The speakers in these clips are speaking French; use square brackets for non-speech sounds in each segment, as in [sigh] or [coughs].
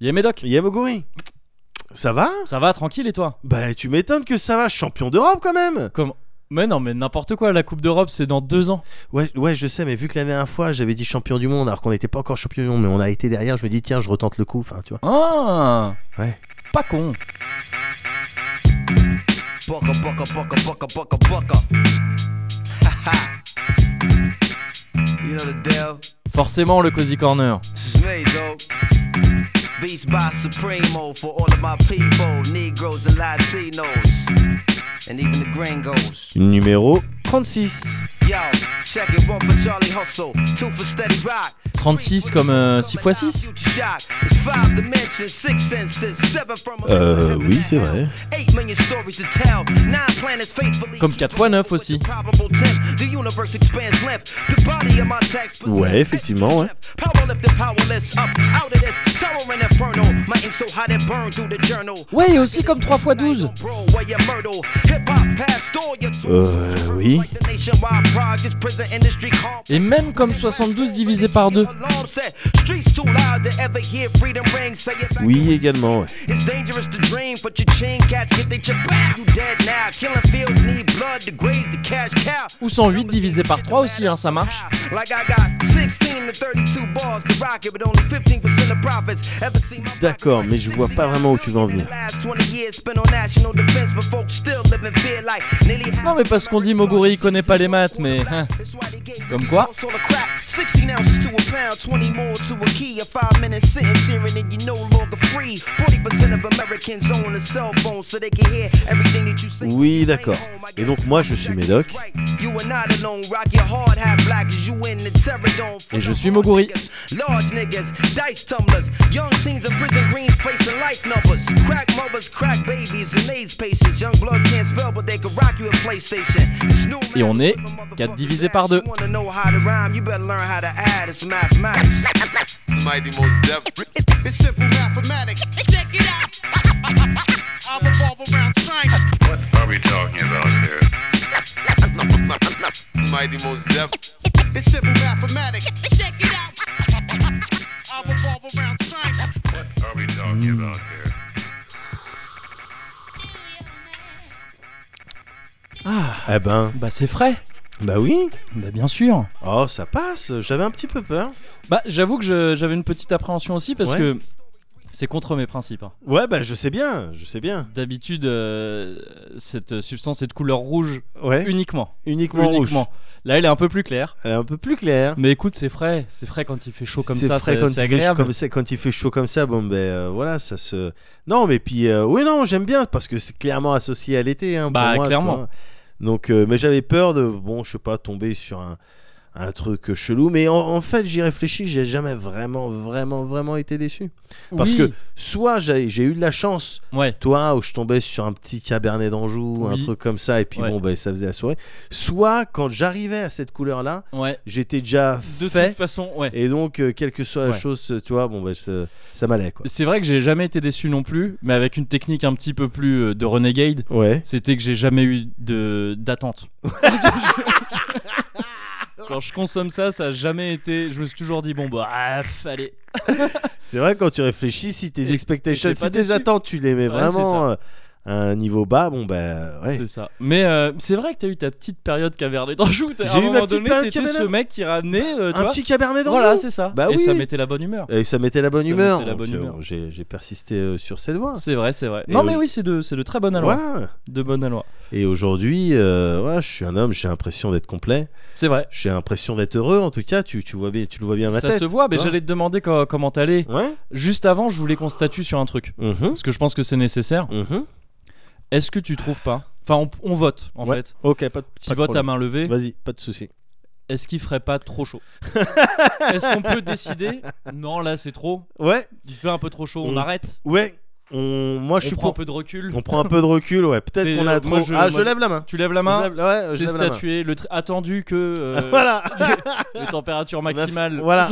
Yé Médoc, Yamoguri Ça va ça va tranquille et toi Bah tu m'étonnes que ça va, champion d'Europe quand même Comme Mais non, mais n'importe quoi, la Coupe d'Europe c'est dans deux ans. Ouais, ouais je sais, mais vu que la dernière fois j'avais dit champion du monde alors qu'on n'était pas encore champion du monde, mais on a été derrière, je me dis tiens je retente le coup, enfin tu vois. Ah Ouais. Pas con. Baka baka baka baka baka baka. you know the deal. Forcément le cozy corner. This is made though. Beats by Supremo for all of my people, Negroes and Latinos, and even the gringos. Numéro 36. Yo, check it one for Charlie Hustle, two for Steady Rock. 36 comme euh, 6 x 6 Euh, oui, c'est vrai. Comme 4 fois 9 aussi. Ouais, effectivement, ouais. Ouais, et aussi comme 3 x 12. Euh, oui. Et même comme 72 divisé par 2. Oui également, ouais. It's dangerous to dream, but your chin cats get they chip back. You dead now. Killing fields need blood to graze the cash cow. Ou 108 divisé par 3 aussi, hein, ça marche. Like I got 16 to 32 bars to rock it, but only 15% of profits ever seen my D'accord, mais je vois pas vraiment où tu veux en venir. last 20 years spent on national defense, but folks still live in fear like nearly half Non, mais parce qu'on dit Moguri il connaît pas les maths, mais. hein. That's why they gave Comme quoi All the crap, 16 ounces to a pound, 20 more to a key. A five minute sentence hearing and you no longer free. 40% of Americans own a cell phone so they can hear everything that you say. Oui, d'accord. Et donc, moi, je suis Médoc. You are not alone, rock your hard hat black as you in the terror dome. Et je suis Moguri. Large niggas, dice tumblers, young teens in prison greens facing life numbers. Crack mothers, crack babies, and AIDS patients. Young bloods can't spell, but they can rock you at PlayStation. It's new Et on est quatre divisé par deux. You wanna know how to rhyme, you better learn how to add. It's mathematics. mighty most def- It's simple mathematics. Check it out. [laughs] I revolve around science. What are we talking about [laughs] here? mighty most def- It's simple mathematics. Check it out. I revolve around science. What are we talking about here? Eh ben, Bah, c'est frais. bah oui. Bah, bien sûr. Oh, ça passe. J'avais un petit peu peur. Bah, j'avoue que je- j'avais une petite appréhension aussi parce Ouais. que c'est contre mes principes. hein. Ouais, bah je sais bien, je sais bien. D'habitude, euh, cette substance est de couleur rouge Ouais. uniquement. Uniquement, uniquement. Là, elle est un peu plus claire. rouge. Euh, Un peu plus clair. Mais écoute, c'est frais. C'est frais quand il fait chaud comme C'est ça. frais C'est quand c'est il fait chaud agréable. comme ça, quand il fait chaud comme ça, bon ben euh, voilà, ça se. Non, mais puis euh, oui, non, j'aime bien parce que c'est clairement associé à l'été. hein, pour Bah, moi, tu clairement. vois. Donc, euh, mais j'avais peur de, bon, je sais pas, tomber sur un, un truc chelou. Mais en, en fait, j'y réfléchis, j'ai jamais vraiment, vraiment, vraiment été déçu. Parce Oui. que soit j'ai j'ai eu de la chance Ouais. toi où je tombais sur un petit cabernet d'Anjou, un Oui. truc comme ça, et puis Ouais. bon, bah, ça faisait la soirée. Soit quand j'arrivais à cette couleur-là, Ouais. j'étais déjà De fait, toute façon, ouais. et donc, euh, quelle que soit la Ouais. chose, euh, tu vois, bon, bah, ça, ça m'allait quoi. C'est vrai que j'ai jamais été déçu non plus, mais avec une technique un petit peu plus euh, de renegade, Ouais. c'était que j'ai jamais eu de d'attente. [laughs] Quand je consomme ça, ça a jamais été. Je me suis toujours dit bon bah ah, pff, allez. C'est vrai, quand tu réfléchis, si tes Et- expectations, et t'es pas si tes déçu. attentes, tu les mets Ouais, c'est vraiment ça. euh, à un niveau bas, bon, bah, ouais. C'est ça. Mais euh, c'est vrai que t'as eu ta petite période cavernet d'Anjou. T'as- J'ai à un eu ma moment petite donné, période t'étais Cavernet. ce mec qui ramenait. euh, tu Un vois. petit cabernet d'Anjou. Voilà, c'est ça. Bah Et ça oui. mettait la bonne humeur. et ça mettait la bonne Ça humeur. mettait la donc, bonne euh, humeur. bon, J'ai j'ai persisté euh, sur cette voie. C'est vrai, c'est vrai. Et non mais au- oui, c'est de, c'est de très bonne aloi. Voilà. De bonne aloi. Et aujourd'hui, euh, voilà, je suis un homme, j'ai l'impression d'être complet. C'est vrai. J'ai l'impression d'être heureux en tout cas, tu, tu, vois bien, tu le vois bien à ma Ça tête. hein. se voit, mais tu vois. j'allais te demander co- comment t'allais. Ouais. Juste avant, je voulais qu'on statue sur un truc. Mhm. Parce que je pense que c'est nécessaire. Mhm. Est-ce que tu trouves pas Enfin, on, on vote en Ouais. fait. Ok, pas de Petit pas de vote à problème. main levée. Vas-y, pas de souci. Est-ce qu'il ferait pas trop [laughs] chaud Est-ce qu'on peut décider Non, là c'est trop. Ouais, Il fait un peu trop chaud, on Mm. arrête. ouais. on, moi je on suis prend un pour. peu de recul. On prend un peu de recul, ouais. Peut-être T'es- qu'on a euh, trop. moi, je- ah, moi, je je- lève la main. Tu lèves la Je main, lève- ouais, je c'est lève la main. statué. Le tr- attendu que euh, [laughs] Voilà. les températures On a fait- maximales. [laughs] [laughs] Voilà.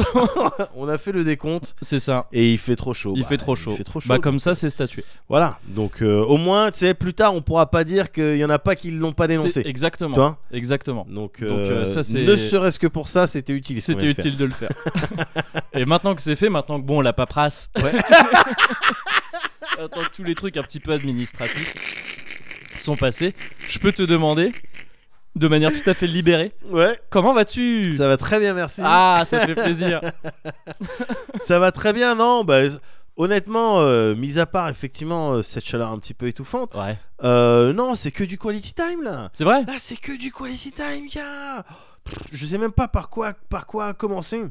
on a fait le décompte C'est ça. et il fait trop chaud. Il Bah, fait trop chaud. Il fait trop chaud. Bah comme ça, c'est statué. Voilà. Donc euh, au moins, tu sais, plus tard, on pourra pas dire qu'il y en a pas qui l'ont C'est- pas dénoncé. Exactement. Tu vois Exactement. Donc, Donc, euh, euh, ça, c'est- ne serait-ce que pour ça, c'était utile. ce qu'on C'était vient de utile de le faire. Et maintenant que c'est fait, maintenant que bon, la paperasse. [laughs] Attends, tous les trucs un petit peu administratifs sont passés. Je peux te demander, de manière tout à fait libérée, faire. Ouais. comment vas-tu Ça va très bien, merci. Ah, ça fait [laughs] plaisir. Ça va très bien, non bah, Honnêtement, euh, mis à part effectivement euh, cette chaleur un petit peu étouffante, Ouais. euh, non, c'est que du quality time là. C'est vrai Là, c'est que du quality time, gars. Pff, Je sais même pas par quoi, par quoi commencer.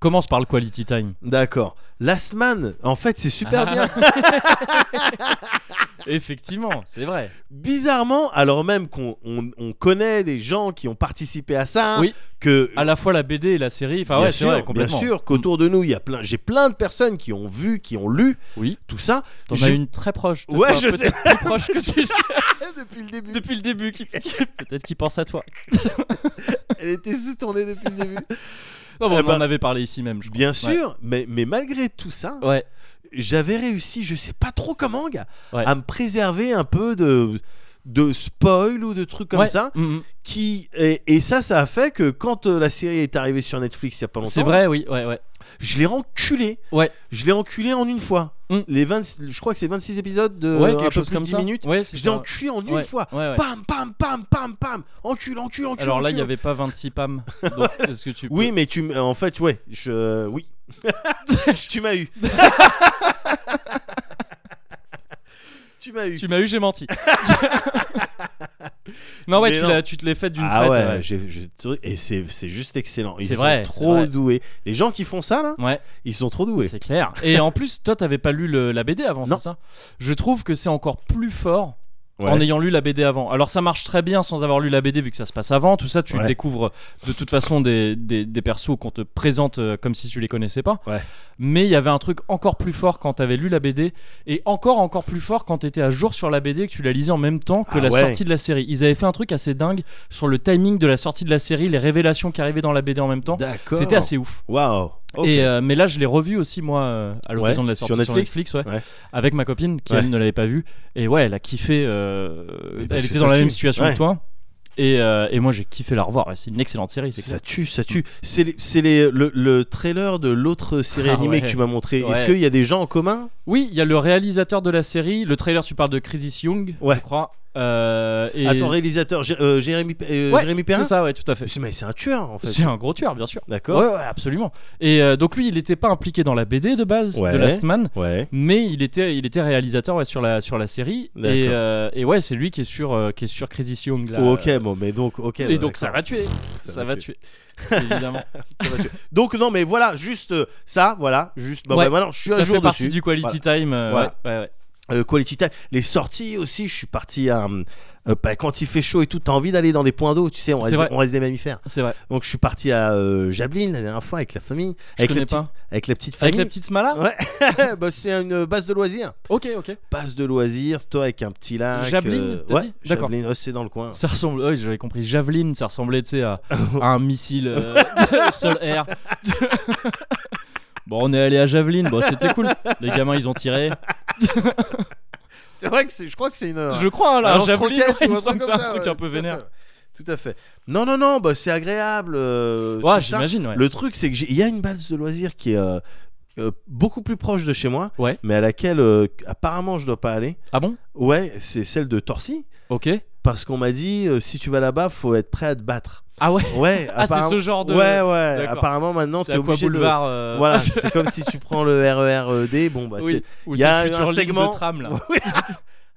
Commence par le quality time. D'accord. Last Man, en fait, c'est super Ah. [laughs] bien. Effectivement, c'est vrai. Bizarrement, alors même qu'on on- on connaît des gens qui ont participé à ça, Oui. que À la fois la BD et la série. Enfin, bien ouais, c'est sûr, vrai, bien complètement. Mm. sûr qu'autour de nous, il y a plein, j'ai plein de personnes qui ont vu, qui ont lu Oui. tout ça. T'en Je- as une très proche. de Ouais, toi, je peut-être Plus proche que tu le sais [laughs] depuis le début. depuis le début. qui- qui- Peut-être qu'il pense à toi. Elle était sous-tournée depuis le début. Non, bon, Eh on ben, en avait parlé ici même, je crois. Bien sûr, mais, mais malgré tout ça, Ouais. j'avais réussi, je sais pas trop comment, gars, Ouais. à me préserver un peu de de spoil ou de trucs comme Ouais. ça Mm, mm. qui et, et ça ça a fait que quand euh, la série est arrivée sur Netflix il y a pas longtemps C'est vrai, oui, ouais, ouais. je l'ai renculé Ouais. je l'ai renculé en une fois Mm. les 20 je crois que c'est 26 épisodes de ouais, Euh, un peu quelque chose plus de comme 10 ça. minutes Ouais, c'est je l'ai ça. enculé en une Ouais, fois ouais, ouais. pam pam pam pam pam encule encule encule Alors là, il encule. n'y avait pas 26 [laughs] PAM. Donc, est-ce que tu peux- oui mais tu m- en fait ouais je euh, oui [laughs] tu m'as [laughs] eu tu m'as eu Tu m'as eu, j'ai [laughs] menti. non, ouais, Mais tu, non. l'as- tu te l'es fait d'une ah traite. ouais, ouais. j'ai- j'ai tout- et c'est c'est juste excellent. Ils C'est sont vrai, c'est trop vrai. doués. Les gens qui font ça là, Ouais, ils sont trop doués. c'est clair. Et en plus, toi, t'avais pas lu le- la BD avant, Non. c'est ça Je trouve que c'est encore plus fort Ouais. en ayant lu la BD avant. Alors ça marche très bien sans avoir lu la BD vu que ça se passe avant. Tout ça, tu Ouais. découvres de toute façon des, des, des persos qu'on te présente euh, comme si tu les connaissais pas. Ouais. Mais il y avait un truc encore plus fort quand t'avais lu la BD et encore encore plus fort quand t'étais à jour sur la BD et que tu la lisais en même temps que Ah la ouais. sortie de la série. Ils avaient fait un truc assez dingue sur le timing de la sortie de la série, les révélations qui arrivaient dans la BD en même temps. D'accord. C'était assez ouf. Waouh. Ok. Et, euh, mais là, je l'ai revu aussi, moi, euh, à l'occasion Ouais, de la sortie sur sur Netflix Netflix, ouais, Ouais. avec ma copine qui, Ouais. elle, ne l'avait pas vu. Et ouais, elle a kiffé. euh, Mais parce elle que était ça dans la même tue. situation Ouais. que toi. Et, euh, et moi, j'ai kiffé la revoir. Ouais, C'est une excellente série, c'est Ça clair. tue, ça tue. C'est les- c'est les- le, le trailer de l'autre série Ah animée ouais. que tu m'as montré. Est-ce Ouais. qu'il y a des gens en commun Oui, il y a le réalisateur de la série. Le trailer, tu parles de Crisis Young, Ouais. je crois. Euh, et... Attends, réalisateur, Jé- euh, Jérémy, euh, Ouais, Jérémy Perrin c'est ça, ouais, tout à fait. C'est- Mais c'est un tueur en fait. C'est un gros tueur, bien sûr. Ouais, D'accord. ouais, absolument. Et euh, donc, lui, il n'était pas impliqué dans la BD de base Ouais. de Last Man. Ouais. mais il était, il était réalisateur ouais, sur, la, sur la série. D'accord. Et, euh, et ouais, c'est lui qui est sur, euh, qui est sur Crazy Young. Là. Oh, euh, ok, bon, mais donc, ok. Et bah, donc ça d'accord. va tuer. Ça, va tuer. [laughs] Évidemment. Donc non, mais voilà, juste euh, ça, voilà, juste. Bah, Ouais, bah, maintenant, je suis ça à jour fait partie dessus. du quality time. euh, Voilà. ouais, ouais, ouais. Euh, quality time. Les sorties aussi, je suis parti à. euh, euh, bah, quand il fait chaud et tout, t'as envie d'aller dans des points d'eau, tu sais, on C'est reste, vrai. on reste des mammifères. C'est vrai. Donc je suis parti à euh, Jablin la dernière fois avec la famille, Je avec, la connais petite, pas. avec la petite famille. Avec la petite Smala [laughs] Ouais, bah, c'est une base de loisirs. Ok, ok. Base de loisirs, toi avec un petit lac. euh, Jablin, t'as ouais, dit D'accord. Jablin, ouais, c'est dans le coin. Ça ressemble, ouais, j'avais compris, Javelin, ça ressemblait tu sais, [laughs] à, à un missile euh, sol-air. bon, on est allé à Javelin, bon, c'était cool. Les gamins, ils ont tiré. C'est vrai que c'est, je crois que c'est une. Je crois, là, un un lance-roquette Javelin, ouais, ou il me un semble truc que comme c'est un ça, truc ouais, un peu tout à vénère. fait. Tout à fait. Non, non, non, bah, c'est agréable. euh, Ouais, tout ça. j'imagine, ouais. Le truc, c'est que j'ai- il y a une base de loisirs qui est euh, euh, beaucoup plus proche de chez moi, Ouais. mais à laquelle euh, apparemment je dois pas aller. Ah bon Ouais, c'est celle de Torcy, Ok. parce qu'on m'a dit euh, si tu vas là-bas, faut être prêt à te battre. Ah ouais Ouais. Ah, c'est apparemment- ce genre de. Ouais, ouais. D'accord. Apparemment maintenant, c'est t'es à quoi obligé boulevard euh, [laughs] de. [laughs] Voilà, c'est comme si tu prends le RERD. Bon bah, oui, tu- où il y a c'est le un futur ligne segment de [laughs] tram là. Oui.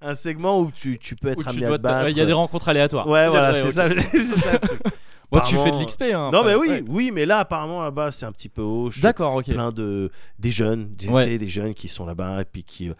un segment où tu, tu peux être où tu amené dois à te- te ouais, battre. Il y a des rencontres aléatoires. Ouais, voilà, [laughs] Ouais, c'est ok. ça. c'est ça [laughs] le truc. Bon, tu fais de Apparemment, l'XP. Hein, Non, mais après. oui, Ouais. oui, mais là, apparemment, là-bas, c'est un petit peu haut. je- D'accord, ok. plein de des jeunes, des, Ouais. tu sais, des jeunes qui sont là-bas et puis qui euh,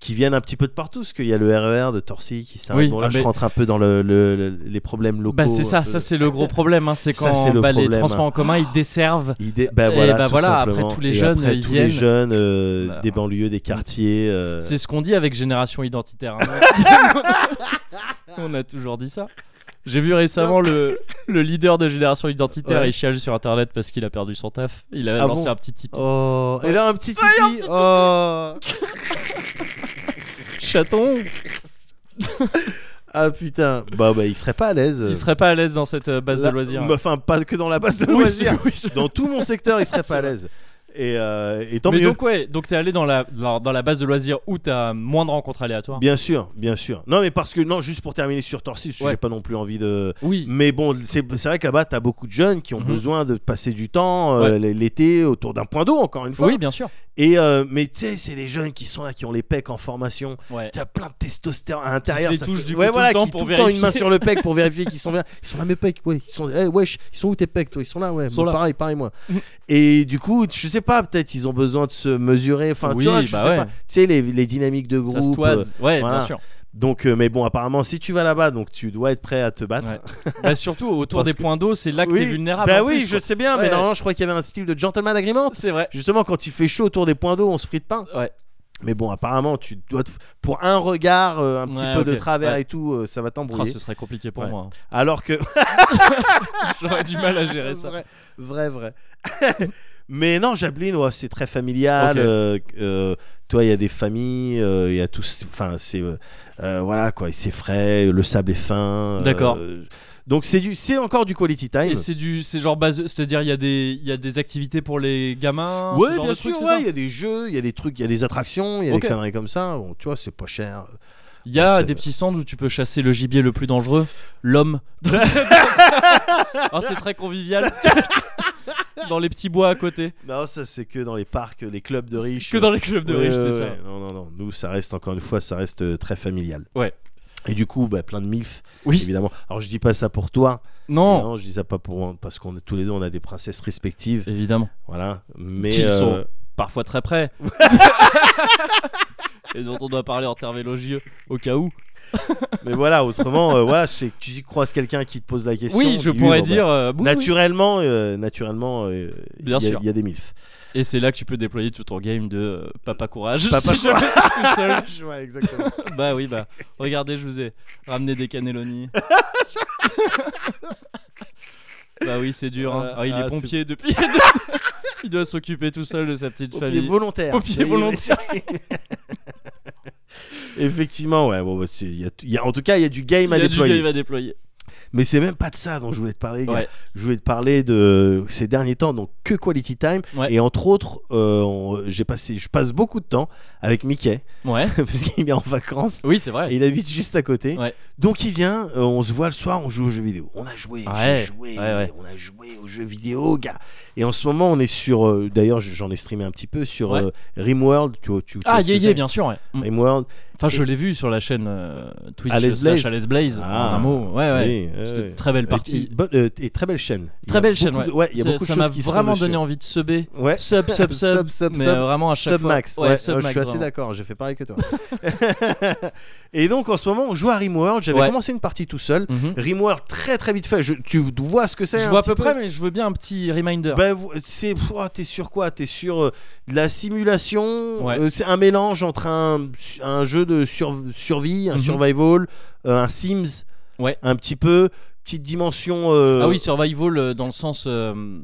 qui viennent un petit peu de partout, parce qu'il y a le RER de Torcy qui s'arrête. Oui, bon, là, ah, je mais- rentre un peu dans le- le- le- les problèmes locaux. Bah c'est ça, un peu. ça c'est le gros problème, hein, c'est [laughs] Ça, quand c'est le bah, les problème. hein. transports en commun ils desservent. Idée- bah Et voilà, bah tout voilà, après, simplement. tous les Et jeunes, après, ils tous les viennent. jeunes euh, Bah. des banlieues, des quartiers. euh, C'est ce qu'on dit avec génération identitaire. hein. [laughs] On a toujours dit ça. J'ai vu récemment le, le leader de génération identitaire, Ouais. il chiale sur internet parce qu'il a perdu son taf. Il a Ah lancé bon un petit tip. Oh, et là un petit tipi. oh. Chaton, Ah putain, bah bah il serait pas à l'aise. il serait pas à l'aise dans cette euh, base Là- de loisirs. bah, Enfin, pas que dans la base de Oui, loisirs. oui, je- Dans tout mon secteur, il serait [laughs] C'est pas à l'aise. Et, euh, et tant Mais mieux. donc ouais, donc t'es allé dans la dans dans la base de loisirs où t'as moins de rencontres aléatoires. Bien sûr, bien sûr. Non, mais parce que non, juste pour terminer sur Torsis, Ouais. j'ai pas non plus envie de. Oui. Mais bon, c'est c'est vrai que là-bas, t'as beaucoup de jeunes qui ont Mhm. besoin de passer du temps euh, l'été autour d'un point d'eau, encore une fois. Oui, bien sûr. Et euh, mais tu sais, c'est des jeunes qui sont là, qui ont les pecs en formation. Ouais. T'as plein de testostérone à l'intérieur. Qui se ça les touche fait- du coup ouais, tout voilà, le temps qui pour tout le temps une main vérifier. sur [laughs] le pec pour vérifier qu'ils sont bien. Ils sont là mes pecs, ouais. Ils sont, eh, wesh, ils sont où tes pecs, toi Ils sont là, ouais. Ils sont Bon, là. Pareil, pareil moi. Mm. Et du coup, je sais pas, peut-être ils ont besoin de se mesurer. Enfin, Oui, tu vois, je bah sais ouais. pas. Tu sais les, les dynamiques de groupe. Ça se toise. Ouais, voilà. bien sûr. euh, donc, euh, mais bon, apparemment, si tu vas là-bas, donc tu dois être prêt à te battre. Ouais. Bah, surtout autour Parce des que- points d'eau, c'est là que Oui. t'es vulnérable. Bah en oui, plus, je quoi. sais bien, Ouais, mais ouais. normalement, je crois qu'il y avait un style de gentleman agreement. C'est vrai. Justement, quand il fait chaud autour des points d'eau, on se frite pas. Ouais. Mais bon, apparemment, tu dois te- pour un regard euh, un petit Ouais, peu de ok, travers ouais. et tout, euh, ça va Oh, t'embrouiller. ce serait compliqué pour Ouais. moi. Alors que hein. [laughs] J'aurais du mal à gérer ça. [laughs] vrai, vrai, vrai. [laughs] Mais non, Jablin, ouais, c'est très familial. Ok. euh, euh, toi, il y a des familles, euh, il y a tous. Enfin, c'est euh, euh, voilà quoi, c'est frais, le sable est fin. euh, D'accord. donc c'est du, c'est encore du quality time. Et c'est du, c'est genre base, c'est-à-dire il y a des, il y a des activités pour les gamins. ce Ouais, genre bien de truc, sûr, c'est ouais, ça il y a des jeux, il y a des trucs, il y a des attractions, il y a Ok. des conneries comme ça. Bon, tu vois, c'est pas cher. Il y a C'est- des petits stands où tu peux chasser le gibier le plus dangereux, [laughs] l'homme. Oh, c'est très convivial. [laughs] dans les petits bois à côté. Non, ça c'est que dans les parcs, les clubs de riches. euh. Que dans les clubs de Ouais, riches, ouais, c'est ça. ouais. Non, non, non. Nous, ça reste encore une fois, ça reste euh, très familial. Ouais. Et du coup, bah, plein de milf, Oui. évidemment. Alors, je dis pas ça pour toi. Non. Non, je dis ça pas pour moi, parce qu'on est tous les deux, on a des princesses respectives. Évidemment. Voilà. Mais Qui euh, sont- Parfois très [laughs] près. Et dont on doit parler en termes élogieux au cas où. mais voilà, autrement, euh, voilà, c'est que tu y croises quelqu'un qui te pose la question. Oui, je tu dis, pourrais bon, bah, dire. euh, oui, oui. naturellement, euh, naturellement, euh, il Bien y, a- sûr. il y a des milf. Et c'est là que tu peux déployer tout ton game de euh, papa courage. Papa si jamais t'es tout seul. [laughs] ouais, exactement. [laughs] Bah oui, bah regardez, je vous ai ramené des [laughs] cannelloni. bah oui, c'est dur. hein. Euh, Ah, il ah, est c'est- pompier [laughs] depuis. il doit s'occuper tout seul de sa petite Au pied famille. volontaire. Au pied volontaire. [laughs] Effectivement, ouais. Bon, bah, c'est- il y a, tout- il y a- en tout cas, il y a du game Il à y a du déployer. game à déployer. Mais c'est même pas de ça dont je voulais te parler, gars. Ouais. Je voulais te parler de ces derniers temps, donc que Quality Time. Ouais. Et entre autres, euh, on- j'ai passé, je passe beaucoup de temps avec Mickey, [laughs] Ouais. parce qu'il est en vacances. Oui, c'est vrai. Et il habite juste à côté. Ouais. Donc il vient, euh, on se voit le soir, on joue aux jeux vidéo. On a joué, Ouais, j'ai joué, ouais, ouais. on a joué aux jeux vidéo, gars. Et en ce moment, on est sur. euh, D'ailleurs, j'en ai streamé un petit peu sur Ouais. euh, Rimworld. Tu, vois- tu, tu Ah, vois ce yé que yé, c'est bien sûr. ouais. Mm. Rimworld. Enfin, je l'ai vu sur la chaîne euh, Twitch Alice slash Blaze. Alice Blaze. Ah, en un mot. Ouais, ouais. oui, ouais, C'était ouais. une très belle Et, partie. et bonne- euh, et très belle chaîne. Il y Très a belle chaîne, beaucoup ouais. de- ouais. Il y a Ça- beaucoup de ça choses m'a qui se font vraiment dessus. donné envie de subber. Ouais. Sub, sub, sub. [laughs] Sub, sub, mais sub. vraiment à chaque fois. Submax, ouais, sub euh, je max, suis assez vraiment. d'accord, je fais pareil que toi. [laughs] et donc en ce moment, on joue à Rimworld, j'avais Ouais. commencé une partie tout seul. Mhm. Rimworld très très vite fait, Je- tu vois ce que c'est Je un vois à petit peu près, mais je veux bien un petit reminder. Ben, vous- c'est pouah, t'es sur quoi T'es sur euh, de la simulation. Ouais. euh, c'est un mélange entre un, un jeu de sur- survie, un Mhm. survival, euh, un Sims, Ouais. un petit peu petite dimension. euh, Ah oui, survival euh, dans le sens. euh,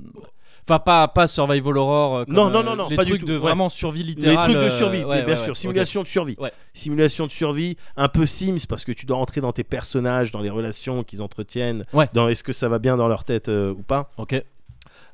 Enfin, pas, pas survival horror. euh, comme, Non, non, euh, non, non, les pas du trucs tout, de ouais. vraiment survie les littérale. trucs de euh, survie, ouais, mais bien ouais, sûr, ouais, simulation de survie, Ouais. simulation de survie, un peu Sims parce que tu dois rentrer dans tes personnages, dans les relations qu'ils entretiennent, Ouais. dans est-ce que ça va bien dans leur tête euh, ou pas. Ok. Ok.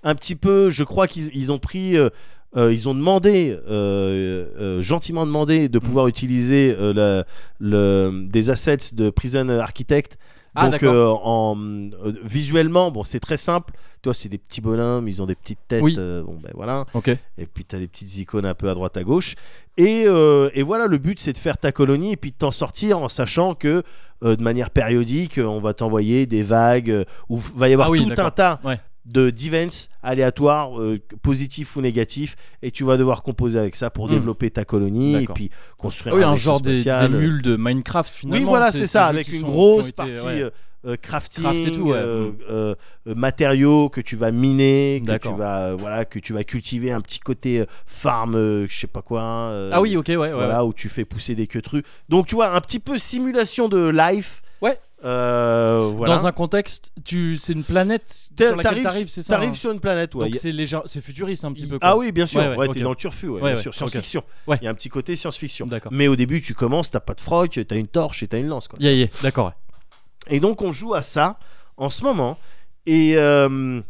un petit peu, je crois qu'ils ils ont pris, euh, euh, ils ont demandé, euh, euh, gentiment demandé, Mm. de pouvoir utiliser euh, la- le- des assets de Prison Architect. Ah, Donc d'accord. euh, en, euh, visuellement, bon, c'est très simple. Toi, c'est des petits bonhommes, ils ont des petites têtes. Oui. euh, bon, ben voilà. Ok. Et puis t'as des petites icônes un peu à droite à gauche. Et, euh, et voilà, le but c'est de faire ta colonie et puis de t'en sortir en sachant que euh, de manière périodique, euh, on va t'envoyer des vagues euh, où f- va y avoir Ah oui, tout un d'accord. tas Ouais. de d'events aléatoires, euh, positifs ou négatifs, et tu vas devoir composer avec ça pour Mm. développer ta colonie et D'accord. Ah puis construire Oui, un, un vaisseau genre des, des spatial. mules de Minecraft finalement. Oui, voilà, ces c'est ça, jeux avec qui une sont- grosse qui ont été- partie ouais. euh, euh, crafting, Craft et tout, ouais. euh, Mm. euh, euh, matériaux que tu vas miner, que tu D'accord. vas, euh, voilà, que tu vas cultiver un petit côté euh, farm, euh, je sais pas quoi. euh, Ah oui, ok, ouais, ouais. voilà, où tu fais pousser des queutrues. Donc tu vois, un petit peu simulation de life. Ouais. Euh, voilà. Dans un contexte, tu, c'est une planète T'es- sur laquelle t'arrives, c'est ça. hein T'arrives sur une planète, ouais. Donc Y- c'est légère- c'est futuriste un petit peu. Ah quoi. oui, bien sûr, Ouais, ouais, ouais, t'es ok. dans le turfu, ouais, Ouais, bien ouais, sûr, ok. science-fiction. Il Ouais. y a un petit côté science-fiction. D'accord. Mais au début, tu commences, t'as pas de froc, t'as une torche et t'as une lance. Quoi. Yeah, yeah, d'accord. [laughs] ouais. Et donc on joue à ça en ce moment. Et euh,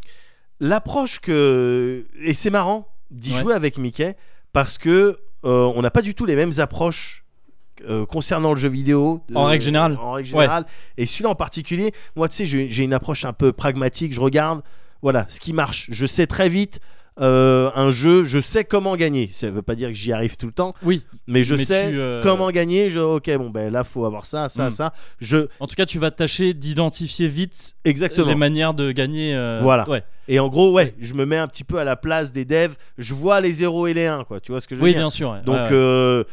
l'approche que... Et c'est marrant d'y Ouais. jouer avec Mickey parce que euh, on n'a pas du tout les mêmes approches euh, concernant le jeu vidéo. En euh, règle générale. En règle générale. Et celui-là en particulier, moi tu sais, j'ai j'ai une approche un peu pragmatique, je regarde, voilà, ce qui marche. Je sais très vite. euh, un jeu, je sais comment gagner. Ça veut pas dire que j'y arrive tout le temps, Oui. mais je Mais sais tu, euh, comment gagner. Je, ok, bon ben là faut avoir ça, ça, Mm. ça. Je En tout cas, tu vas tâcher d'identifier vite euh, exactement. les manières de gagner. euh, Voilà. ouais. Et en gros, ouais, je me mets un petit peu à la place des devs. Je vois les 0 et les 1, quoi. Tu vois ce que je veux Oui, dire bien sûr. ouais, Donc, ouais, ouais. euh,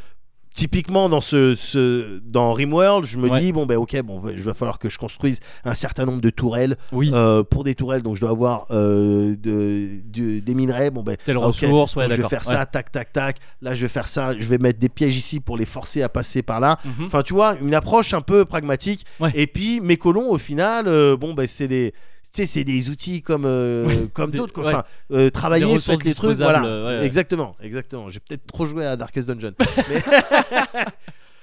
typiquement, dans, ce, ce- dans Rimworld, je me Ouais. dis, bon, ben ok, bon, va- je va falloir que je construise un certain nombre de tourelles. oui, Euh, pour des tourelles, donc je dois avoir euh, de- de- des minerais. Bon, ben, telle ah, ok, ressource, ouais, donc je vais d'accord. faire ouais. ça, tac, tac, tac. Là, je vais faire ça. Je vais mettre des pièges ici pour les forcer à passer par là. Mhm. Enfin, tu vois, une approche un peu pragmatique. Ouais. Et puis, mes colons, au final, euh, bon, ben c'est des. tu sais, c'est des outils comme, euh, Oui, comme des- d'autres. quoi. ouais. Enfin, euh, travailler, Des faites ressources des trucs. disposables, Voilà. euh, ouais, ouais. Exactement, exactement. J'ai peut-être trop joué à [laughs] Darkest Dungeon. Mais.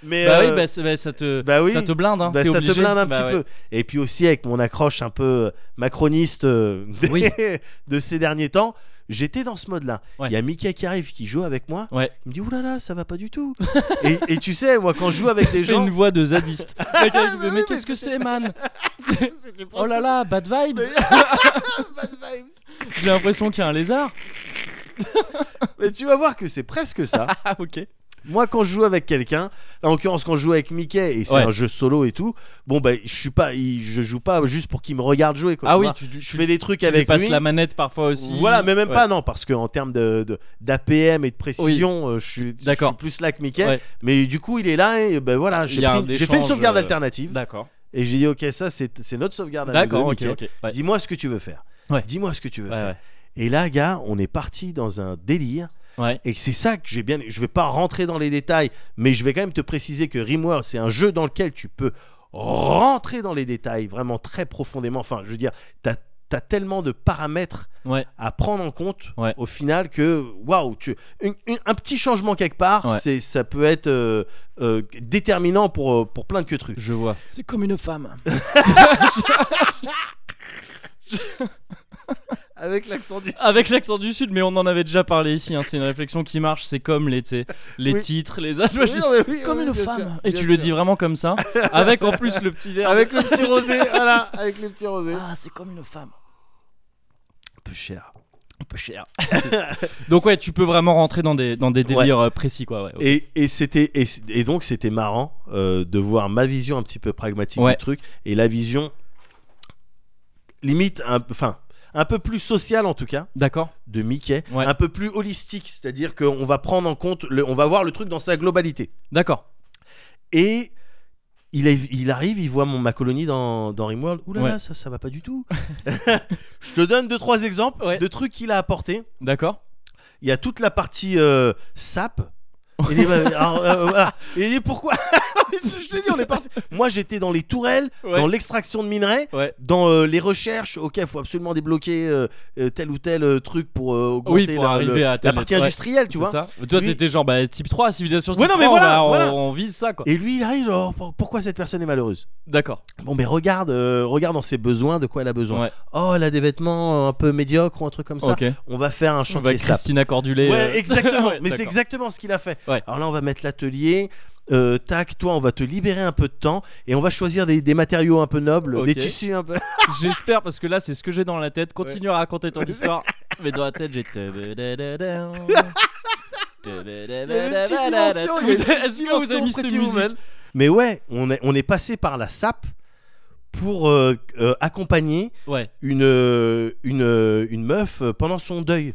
mais, [laughs] Bah euh, oui, bah, c'est- bah, ça te, bah oui. ça te blinde. Hein, bah, t'es ça te obligé. blinde un Bah petit ouais. peu. Et puis aussi avec mon accroche un peu euh, macroniste euh, des- Oui. [laughs] de ces derniers temps, j'étais dans ce mode-là. Il Ouais. y a Mika qui arrive, qui joue avec moi. Ouais. Il me dit, oulala, ça va pas du tout. et, et tu sais, moi quand je [laughs] joue avec des J'ai gens, une voix de [laughs] zadiste. Le gars, il me dit, oui, mais mais qu'est-ce que c'est, man [laughs] C'est- [laughs] Oh là là, bad vibes. Bad vibes. J'ai l'impression qu'il y a un lézard. Mais tu vas voir que c'est [laughs] presque ça. Ah ok. Moi, quand je joue avec quelqu'un, là, en l'occurrence, quand je joue avec Mickey et c'est Ouais. un jeu solo et tout, bon, ben, je suis pas, il- je joue pas juste pour qu'il me regarde jouer. Quoi, Ah tu oui, vois. tu, tu, je fais des trucs tu avec passes lui. la manette parfois aussi. Voilà, mais même Ouais. pas, non, parce qu'en termes d'APM de, d'APM et de précision, euh, je, suis, je D'accord. suis plus là que Mickey. Ouais. Mais du coup, il est là et ben voilà, j'ai Il y a pris- un j'ai fait une échange, sauvegarde euh, alternative D'accord. et j'ai dit, ok, ça, c'est c'est notre sauvegarde à nous D'accord, deux, ok, Mickey. ok. Ouais. Dis-moi ce que tu veux faire. Ouais. Dis-moi ce que tu veux Ouais, faire. ouais. Et là, gars, on est parti dans un délire. Ouais. Et c'est ça que j'ai bien. Je vais pas rentrer dans les détails, mais je vais quand même te préciser que Rimworld, c'est un jeu dans lequel tu peux rentrer dans les détails vraiment très profondément. Enfin, je veux dire, t'as as tellement de paramètres Ouais. à prendre en compte Ouais. au final que waouh, tu une- une- un petit changement quelque part, Ouais. c'est ça peut être euh, euh, déterminant pour euh, pour plein de trucs. Je [laughs] vois. C'est comme une femme. Avec l'accent du. Avec l'accent du sud, mais on en avait déjà parlé ici. hein, C'est une réflexion qui marche. C'est comme les, tu sais, les Oui. titres, les dates. [laughs] Moi, je dis, comme une femme. Et tu le dis vraiment comme ça. Avec en plus le petit verre. Avec le petit [laughs] rosé, voilà, avec le petit rosé. Ah, c'est comme une femme. peu cher. Un peu [laughs] cher. Donc ouais, tu peux vraiment rentrer dans des, dans des délires euh, précis quoi. ouais. Et, et c'était et, c- et donc c'était marrant euh, de voir ma vision un petit peu pragmatique Ouais. du truc et la vision limite un enfin un peu plus sociale en tout cas D'accord. de Mickey, Ouais. un peu plus holistique, c'est-à-dire qu'on va prendre en compte le, on va voir le truc dans sa globalité. D'accord. Et il, est- il arrive, il voit mon ma colonie dans dans Rimworld. Ouh là là, Ouais. ça ça va pas du tout. [laughs] Je te donne deux trois exemples Ouais. de trucs qu'il a apporté. D'accord. Il y a toute la partie euh, sap. Il dit, bah, [laughs] alors, euh, voilà. Il dit, pourquoi [laughs] je, je te dis, on est parti. Moi, j'étais dans les tourelles, Ouais. dans l'extraction de minerais, Ouais. dans euh, les recherches. Ok, il faut absolument débloquer euh, euh, tel ou tel euh, truc pour euh, augmenter pour la, arriver à la tel- partie ouais. industrielle, tu C'est vois. ça Toi Lui- t'étais genre bah, type 3 civilisation. Ouais, type non, mais 3, voilà, on, va- voilà. on- on vise ça quoi. Et lui, il arrive, genre, pour- pourquoi cette personne est malheureuse D'accord. Bon, mais regarde, euh, regarde dans ses besoins, de quoi elle a besoin. Ouais. Oh, elle a des vêtements un peu médiocres ou un truc comme ça. Ok. On va faire un On va chantier sap. Christina Cordulé. Ouais, euh, [laughs] exactement. ouais, mais c'est d'accord. exactement ce qu'il a fait. Ouais. Alors là, on va mettre l'atelier. euh, tac, toi, on va te libérer un peu de temps et on va choisir des, des matériaux un peu nobles, Ok. des tissus un peu. [laughs] J'espère parce que là c'est ce que j'ai dans la tête. Continue à raconter ton histoire. Mais dans la tête j'ai. te- [laughs] dimension, il y a une petite Est-ce que vous dimension avez mis cette Pretty musique Woman. Mais ouais, on est, on est passé par la SAP pour euh, euh, accompagner Ouais. une, euh, une, euh, une meuf euh, pendant son deuil.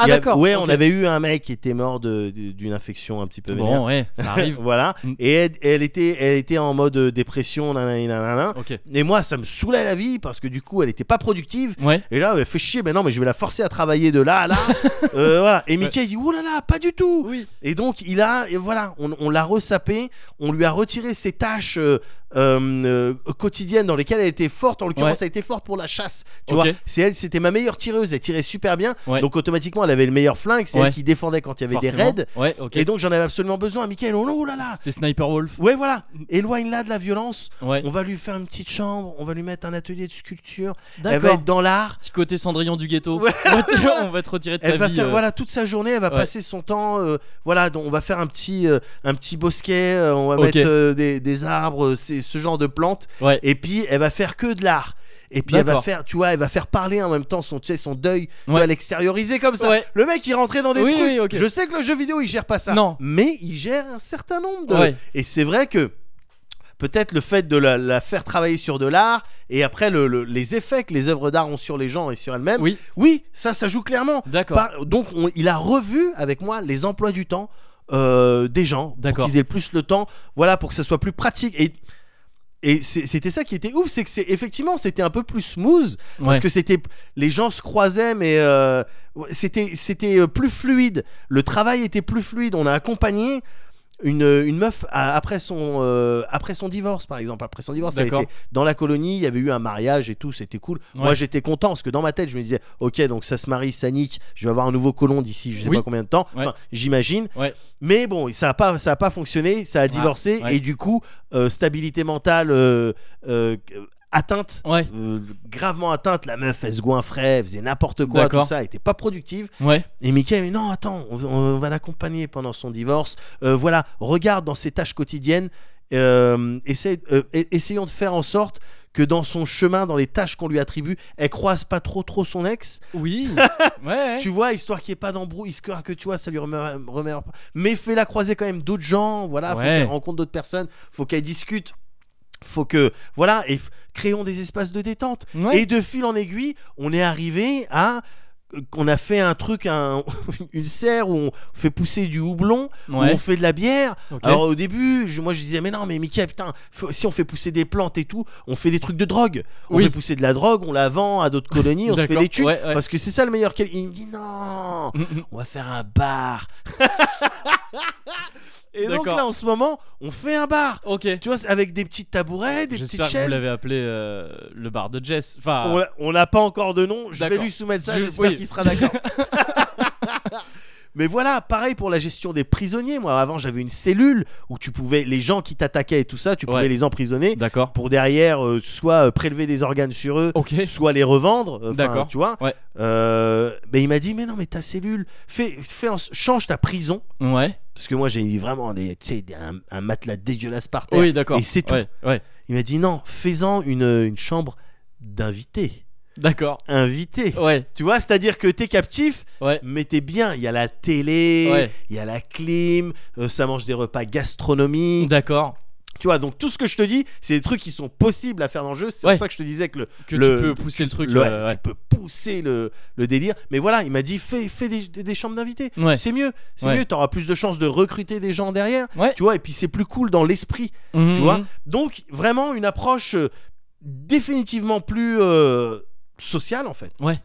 Ah, Il y a- d'accord. Ouais, ok. on avait eu un mec qui était mort de- d'une infection un petit peu vénère. Bon, ouais, ça arrive. voilà. Mm. Et elle, elle était, elle était en mode euh, dépression, nanani, nanana. ok. Et moi, ça me saoulait la vie parce que du coup, elle était pas productive. Ouais. Et là, elle fait chier, mais non, mais je vais la forcer à travailler de là à là. [laughs] Euh, voilà. Et Mickey dit, oulala, là là, pas du tout. Oui. Et donc, il a, et voilà, on, on l'a ressapé, on lui a retiré ses tâches euh, euh, euh, quotidiennes dans lesquelles elle était forte. En l'occurrence, Ouais. elle était forte pour la chasse. Tu Ok. vois, c'est elle, c'était ma meilleure tireuse. Elle tirait super bien. Ouais. Donc, automatiquement, elle avait le meilleur flingue. C'est Ouais. elle qui défendait quand il y avait des forcément. raids. Ouais, ok. Et donc, j'en avais absolument besoin. Mickey, oh, oh là là. C'était Sniper Wolf. Ouais, voilà, éloigne-la de la violence. Ouais. On va lui faire une petite chambre, on va lui mettre un atelier de sculpture. Elle va D'accord. être dans l'art. Petit côté Cendrillon du ghetto. Ouais, [laughs] On va te- voilà. on va te retirer de ta Elle va vie. faire euh, voilà toute sa journée, elle va ouais. passer son temps euh, voilà donc on va faire un petit euh, un petit bosquet, euh, on va Ok. mettre euh, des, des arbres, euh, c'est ce genre de plantes Ouais. et puis elle va faire que de l'art. Et puis elle va D'accord. faire tu vois, elle va faire parler en même temps son tu sais, son deuil, tu Ouais. vois, l'extérioriser comme ça. Ouais. Le mec il rentrait dans des Oui, trucs. oui, ok. Je sais que le jeu vidéo il gère pas ça Non. mais il gère un certain nombre de Ouais. et c'est vrai que Peut-être le fait de la, la faire travailler sur de l'art et après le- le- les effets que les œuvres d'art ont sur les gens et sur elles-mêmes. Oui. oui, ça, ça joue clairement. D'accord. Par- donc, on- il a revu avec moi les emplois du temps euh, des gens pour D'accord. qu'ils aient le plus le temps. Voilà, pour que ça soit plus pratique. Et, et c'est- c'était ça qui était ouf, c'est que c'est effectivement c'était un peu plus smooth parce Ouais. que c'était les gens se croisaient, mais euh, c'était c'était euh, plus fluide. Le travail était plus fluide. On a accompagné. Une, une meuf a- après son euh, après son divorce par exemple après son divorce elle D'accord. était dans la colonie il y avait eu un mariage et tout c'était cool moi Ouais. j'étais content parce que dans ma tête je me disais ok donc ça se marie ça nique je vais avoir un nouveau colon d'ici je sais Oui. pas combien de temps Ouais. enfin j'imagine Ouais. Ah, mais bon ça a pas ça a pas fonctionné ça a divorcé ouais. et du coup euh, stabilité mentale euh, euh, atteinte Ouais. euh, gravement atteinte, la meuf elle se goinfrait, elle faisait n'importe quoi, D'accord. tout ça, elle était pas productive. Ouais. Et Mickey, mais non, attends, on, on va l'accompagner pendant son divorce. Euh, voilà, regarde dans ses tâches quotidiennes, euh, essaie- euh, e- essayons de faire en sorte que dans son chemin, dans les tâches qu'on lui attribue, elle croise pas trop trop son ex. [laughs] Oui. ouais. Tu vois, histoire qu'il n'y ait pas d'embrouille, histoire que tu vois, ça lui remet, remet- Mais fais-la croiser quand même d'autres gens, voilà, faut Ouais. qu'elle rencontre d'autres personnes, faut qu'elle discute, faut que, voilà, et f- créons des espaces de détente. Ouais. Et de fil en aiguille, on est arrivé à euh, qu'on a fait un truc, un- [laughs] une serre où on fait pousser du houblon, où Ouais. on fait de la bière. Ok. Alors au début, je- moi je disais mais non mais Mickey putain, faut- si on fait pousser des plantes et tout, on fait des trucs de drogue. On Oui. fait pousser de la drogue, on la vend à d'autres colonies, on se fait D'accord. des thunes. Ouais, ouais. Parce que c'est ça le meilleur. quel- Il me dit non, Mm, mm. on va faire un bar. [laughs] et donc D'accord. là en ce moment, on fait un bar. [laughs] Ok. Tu vois, avec des petites tabourets, des petites J'espère que vous chaises. l'avez appelé euh, le bar de Jess. Enfin, On l'a- On n'a pas encore de nom. Je vais D'accord. lui soumettre ça. Je- J'espère oui. qu'il sera [laughs] d'accord. [laughs] Mais voilà, pareil pour la gestion des prisonniers. Moi, avant, j'avais une cellule où tu pouvais, les gens qui t'attaquaient et tout ça, tu pouvais Ouais. les emprisonner d'accord. pour derrière euh, soit euh, prélever des organes sur eux, Ok. soit les revendre. euh, 'fin, D'accord. Tu vois. Ouais. Euh, mais il m'a dit, mais non, mais ta cellule, fais, fais en- change ta prison. Ouais. Parce que moi, j'ai eu vraiment des, tu sais, des- un, un matelas dégueulasse par terre. Oui, d'accord. Et c'est tout. Ouais. ouais. Il m'a dit, non, fais-en une, une chambre d'invité. D'accord. Invité. Ouais. Tu vois, c'est-à-dire que t'es captif, Ouais. mais t'es bien. Il y a la télé, Ouais. il y a la clim, euh, ça mange des repas gastronomiques. D'accord. Tu vois, donc tout ce que je te dis, c'est des trucs qui sont possibles à faire dans le jeu. C'est Ouais. pour ça que je te disais que le, Que le- tu peux pousser le truc. le- ouais, ouais. tu peux pousser le, le délire. Mais voilà, il m'a dit fais, fais des, des- des chambres d'invités. Ouais. C'est mieux, c'est Ouais. mieux. T'auras plus de chances de recruter des gens derrière. Ouais. Tu vois, et puis c'est plus cool dans l'esprit. Mhm. Tu vois Donc vraiment une approche euh, définitivement plus euh, sociale en fait. Ouais.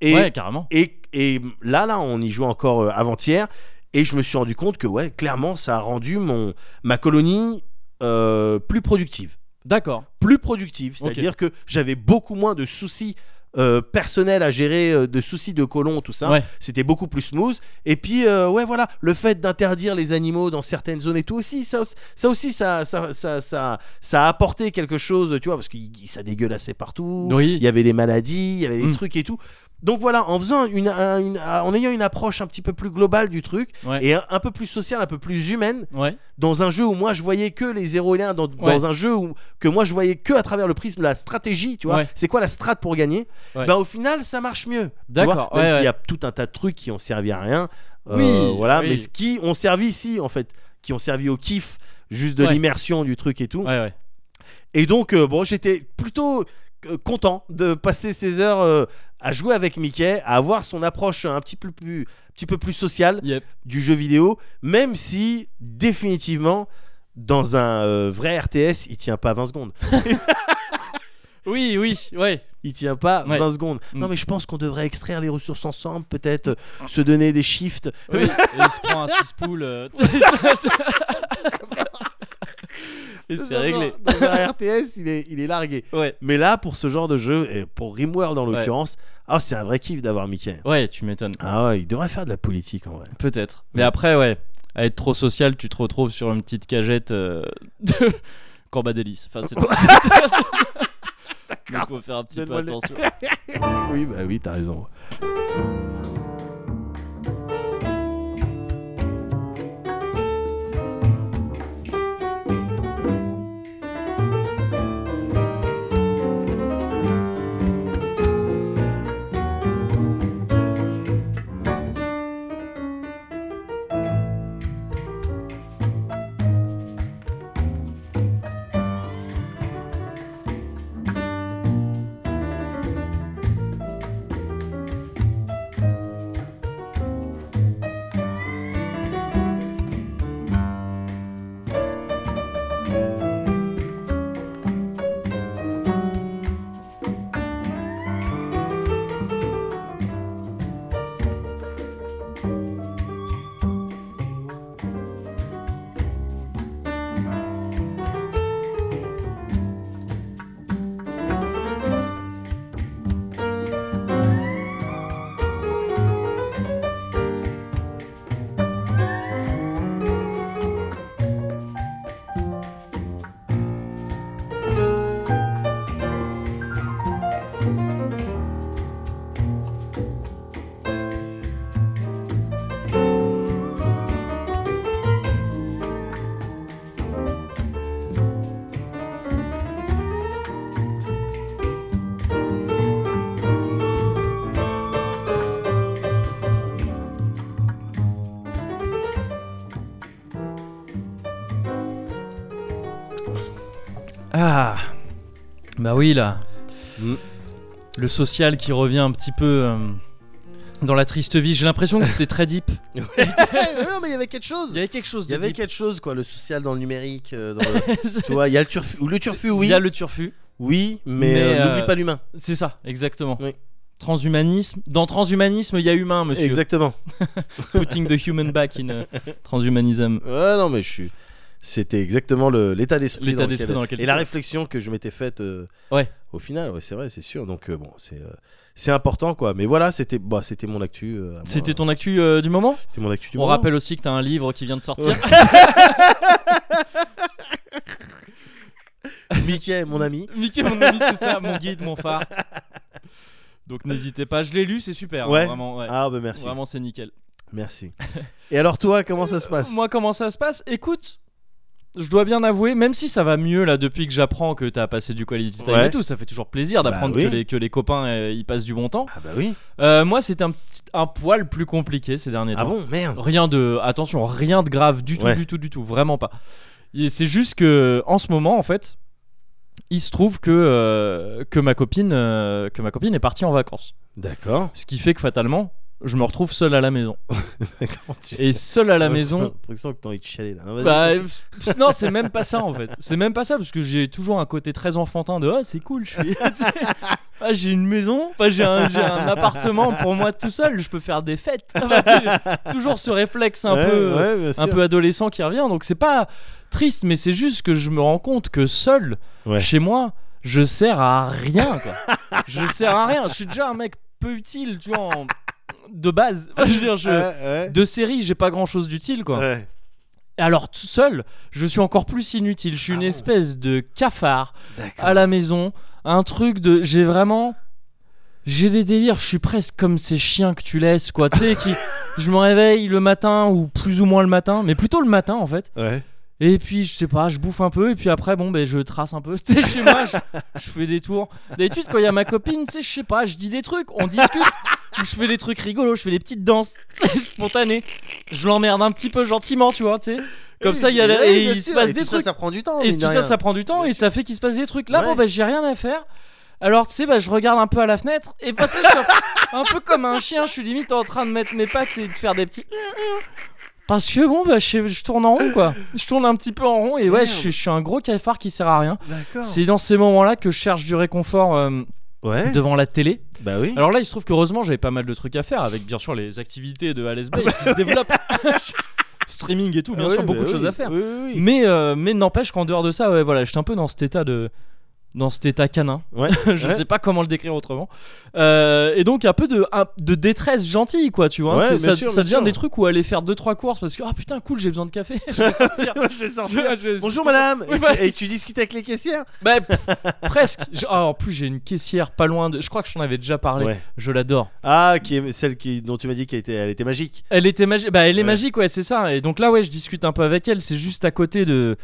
Et, ouais, carrément. et, et là, là, on y jouait encore euh, avant-hier, et je me suis rendu compte que, ouais, clairement, ça a rendu mon, ma colonie euh, plus productive. D'accord. Plus productive, c'est-à-dire que j'avais beaucoup moins de soucis euh, personnels à gérer, euh, de soucis de colons, tout ça. Ouais. C'était beaucoup plus smooth. Et puis, euh, ouais, voilà, le fait d'interdire les animaux dans certaines zones et tout aussi, ça, aussi- ça aussi, ça, ça, ça, ça, ça a apporté quelque chose, tu vois, parce que il- ça dégueulassait partout Oui. il y avait les maladies, il y avait des Mm. trucs et tout. Donc voilà, en faisant une, un- une- un- en ayant une approche un petit peu plus globale du truc Ouais. et un, un peu plus sociale, un peu plus humaine, Ouais. dans un jeu où moi je voyais que les 0 et 1, dans, dans un jeu où, que moi je voyais que à travers le prisme de la stratégie, tu vois, Ouais. c'est quoi la strat pour gagner Ouais. Ben au final, ça marche mieux. tu D'accord, vois, Même ouais, s'il ouais. y a tout un tas de trucs qui ont servi à rien, euh, Oui, voilà, oui. mais ce qui ont servi ici en fait, qui ont servi au kiff, juste de Ouais. l'immersion du truc et tout. Ouais, ouais. Et donc, euh, bon, j'étais plutôt euh, content de passer ces heures euh, à jouer avec Mickey, à avoir son approche un petit peu plus, petit peu plus sociale Yep. du jeu vidéo, même si définitivement dans un euh, vrai RTS, il tient pas 20 secondes. Oui, oui, ouais. Il tient pas Ouais. 20 secondes. Non, Mm. mais je pense qu'on devrait extraire les ressources ensemble, peut-être euh, se donner des shifts. [laughs] Oui. Et il se prend un 6 poules. euh, [laughs] Et c'est réglé. Dans un RTS, il est, il est largué. Ouais. Mais là, pour ce genre de jeu, et pour Rimworld en l'occurrence, ah, c'est un vrai kiff d'avoir Mickey. Ouais, tu m'étonnes. Ah ouais, il devrait faire de la politique en vrai. Peut-être. Mais après, ouais, à être trop social, tu te retrouves sur une petite cagette euh, [laughs] de Corbadélis. Enfin, [laughs] c'est D'accord. faut faire un petit peu Donne-moi le- attention. [laughs] Oui, bah oui, t'as [laughs] raison. Ah, bah oui, là. Mm. Le social qui revient un petit peu euh, dans la triste vie. J'ai l'impression que c'était très deep. non, mais il y avait quelque chose. Il y avait quelque chose Il y de avait deep. quelque chose, quoi, le social dans le numérique. euh, dans le- tu vois, [laughs] il y a le turfu, ou le turfu Il oui, y a le turfu. oui, mais, Mais, euh, euh, n'oublie pas l'humain. C'est ça, exactement. Oui. Transhumanisme. Dans transhumanisme, il y a humain, monsieur. Exactement. Putting the human back in [laughs] euh, transhumanism. Ouais, non, mais je suis. C'était exactement le- l'état d'esprit L'état dans, d'esprit lequel... dans lequel et tu la es. réflexion que je m'étais faite. euh, Ouais. Au final, ouais, c'est vrai, c'est sûr. Donc euh, bon, c'est euh, c'est important, quoi. Mais voilà, c'était bah, c'était mon actu. euh, à moi. C'était ton actu euh, du moment C'est mon actu du On moment. rappelle aussi que t'as un livre qui vient de sortir. Mickey, [laughs] mon ami. [laughs] Mickey, mon ami, c'est ça, mon guide, mon phare. Donc n'hésitez pas, je l'ai lu, c'est super. hein, Ouais. vraiment, ouais. Ah bah merci, Vraiment, c'est nickel. merci. Et alors toi, comment ça se passe Moi, comment ça se passe Écoute, je dois bien avouer, même si ça va mieux là depuis que j'apprends que t'as passé du quality time Ouais. et tout, ça fait toujours plaisir Bah d'apprendre oui. que, les, que les copains euh, y passent du bon temps. Ah bah oui. Euh, moi, c'était un, petit- un poil plus compliqué ces derniers Ah temps. bon, merde. Rien de. Attention, rien de grave du tout, Ouais. du tout, du tout. Vraiment pas. Et c'est juste que, en ce moment, en fait, il se trouve que, euh, que, ma copine, euh, que ma copine est partie en vacances. [laughs] D'accord. Ce qui fait que fatalement, je me retrouve seul à la maison. D'accord. tu- Et seul à la J'ai [laughs] maison. l'impression que t'as envie de chialer là. Vas-y. Bah, pff, non, c'est même pas ça en fait. C'est même pas ça parce que j'ai toujours un côté très enfantin de oh, c'est cool, je suis. [laughs] tu sais, ah, j'ai une maison, enfin, j'ai un, j'ai un appartement pour moi tout seul, je peux faire des fêtes. [laughs] Enfin, tu sais, toujours ce réflexe un Ouais, peu. euh, ouais, bien un sûr. peu adolescent qui revient. Donc c'est pas triste, mais c'est juste que je me rends compte que seul, Ouais. chez moi, je sers à rien. [laughs] Quoi. je sers à rien. Je suis déjà un mec peu utile, tu vois, en- de base. Je veux dire, je- Ah, Ouais, De série, j'ai pas grand chose d'utile, Euh, ouais. quoi. Ouais. Et Alors, tout seul, je suis encore plus inutile. Je suis une espèce de cafard D'accord. à la maison. Un truc de. J'ai vraiment. J'ai des délires. Je suis presque comme ces chiens que tu laisses, quoi. Tu sais, qui. Je me réveille le matin ou plus ou moins le matin, mais plutôt le matin en fait. Ouais. Et puis, je sais pas, je bouffe un peu, et puis après, bon, ben, je trace un peu. [laughs] Tu sais, chez moi, je, je fais des tours. D'habitude, quand il y a ma copine, tu sais, je sais pas, je dis des trucs, on discute, ou je fais des trucs rigolos, je fais des petites danses, [laughs] tu sais, spontanées. Je l'emmerde un petit peu gentiment, tu vois, tu sais. Comme ça, il y a la- Oui, et bien il se sûr, passe et des tout trucs. Ça, ça prend du Et temps. Oh, mine tout de ça, rien. ça prend du temps Bien et ça fait qu'il se passe des trucs. Là, Ouais. bon, bah, j'ai rien à faire. Alors, tu sais, bah, je regarde un peu à la fenêtre et bah, tu sais, je suis un, un peu comme un chien. Je suis limite en train de mettre mes pattes et de faire des petits. Parce que bon, bah, je, sais- je tourne en rond quoi. Je tourne un petit peu en rond et ouais, Merde. je, suis- je suis un gros cafard qui sert à rien. D'accord. Eh. C'est dans ces moments-là que je cherche du réconfort euh, Ouais. devant la télé. Bah oui. Alors là, il se trouve qu'heureusement, j'avais pas mal de trucs à faire avec bien sûr les activités de Alice Bay qui se [laughs] développent. Streaming et tout, bien bah. Ah sûr, oui, beaucoup bah de choses oui, à faire. Oui, oui, oui. [laughs] Mais, euh, mais n'empêche qu'en dehors de ça, ouais, voilà, j'étais un peu dans cet état de. Dans cet état canin. Ouais, [laughs] je ouais. sais pas comment le décrire autrement. Euh, et donc, un peu de, un- de détresse gentille, quoi, tu vois. Ouais, C'est- ça bien sûr, ça bien devient sûr. des trucs où aller faire deux trois courses parce que, ah putain, cool, j'ai besoin de café. [laughs] je vais [laughs] sortir. Je vais sortir. Je- je- Bonjour madame. Oui, Et bah, tu- et c'est- tu discutes avec les caissières. Bah, pff, presque. Je- ah, en plus, j'ai une caissière pas loin de. Je crois que je t'en avais déjà parlé. Ouais. Je l'adore. Ah, qui est celle qui dont tu m'as dit qu'elle était, elle était magique. Elle était magique. Bah, elle est Ouais. magique, ouais, c'est ça. Et donc là, ouais, je discute un peu avec elle. C'est juste à côté de.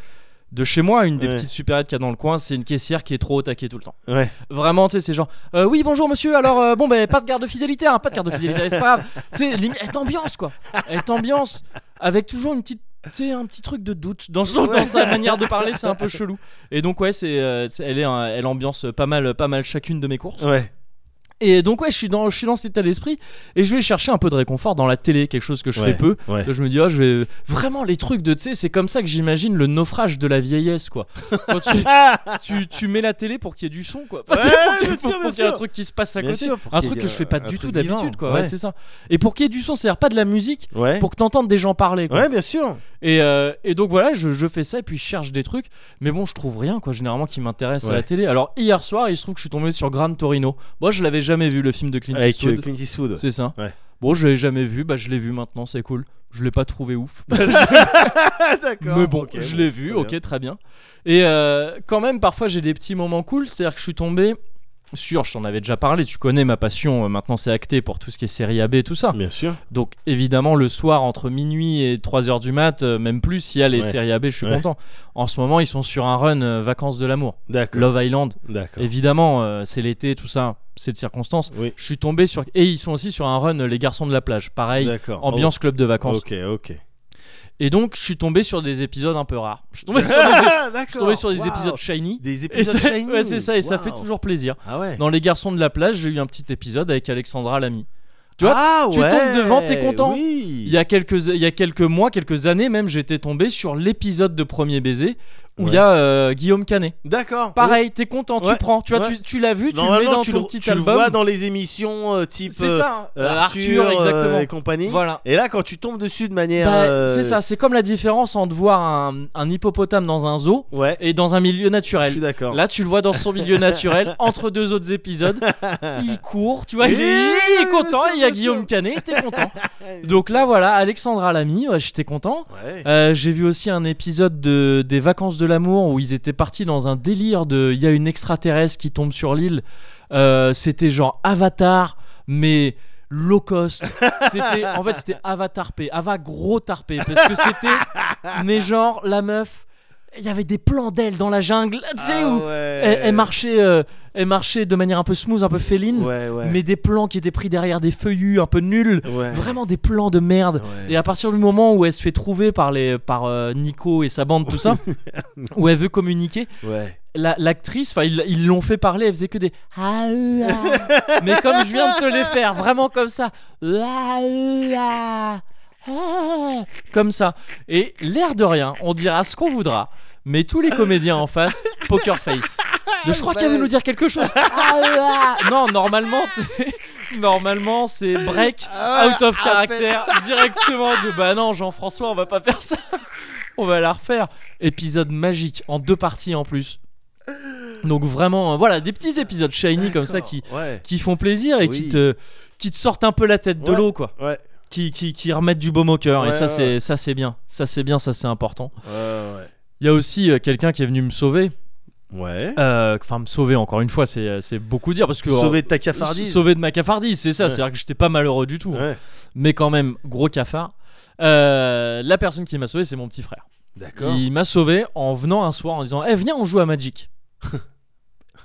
De chez moi, une des Ouais. petites supérettes qu'il y a dans le coin, c'est une caissière qui est trop au taquet tout le temps. Ouais. Vraiment, tu sais, c'est genre, euh, oui, bonjour monsieur, alors euh, bon, ben, pas de carte de fidélité, hein, pas de carte de fidélité, c'est pas grave. Tu sais, limite, elle t'ambiance, quoi. Elle t'ambiance, avec toujours une petite. tu sais, un petit truc de doute dans, son, dans sa manière de parler, c'est un peu chelou. Et donc, ouais, c'est, euh, c'est- elle, est, un- elle ambiance pas mal, pas mal chacune de mes courses. [laughs] Ouais. Et donc, ouais, je suis dans, je suis dans cet état d'esprit et je vais chercher un peu de réconfort dans la télé, quelque chose que je Ouais, fais peu. ouais. Je me dis, ah, je vais. Vraiment, les trucs de, tu sais, c'est comme ça que j'imagine le naufrage de la vieillesse, quoi. Quand [laughs] tu, Ah, tu, tu mets la télé pour qu'il y ait du son quoi. Ouais, Pour qu'il y ait- [laughs] bien pour- sûr, bien pour qu'il y ait un sûr. truc qui se passe à Bien côté. sûr, pour un qu'il y truc ait que je fais pas un du tout truc vivant, d'habitude quoi. Ouais, ouais. c'est ça. Et pour qu'il y ait du son, c'est-à-dire pas de la musique, Ouais. pour que t'entendes des gens parler quoi. Ouais, bien sûr. Et, euh, et donc voilà, je, je fais ça et puis je cherche des trucs, mais bon, je trouve rien quoi, généralement qui m'intéresse à la Ouais. télé. Alors hier soir, il se trouve que je suis tombé sur Gran Torino. Moi, je l'avais jamais vu le film de Clint Avec euh, Eastwood. Clint Eastwood. C'est ça. Ouais. Bon, je l'avais jamais vu, bah je l'ai vu maintenant, c'est cool. Je l'ai pas trouvé ouf. Ah, d'accord. Mais bon, ok, je bon, l'ai vu, très ok, bien. très bien. Et euh, quand même, parfois j'ai des petits moments cool, c'est-à-dire que je suis tombé sur, je t'en avais déjà parlé, tu connais ma passion, euh, maintenant c'est acté pour tout ce qui est série AB et tout ça. Bien sûr. Donc évidemment, le soir entre minuit et 3h du mat, euh, même plus, s'il y a les Ouais. séries AB, je suis Ouais. content. En ce moment, ils sont sur un run euh, Vacances de l'amour, D'accord. Love Island. D'accord. Évidemment, euh, c'est l'été, tout ça, c'est de circonstance. Oui. Je suis tombé sur. Et ils sont aussi sur un run euh, Les Garçons de la plage, pareil, D'accord. ambiance club de Oh, vacances. Ok, ok. Et donc, je suis tombé sur des épisodes un peu rares. Je suis [laughs] tombé sur des Je suis tombé sur des Waouh. épisodes shiny. Des Et épisodes ça, Shining. ouais, c'est ça, et ça Waouh. fait toujours plaisir. Ah ouais. Dans Les Garçons de la Plage, j'ai eu un petit épisode avec Alexandra Lamy. tu vois, ah tu ouais, tombes devant, t'es content. Oui. Il y, a quelques, il y a quelques mois, quelques années même, j'étais tombé sur l'épisode de Premier Baiser où il y a euh, Guillaume Canet. D'accord. Pareil, t'es content, tu Ouais, prends. Tu vois, ouais. tu, tu l'as vu, Oui. tu le mets Normalement, dans tu, ton le, petit tu le album. vois dans les émissions euh, type c'est euh, ça, euh, Arthur, euh, exactement. et compagnie. Voilà. Et là, quand tu tombes dessus de manière, Bah, euh, C'est ça, c'est comme la différence entre voir un, un hippopotame dans un zoo Ouais. et dans un milieu Je naturel. suis d'accord. Là, tu le vois dans son [laughs] milieu naturel, entre deux autres épisodes. Il court, tu vois, il est, Oui, il est oui, content. bien sûr, Il y a bien Guillaume sûr. Canet, t'es [laughs] content. Donc là, voilà, Alexandra Lamy, ouais, j'étais content. Ouais. Euh, J'ai vu aussi un épisode de, des Vacances de l'amour où ils étaient partis dans un délire de. Il y a une extraterrestre qui tombe sur l'île. Euh, c'était genre Avatar, mais low [laughs] cost. C'était, en fait, c'était Avatar P. Ava gros tarpé. Parce que [laughs] c'était. Mais genre, la meuf. Il y avait des plans d'elle dans la jungle. Tu sais, Ah où ouais. elle, elle marchait, euh, elle marchait de manière un peu smooth, un peu féline, Ouais, ouais. mais des plans qui étaient pris derrière des feuillus un peu nuls. Ouais. Vraiment des plans de merde. Ouais. Et à partir du moment où elle se fait trouver par, les, par euh, Nico et sa bande, [laughs] tout ça, où elle veut communiquer, Ouais. la- l'actrice, enfin, ils ils l'ont fait parler, elle faisait que des. Ah, euh, ah. Mais comme je viens de te les faire, vraiment comme ça. Ah, euh, ah. Ah. Comme ça. Et l'air de rien, on dira ce qu'on voudra, mais tous les comédiens en face, poker face. Mais je crois qu'elle veut nous dire quelque chose. Ah, euh, ah. Non, normalement, tu sais, normalement, c'est break, Ah, out of ah, character, directement de bah non, Jean-François, on va pas faire ça. On va la refaire. Épisode magique en deux parties en plus. Donc vraiment, euh, voilà, des petits épisodes shiny comme ça qui, Ah, Ouais. qui font plaisir et qui Oui. te qui te sortent un peu la tête de Ouais. l'eau quoi. Ouais. Qui, qui, qui remettent du baume au cœur et Ouais, ça ouais, c'est ça c'est bien. Ça c'est bien, ça c'est important. Ouais. Il y a aussi euh, quelqu'un qui est venu me sauver. Ouais. ouais. Euh, Enfin me sauver encore une fois, c'est euh, c'est beaucoup dire parce que Sauvé de ta euh, cafardise. sauver de ma cafardise, c'est ça, Ouais. c'est-à-dire que j'étais pas malheureux du tout. hein. Ouais. mais quand même gros cafard. Euh, la personne qui m'a sauvé, c'est mon petit frère. D'accord. Il m'a sauvé en venant un soir en disant Eh, viens, on joue à [laughs] Magic.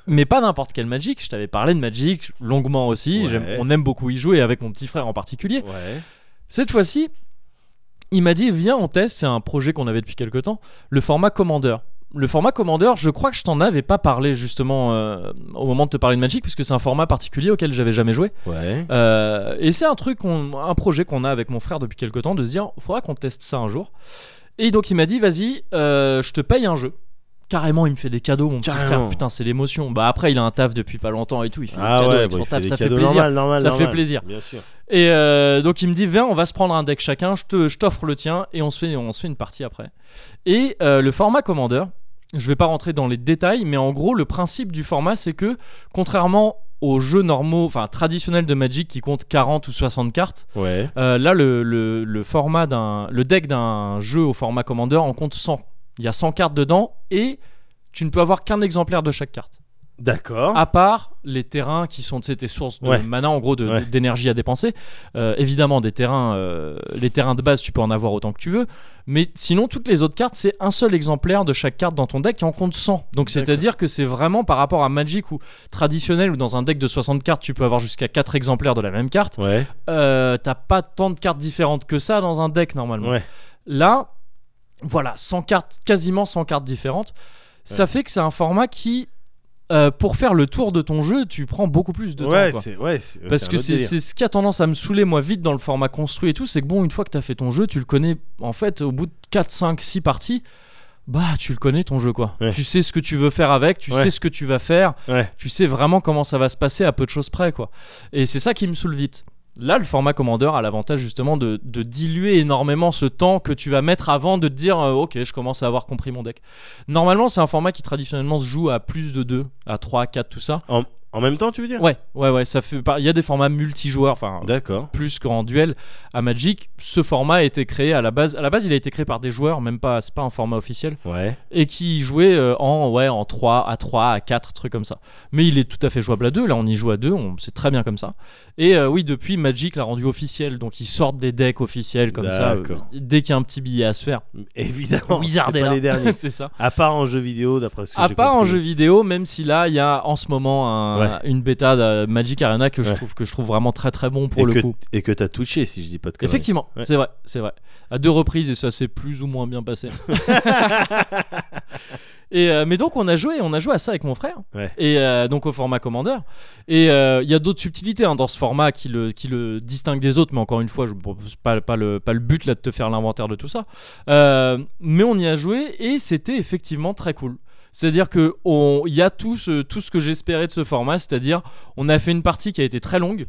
Mais pas n'importe quel Magic. Je t'avais parlé de Magic longuement aussi. Ouais. J'aime- on aime beaucoup y jouer avec mon petit frère en particulier. Ouais. Cette fois-ci, il m'a dit Viens, on teste. C'est un projet qu'on avait depuis quelques temps. Le format Commander. Le format Commander, je crois que je t'en avais pas parlé justement euh, au moment de te parler de Magic, puisque c'est un format particulier auquel j'avais jamais joué. Ouais. Euh, et c'est un truc, qu'on- un projet qu'on a avec mon frère depuis quelques temps, de se dire, faudra qu'on teste ça un jour. Et donc il m'a dit, vas-y, euh, je te paye un jeu. Carrément, il me fait des cadeaux, mon petit Carrément. frère. Putain, c'est l'émotion. Bah après, il a un taf depuis pas longtemps et tout. Il fait Ah des cadeaux ouais, avec bon, son il fait taf, des ça fait cadeaux, plaisir. normal, normal, Ça fait normal. plaisir. Bien sûr. Et euh, donc il me dit, viens, on va se prendre un deck chacun. Je te, je t'offre le tien et on se fait, on se fait une partie après. Et euh, le format Commander, je vais pas rentrer dans les détails, mais en gros, le principe du format, c'est que contrairement aux jeux normaux, enfin traditionnels de Magic qui comptent 40 ou 60 cartes. Ouais. Euh, là, le, le- le format d'un, le deck d'un jeu au format Commander en compte 100. Il y a 100 cartes dedans et tu ne peux avoir qu'un exemplaire de chaque carte. D'accord. À part les terrains qui sont tu sais, tes sources de Ah. Ouais. mana, en gros, de- Ouais. d'énergie à dépenser. Euh, évidemment, des terrains, euh, les terrains de base, tu peux en avoir autant que tu veux. Mais sinon, toutes les autres cartes, c'est un seul exemplaire de chaque carte dans ton deck qui en compte 100. Donc, c'est-à-dire que c'est vraiment par rapport à Magic ou traditionnel, où dans un deck de 60 cartes, tu peux avoir jusqu'à 4 exemplaires de la même carte. Ouais. Euh, t'as pas tant de cartes différentes que ça dans un deck normalement. Ouais. Là, voilà, 100 cartes, quasiment 100 cartes différentes. Ça fait que c'est un format qui, euh, pour faire le tour de ton jeu, tu prends beaucoup plus de ouais, temps. quoi. c'est ouais, euh, c'est- ouais, Parce un que autre c'est délire. c'est ce qui a tendance à me saouler moi vite dans le format construit et tout, c'est que bon, une fois que t'as fait ton jeu, tu le connais, en fait, au bout de 4, 5, 6 parties, bah tu le connais ton jeu quoi. Ouais. Tu sais ce que tu veux faire avec, tu Ouais. sais ce que tu vas faire, Ouais. tu sais vraiment comment ça va se passer à peu de choses près quoi. Et c'est ça qui me saoule vite. Là, le format Commander a l'avantage justement de, de diluer énormément ce temps que tu vas mettre avant de te dire euh, Ok, je commence à avoir compris mon deck. Normalement, c'est un format qui traditionnellement se joue à plus de 2, à 3, à 4, tout ça. En, en même temps, tu veux dire Ouais, ouais, ouais, ça fait. par- Il y a des formats multijoueurs, enfin D'accord. plus qu'en duel à Magic. Ce format a été créé à la base. À la base, il a été créé par des joueurs, même pas. C'est pas un format officiel Ouais. et qui jouaient euh, en ouais en 3 à 3 à 4 trucs comme ça. Mais il est tout à fait jouable à 2, là on y joue à 2, on c'est très bien comme ça. Et euh, oui, depuis Magic l'a rendu officiel, donc ils sortent des decks officiels comme ça euh, D'accord. dès qu'il y a un petit billet à se faire. Évidemment. Wizard c'est est pas là. les [laughs] derniers. [laughs] c'est ça. À part en jeu vidéo, d'après ce que À j'ai part en compris. jeu vidéo, même si là il y a en ce moment un- une bêta de Magic Arena que je Ouais. trouve que je trouve vraiment très très bon pour et le que, coup. Et que t'as touché, si je dis pas de conneries. Effectivement, Ouais. c'est vrai, c'est vrai. À deux reprises et ça s'est plus ou moins bien [laughs] passé. et euh, mais donc on a joué, on a joué à ça avec mon frère. Ouais. Et euh, donc au format Commander. Et euh, il y a d'autres subtilités hein, dans ce format qui le qui le distingue des autres, mais encore une fois, je bon, c'est pas pas le pas le but là de te faire l'inventaire de tout ça. Euh, mais on y a joué et c'était effectivement très cool. C'est-à-dire que on- il y a tout ce, tout ce que j'espérais de ce format, c'est-à-dire on a fait une partie qui a été très longue,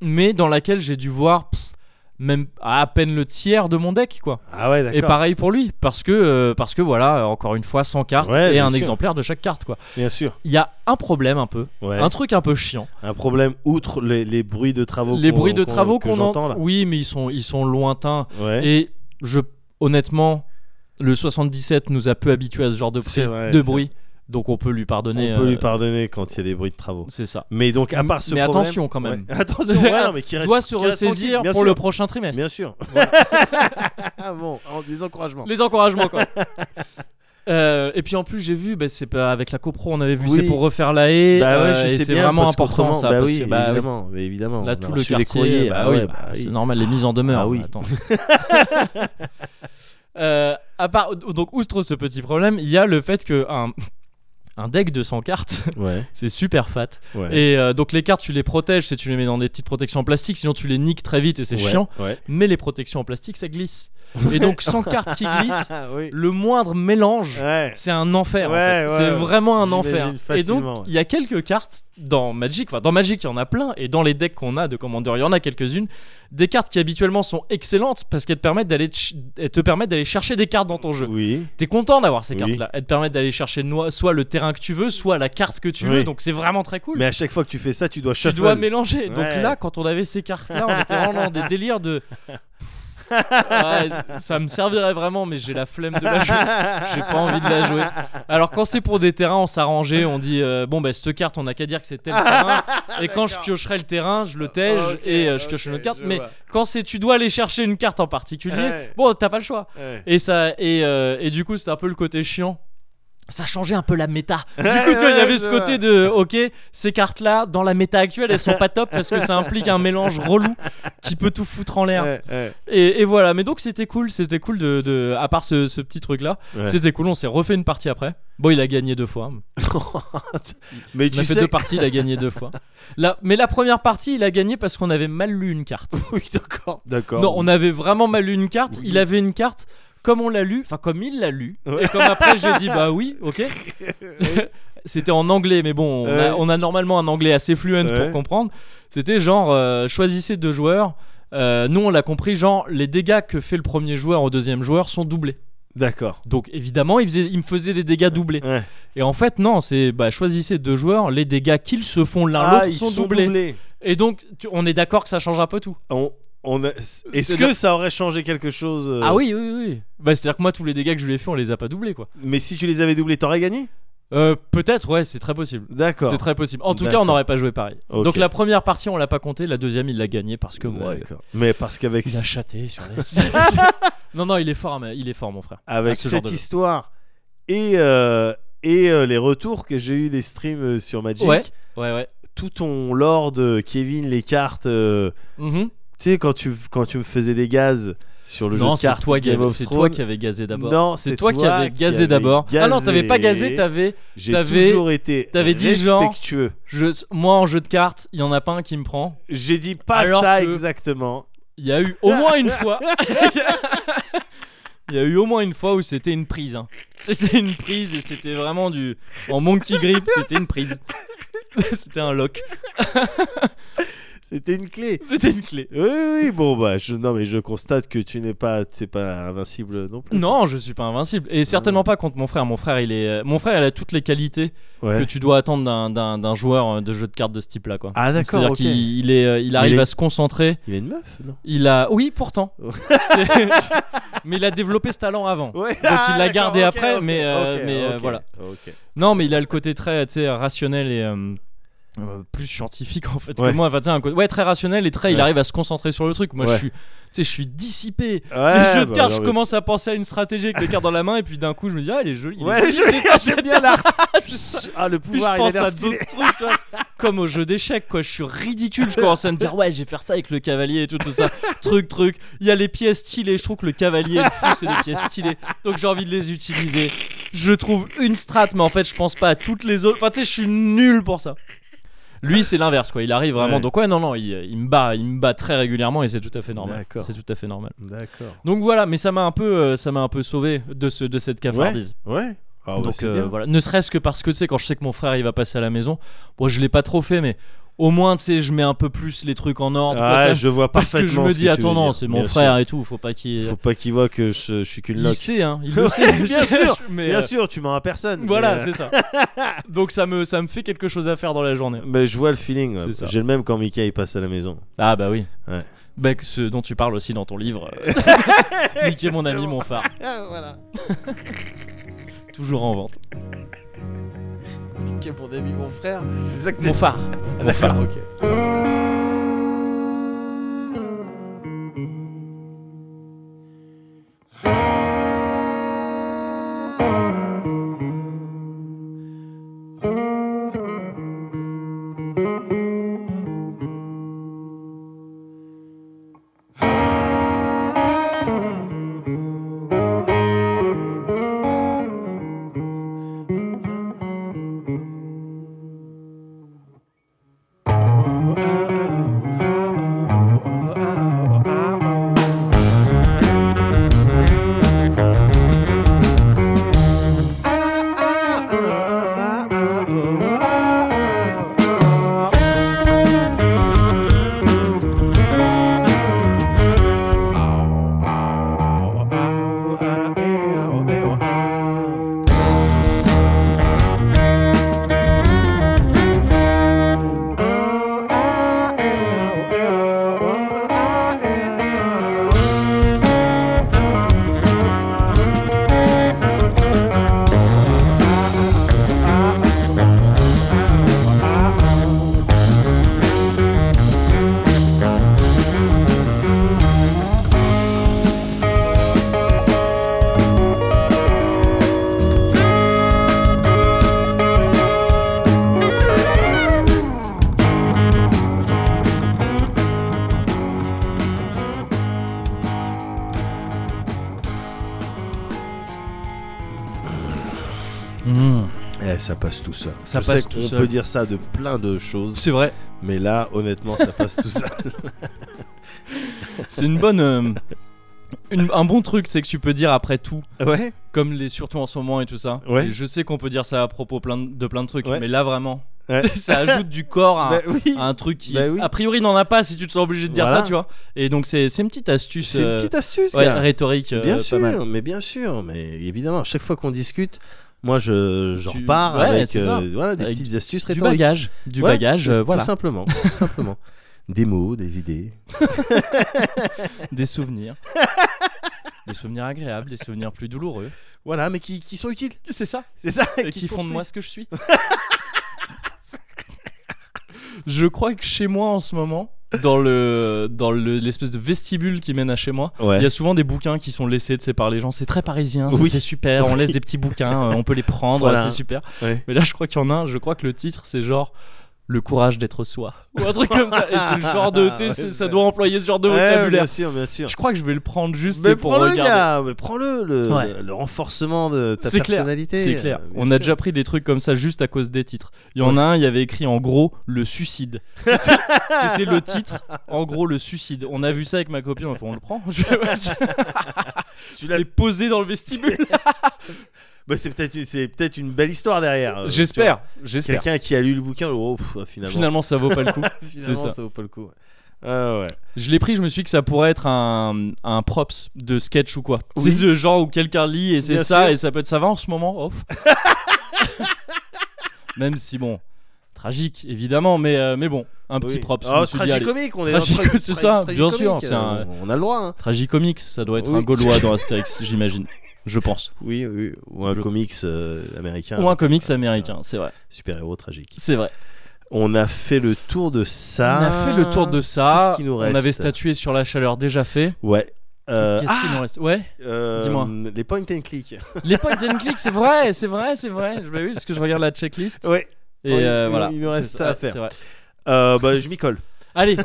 mais dans laquelle j'ai dû voir pff, même à, à peine le tiers de mon deck quoi. Ah ouais, d'accord. Et pareil pour lui parce que euh, parce que voilà euh, encore une fois 100 cartes Ouais, et bien un sûr. exemplaire de chaque carte quoi. Bien sûr. Il y a un problème un peu, Ouais. un truc un peu chiant. Un problème outre les, les bruits de travaux. Les qu'on- bruits de qu'on- travaux que qu'on j'entends entend là. Oui, mais ils sont ils sont lointains Ouais. et je honnêtement le 77 nous a peu habitués à ce genre de, C'est vrai, de c'est- bruit. Donc on peut lui pardonner. On peut lui euh, pardonner quand il y a des bruits de travaux. C'est ça. Mais donc, à part ce mais problème- attention, quand même. Ouais. [laughs] Attention, ouais, non, mais qui reste- [laughs] Doit se qui reste ressaisir tranquille, bien pour sûr. le prochain trimestre. Bien [laughs] sûr. Ah bon, en- des encouragements. Les encouragements, [laughs] quoi. Euh, et puis en plus, j'ai vu, bah, c'est pas avec la CoPro, on avait vu, Oui. c'est pour refaire la haie. Bah ouais, euh, je et sais c'est bien, vraiment parce important qu'autrement- ça. Bah parce oui, que, bah, oui. évidemment, mais évidemment. Là, On a tout le reçu les courriers, quartier, bah, oui, bah, c'est normal, les mises en demeure. Ah oui. [laughs] bah, attends. Euh, à part, donc, outre ce petit problème, il y a le fait que un, un deck de 100 cartes, [laughs] Ouais, c'est super fat. ouais. Et euh, donc, les cartes, tu les protèges, c'est tu les mets dans des petites protections en plastique, sinon tu les niques très vite et c'est Ouais, chiant. Ouais. Mais les protections en plastique, ça glisse. Et donc, [laughs] 100 cartes qui glissent, Ah oui. le moindre mélange Ouais. c'est un enfer. en Ouais, fait. ouais, c'est ouais. vraiment un enfer. Et J'imagine donc, facilement, ouais. il y a quelques cartes dans Magic. Enfin, dans Magic, il y en a plein. Et dans les decks qu'on a de Commander, il y en a quelques-unes. Des cartes qui habituellement sont excellentes parce qu'elles te permettent d'aller ch- elles te permettent d'aller chercher des cartes dans ton jeu. Oui. T'es content d'avoir ces Oui. cartes-là. Elles te permettent d'aller chercher noi- soit le terrain que tu veux, soit la carte que tu Oui. veux. Donc c'est vraiment très cool. Mais à chaque fois que tu fais ça, tu dois tu shuffle. dois mélanger. Donc Ouais. [laughs] là, quand on avait ces cartes-là, on était vraiment dans des délires de. Ouais, ça me servirait vraiment, mais j'ai la flemme de la jouer. J'ai pas envie de la jouer. Alors quand c'est pour des terrains, on s'arrangeait, on dit euh, bon bah cette carte, on a qu'à dire que c'est tel [laughs] terrain. Et quand je piocherai le terrain, je le tège Ok, et euh, je pioche une ok, autre carte. je Mais vois. quand c'est tu dois aller chercher une carte en particulier, Ouais. bon t'as pas le choix. Ouais. Et ça et, euh, et du coup c'est un peu le côté chiant. Ça changeait un peu la méta. Du coup, tu vois, il y ouais, avait ce c'est côté vrai. de OK, ces cartes-là, dans la méta actuelle, elles sont pas top parce que ça implique un mélange relou qui peut tout foutre en l'air. Ouais, ouais. Et, et voilà, mais donc c'était cool, c'était cool de, de- à part ce, ce petit truc là, Ouais. c'était cool. On s'est refait une partie après. Bon, il a gagné deux fois. Mais Il a tu fait sais, deux parties, il a gagné deux fois. La- mais la première partie, il a gagné parce qu'on avait mal lu une carte. [laughs] oui, d'accord, d'accord. Non, on avait vraiment mal lu une carte. Oui. Il avait une carte comme on l'a lu, enfin comme il l'a lu. Ouais. Et comme après j'ai dit bah oui, [laughs] ok. C'était en anglais, mais bon, on, a, Ouais. on a normalement un anglais assez fluent Ouais. pour comprendre. C'était genre euh, choisissez deux joueurs. Euh, nous on l'a compris, genre les dégâts que fait le premier joueur au deuxième joueur sont doublés. D'accord. Donc évidemment il, faisait- il me faisait des dégâts doublés. Ouais. Et en fait non, c'est bah choisissez deux joueurs, les dégâts qu'ils se font l'un Ah, l'autre ils sont, doublés. doublés. Et donc tu- on est d'accord que ça change un peu tout. On, on a- Est-ce que C'est-à-dire- ça aurait changé quelque chose euh, Ah oui oui oui. Bah c'est à dire que moi tous les dégâts que je lui ai fait on les a pas doublés quoi. Mais si tu les avais doublés, t'aurais gagné Euh, Peut-être, ouais, c'est très possible. D'accord. C'est très possible. En tout cas, D'accord. on n'aurait pas joué pareil. Ok. Donc la première partie, on l'a pas compté. La deuxième, il l'a gagné parce que moi, D'accord. Mais parce qu'avec il a chaté sur [laughs] les. [laughs] non, non, il est fort, hein, mais il est fort, mon frère. avec à ce genre cette de jeu. histoire et, euh, et euh, les retours que j'ai eu des streams euh, sur Magic, Ouais, ouais, ouais. tout ton lord euh, Kevin, les cartes, euh, Mhm. tu sais, quand tu, quand tu me faisais des gaz sur le Non, jeu de c'est cartes, toi, qui Game avais- of c'est toi Thrones, qui avais gazé d'abord. Non, c'est toi, qui avais gazé avait d'abord. Ah non, gazé. t'avais pas gazé, t'avais. J'ai t'avais- toujours été t'avais dit, genre- respectueux. Je... Moi, en jeu de cartes, il y en a pas un qui me prend. J'ai dit pas Alors ça que- exactement. Il y a eu au moins une fois. [laughs] Il y a eu au moins une fois où c'était une prise. hein. C'était une prise et c'était vraiment du. En monkey grip, c'était une prise. [laughs] c'était un lock. C'était une clé. C'était une clé. Oui, oui, bon, bah, je, non, mais je constate que tu n'es pas, t'es pas invincible non plus. Non, je suis pas invincible et certainement pas contre mon frère. Mon frère, il est, mon frère, il a toutes les qualités Ouais. que tu dois attendre d'un- d'un d'un joueur euh, de jeu de cartes de ce type-là, quoi. Ah, d'accord, C'est-à-dire ok. qu'il il est, euh, il arrive il est- à se concentrer. Il a une meuf, non Il a, oui, pourtant. [laughs] C'est- [laughs] Mais il a développé ce talent avant. Ouais. Ah, Donc, il l'a d'accord, gardé ok, après, ok, mais, euh, ok, mais, euh, ok, voilà. ok. Non, mais il a le côté très, tu sais, rationnel et. euh, euh, plus scientifique en fait Ouais. que moi enfin, tu sais, un côté- ouais très rationnel et très il Ouais. arrive à se concentrer sur le truc moi Ouais. je suis tu sais je suis dissipé Ouais, les jeux de bah, cartes, non, je mais- commence à penser à une stratégie avec les cartes dans la main, et puis d'un coup, je me dis, ah, elle est jolie. elle est Ouais, jolie. je j'aime [laughs] bien l'art. C'est ça. Ah, le Puis je pouvoir, il a pense l'air à stylé. d'autres trucs, tu vois. [laughs] Comme au jeu d'échecs, quoi. Je suis ridicule. Je commence à me dire, ouais, je vais faire ça avec le cavalier et tout, tout [laughs] ça. truc, truc. Il y a les pièces stylées. Je trouve que le cavalier et le fou, c'est des pièces stylées. Donc j'ai envie de les utiliser. Je trouve une strat, mais en fait, je pense pas à toutes les autres. Enfin, tu sais, je suis nul pour ça. Lui, c'est l'inverse, quoi. Il arrive vraiment. Ouais. Donc, ouais, non, non, il, il me bat, il me bat très régulièrement et c'est tout à fait normal. D'accord. C'est tout à fait normal. D'accord. Donc voilà, mais ça m'a un peu, euh, ça m'a un peu sauvé de ce, de cette cafardise. Ouais. Ah, bah, Donc c'est euh, bien. voilà, ne serait-ce que parce que tu sais quand je sais que mon frère il va passer à la maison, bon je l'ai pas trop fait mais au moins tu sais je mets un peu plus les trucs en ordre. quoi, Ah, ça- je vois parce parfaitement. que je me ce dis tu attends veux non dire, c'est mon bien frère et tout, faut pas sûr. qu'il Faut pas qu'il voit que je, je suis qu'une il loque. sait hein, [laughs] il le Ouais, sait bien sûr, mais Bien euh, sûr, tu mens à personne. voilà mais, euh, c'est [laughs] ça. Donc ça me ça me fait quelque chose à faire dans la journée. Mais je vois le feeling. ouais. C'est ça. J'ai le même quand Mika il passe à la maison. Ah bah oui. Ouais. Bah, que ce dont tu parles aussi dans ton livre, [laughs] Niquer mon ami mon phare. voilà. Toujours en vente. Mika mon ami, mon frère. C'est ça que Mon phare. Mon phare. ok. Mmh. Eh, ça passe tout seul. Ça Je passe sais tout qu'on seul. peut dire ça de plein de choses, C'est vrai. mais là, honnêtement, ça passe [laughs] tout seul. C'est une bonne. euh, une- un bon truc, c'est que tu peux dire après tout. Ouais. Comme les surtout en ce moment et tout ça. Ouais. Et je sais qu'on peut dire ça à propos plein de, de plein de trucs, Ouais. mais là vraiment, Ouais. [laughs] ça ajoute du corps à, Bah oui. à un truc qui, Bah oui. a priori, n'en a pas si tu te sens obligé de dire Voilà. ça, tu vois. Et donc c'est c'est une petite astuce. C'est une euh, petite astuce, ouais, gars. rhétorique. euh, Bien pas sûr, mal. mais bien sûr, mais évidemment, à chaque fois qu'on discute, moi je j'en Tu- repars Ouais, avec c'est ça. euh, voilà des Avec petites astuces Du rhétoriques. bagage, du Ouais, bagage, c'est- euh, tout voilà, simplement, [laughs] tout simplement. Des mots, des idées. des [laughs] souvenirs, des souvenirs agréables, des souvenirs plus douloureux. Voilà, mais qui, qui sont utiles. C'est ça. C'est ça. et qui font de moi ce que je suis. [laughs] je crois que chez moi en ce moment, dans le dans le- l'espèce de vestibule qui mène à chez moi, Ouais. il y a souvent des bouquins qui sont laissés tu sais, par les gens. C'est très parisien, ça, Oui. c'est super. On laisse des petits bouquins, euh, on peut les prendre, Voilà. c'est super. Ouais. Mais là, je crois qu'il y en a un. Je crois que le titre c'est genre. Le courage d'être soi. Ou un truc comme ça. Et c'est le genre [laughs] de. tu sais, Ouais, c'est- c'est ça vrai. doit employer ce genre de Ouais, vocabulaire. bien sûr, bien sûr. je crois que je vais le prendre juste tu Mais sais, pour prends-le, regarder. gars. mais prends-le, le, Ouais. le- le renforcement de ta C'est clair, personnalité. C'est clair. euh, bien On a sûr. déjà pris des trucs comme ça juste à cause des titres. Il y en a un, il y avait écrit en gros le suicide. [laughs] C'était c'était le titre, en gros le suicide. On a vu ça avec ma copine, on a fait, on le prend. Je- [laughs] Tu l'as- Ah, C'était posé dans le vestibule. Bah, c'est peut-être c'est peut-être une belle histoire derrière. euh, J'espère, tu j'espère. vois. Quelqu'un qui a lu le bouquin, oh, pff, finalement, [laughs] Finalement, ça vaut pas le coup. finalement, c'est ça. ça. vaut pas le coup. Ah ouais. Je l'ai pris, je me suis dit que ça pourrait être un, un props de sketch ou quoi. Oui. C'est de genre où quelqu'un lit et c'est Bien ça, sûr. et ça peut être ça va en ce moment. Off. [laughs] Même si bon, tragique évidemment, mais, euh, mais bon, un petit Oui. props. je Ah, me suis dit, allez. tragicomique, on est Tragico- dans le tra- c'est tra- ça, tragicomique, bien sûr, euh, c'est un- On a le droit. hein. Tragicomix, ça doit être Oui. un Gaulois dans Astérix, j'imagine. Je pense. Oui, oui, ou un Je- comics euh, américain. Ou un comics américain, c'est vrai. Super-héros tragique. C'est vrai. On a fait le tour de ça. On a fait le tour de ça. qu'est-ce qui nous On avait reste statué sur la chaleur déjà fait. Ouais. Euh, Qu'est-ce ah, qu'il nous reste Ouais. euh, Dis-moi. Les point and click. Les point and click, c'est vrai, c'est vrai, c'est vrai. Je- bah oui, parce que je regarde la checklist. ouais. Et Oh, il- euh, il- voilà. il nous reste C'est- ça à ouais, faire. c'est vrai. Euh, bah, je m'y colle. Allez,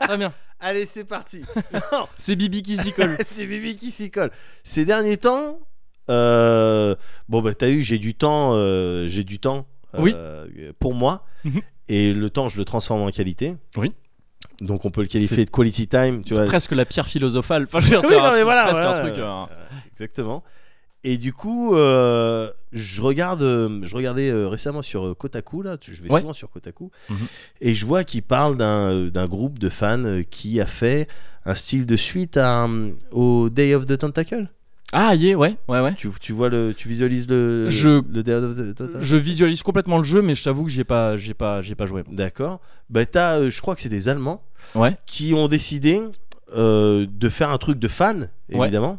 très bien. Allez, c'est parti. [laughs] Non, C'est Bibi qui s'y colle. c'est Bibi qui s'y colle. Ces derniers temps, euh, bon bah t'as eu, j'ai du temps, euh, j'ai du temps Oui. euh, pour moi, Mhm. et le temps je le transforme en qualité. Oui. Donc on peut le C'est- qualifier de quality time, [laughs] tu C'est vois. presque la pierre philosophale. Enfin, je veux dire, Oui, c'est non, un- mais voilà, presque voilà. un truc. euh, Exactement. Et du coup, euh, je regarde, euh, je regardais euh, récemment sur euh, Kotaku là, tu- je vais Ouais. souvent sur Kotaku, Mhm. et je vois qu'il parle d'un euh, d'un groupe de fans euh, qui a fait un style de suite à, euh, au Day of the Tentacle. Ah, yeah, ouais, ouais, ouais. Tu, tu vois le, tu visualises le, Je- le Day of the Tentacle. Je visualise complètement le jeu, mais je t'avoue que j'ai pas, j'ai pas, j'ai pas joué. D'accord. Bah t'as, euh, je crois que c'est des Allemands Ouais. qui ont décidé euh, de faire un truc de fan, Ouais. évidemment,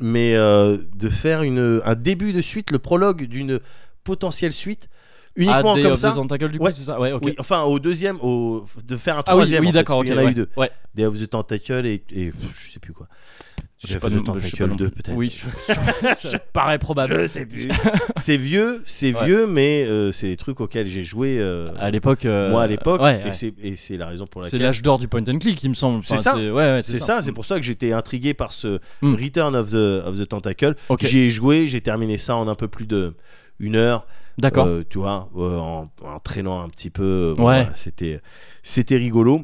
mais euh, de faire une, un début de suite, le prologue d'une potentielle suite, uniquement ah, Day comme of ça. the Tentacle, du coup, Ouais. c'est ça Ouais, ok. Oui, enfin, au deuxième, au, de faire un ah oui, troisième. en oui fait, d'accord, parce ok. qu'il y en a ouais. eu deux. Ouais. Day of the Tentacle et, et pff, je sais plus quoi. Je sais Day pas of non- the je sais pas Tentacle non 2 plus. peut-être. [laughs] Euh, Oui, je- je- ça paraît probable. Je sais plus. c'est vieux, c'est Ouais. vieux, mais euh, c'est des trucs auxquels j'ai joué euh, À l'époque. euh, moi à l'époque, ouais, et ouais. c'est- et c'est la raison pour C'est laquelle l'âge d'or du point and click, il me semble. Enfin, C'est ça. Ouais, ouais, C'est ça, c'est pour ça que j'étais intrigué par ce Mm. Return of the, of the Tentacle. Ok. J'y ai joué, j'ai terminé ça en un peu plus de une heure, D'accord. euh, tu vois, euh, en, en traînant un petit peu. euh, Ouais. voilà, c'était, c'était rigolo.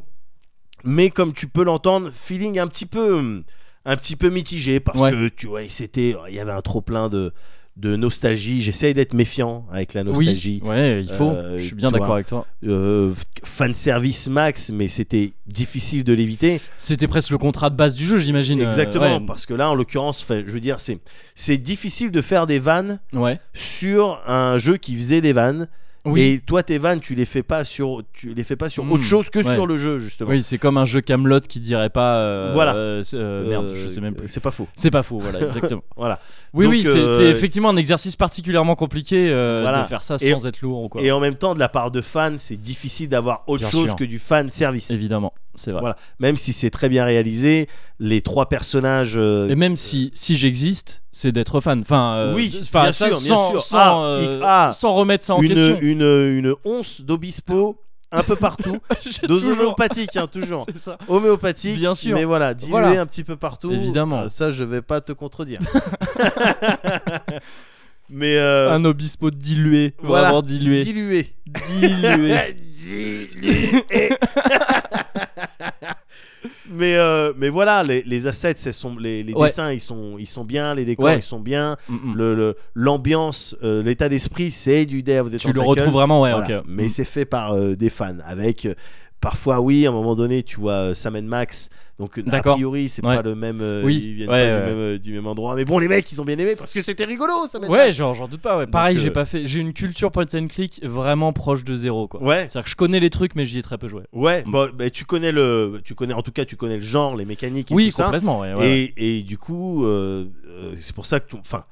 Mais comme tu peux l'entendre, feeling un petit peu, hum, un petit peu mitigé parce Ouais. que tu vois, c'était, il y avait un trop plein de, de nostalgie. J'essaye d'être méfiant avec la nostalgie, Oui, ouais, il faut. Euh, je suis bien tu d'accord vois. avec toi. Euh, fan service max, mais c'était difficile de l'éviter. C'était presque le contrat de base du jeu, j'imagine. euh, Exactement, ouais. parce que là, en l'occurrence, fait, je veux dire, c'est c'est difficile de faire des vannes Ouais. sur un jeu qui faisait des vannes. Oui. Et toi, tes vannes, tu les fais pas sur, tu les fais pas sur Mm, autre chose que ouais. sur le jeu, justement. Oui, c'est comme un jeu Camelot qui dirait pas. euh, Voilà. euh, c'est- euh, Euh, merde, je sais même euh, plus. C'est pas faux. C'est pas faux, [laughs] voilà, exactement. Voilà. Oui, Donc, oui, c'est euh, c'est effectivement un exercice particulièrement compliqué euh, Voilà. de faire ça Et- sans être lourd ou quoi. Et en même temps, de la part de fans, c'est difficile d'avoir autre Bien chose sûr. que du fan service. Évidemment, c'est vrai. Voilà. Même si c'est très bien réalisé, les trois personnages. euh, Et même si, si j'existe, c'est d'être fan. Enfin, euh, Oui, enfin, bien ça, sûr, bien sans, sûr. Sans, Ah, euh, il- ah, sans remettre ça en une, question. une, une once d'obispo un peu partout. [laughs] J'ai Dose toujours- homéopathique, hein, toujours. C'est ça. homéopathique. Bien sûr. Mais voilà, dilué Voilà. un petit peu partout. [laughs] Évidemment. Ah, ça, je vais pas te contredire. Mais euh, Un obispo dilué, voilà, vraiment dilué. Dilué. [laughs] Dilué. Dilué. [laughs] mais euh, mais voilà, les, les assets, c'est son- les, les Ouais. dessins, ils sont ils sont bien, les décors, Ouais. ils sont bien, Mm, mm. le le- l'ambiance, euh, l'état d'esprit, c'est du Dave des Tu le Tentacles. retrouves vraiment, ouais, Voilà. ok. Mais Mm. c'est fait par euh, des fans avec euh, parfois oui à un moment donné tu vois euh, Sam and Max donc euh, a D'accord. priori c'est Ouais. pas le même euh, Oui. ils viennent Ouais, pas ouais, du, même, euh, du même endroit mais bon les mecs ils ont bien aimé parce que c'était rigolo Sam and Ouais, Max. genre, j'en doute pas. Ouais. Pareil, euh, j'ai pas fait. J'ai une culture point and click vraiment proche de zéro, quoi. ouais C'est-à-dire que je connais les trucs, mais j'y ai très peu joué. ouais Mm. bah, bah, tu connais le tu connais en tout cas tu connais le genre les mécaniques et Oui, tout ça complètement. Ouais, ouais, ouais. et, et du coup euh, euh, c'est pour ça que tu- enfin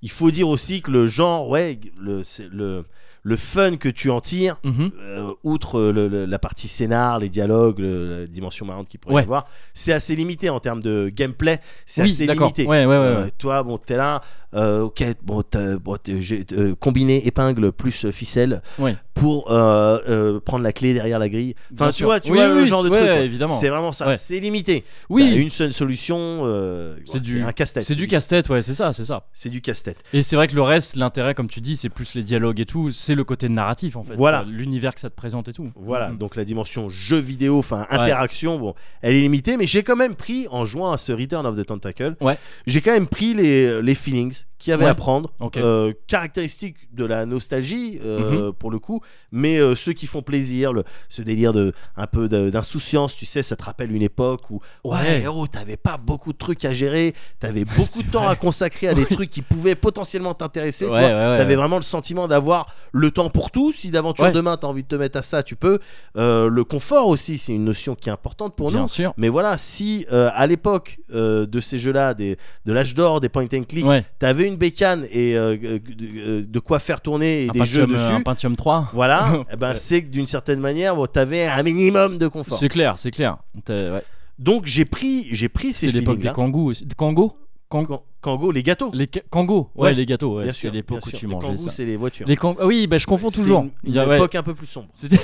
il faut dire aussi que le genre ouais le c'est le le fun que tu en tires Mhm. euh, outre euh, le- le- la partie scénar, les dialogues, le- la dimension marrante qu'il pourrait Ouais. y avoir, c'est assez limité en termes de gameplay. C'est Oui, assez d'accord. limité. Ouais, ouais, ouais, Euh, ouais. toi, bon, t'es là, euh, ok, bon, t'as- bon, t'es- j'ai euh, combiné épingle plus euh, ficelle Ouais. pour euh, euh, prendre la clé derrière la grille. Enfin, Bien tu sûr. vois, tu Oui, vois oui, le oui, genre de ouais, truc. quoi. évidemment. C'est vraiment ça. Ouais. C'est limité. T'as Oui, une seule solution. euh, C'est ouais, du- un casse-tête. c'est du casse-tête, ouais, c'est ça, c'est ça. C'est du casse-tête. Et c'est vrai que le reste, l'intérêt, comme tu dis, c'est plus les dialogues et tout, c'est le côté narratif en fait. Voilà. Euh, L'univers que ça te présente et tout. Voilà, Mm. donc la dimension jeu vidéo, enfin interaction, bon, elle est limitée, mais j'ai quand même pris, en jouant à ce Return of the Tentacle, Ouais. j'ai quand même pris les, les feelings qu'il y avait Ouais. à prendre, Ok. Mm-hmm. euh, caractéristiques de la nostalgie, euh, pour le coup, mais euh, ceux qui font plaisir, le, ce délire de un peu de- d'insouciance, tu sais, ça te rappelle une époque où, ouais, Ouais. oh, t'avais pas beaucoup de trucs à gérer, [laughs] t'avais beaucoup de temps à consacrer à des trucs qui pouvaient potentiellement t'intéresser, Ouais, tu ouais, vois. ouais, T'avais ouais. vraiment le sentiment d'avoir le temps pour tout. Si d'aventure Ouais. demain t'as envie de te mettre à ça, tu peux. Euh, le confort aussi, c'est une notion qui est importante pour Bien nous. sûr. Mais voilà, si euh, à l'époque euh, de ces jeux-là, des- de l'âge d'or, des point and click, Ouais. t'avais une bécane et euh, de, de quoi faire tourner et un, des jeux Pentium, euh, un dessus, Pentium 3. [laughs] voilà, eh ben, c'est que d'une certaine manière, bon, t'avais un minimum de confort. C'est clair, c'est clair. T'as- Ouais. Donc j'ai pris, j'ai pris ces C'est l'époque des feelings-là. kangous aussi. Des Kangos Kang- Kan- Kango, les gâteaux. Les ca- kangos, ouais, Ouais, les gâteaux, ouais, bien c'est sûr, l'époque bien où sûr. tu Les mangeais Kangoo, ça. c'est les voitures. Les Kang- ah Oui, bah, je confonds C'était toujours. Une, Il une y a- ouais. époque un peu plus sombre. [laughs] C'était- Un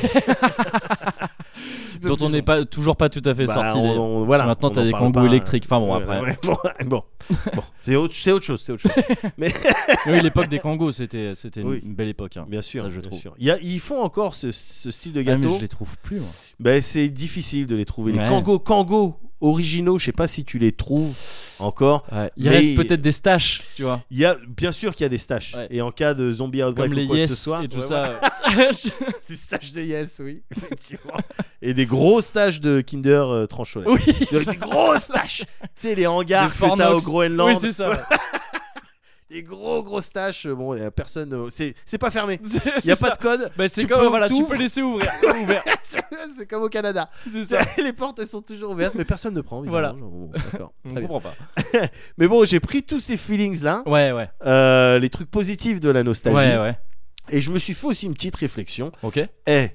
petit peu dont plus on n'est sombre. pas toujours pas tout à fait Bah, sorti. on- les- on- parce que voilà, maintenant on t'as en des parle kangous pas, électriques. Enfin bon Ouais, après. ouais, bon, [laughs] bon, bon. c'est autre, c'est autre chose, c'est autre chose. Oui, l'époque des kangos, c'était c'était une- Oui. une belle époque. hein. Bien sûr, Ça, je bien trouve. sûr. Il y a- ils font encore ce, ce style de Ah, mais gâteau. je les trouve plus. moi. Ben, c'est difficile de les trouver. Ouais. Les Kango, Kango originaux, je sais pas si tu les trouves encore. Ouais, Il Mais- reste peut-être des staches, tu vois, Il y a, bien sûr qu'il y a des staches. Ouais. Et en cas de zombie outbreak comme ou les quoi que yes ce soit, et tout ouais, ça. [laughs] voilà, [laughs] des staches de yes, oui, [laughs] effectivement. et des gros stages de Kinder euh, Trancholet. oui, Des- ça- des grosses taches tu sais les hangars Des que t'as au Fornox. [laughs] oui, Groenland c'est ça. les gros grosses taches euh, bon y a personne euh, c'est c'est pas fermé [laughs] Il il y a pas de [laughs] code Bah, c'est Tu comme peux- voilà, tu t'ouvres. peux laisser [laughs] ouvrir, ouvert. [laughs] c'est comme au Canada C'est ça. [laughs] les portes elles sont toujours ouvertes mais personne ne prend Voilà. bizarrement. Bon, [laughs] d'accord. On Très bien. comprend pas. mais bon j'ai pris tous ces feelings là euh, Ouais, ouais, les trucs positifs de la nostalgie ouais, ouais. et je me suis fait aussi une petite réflexion Ok. Eh,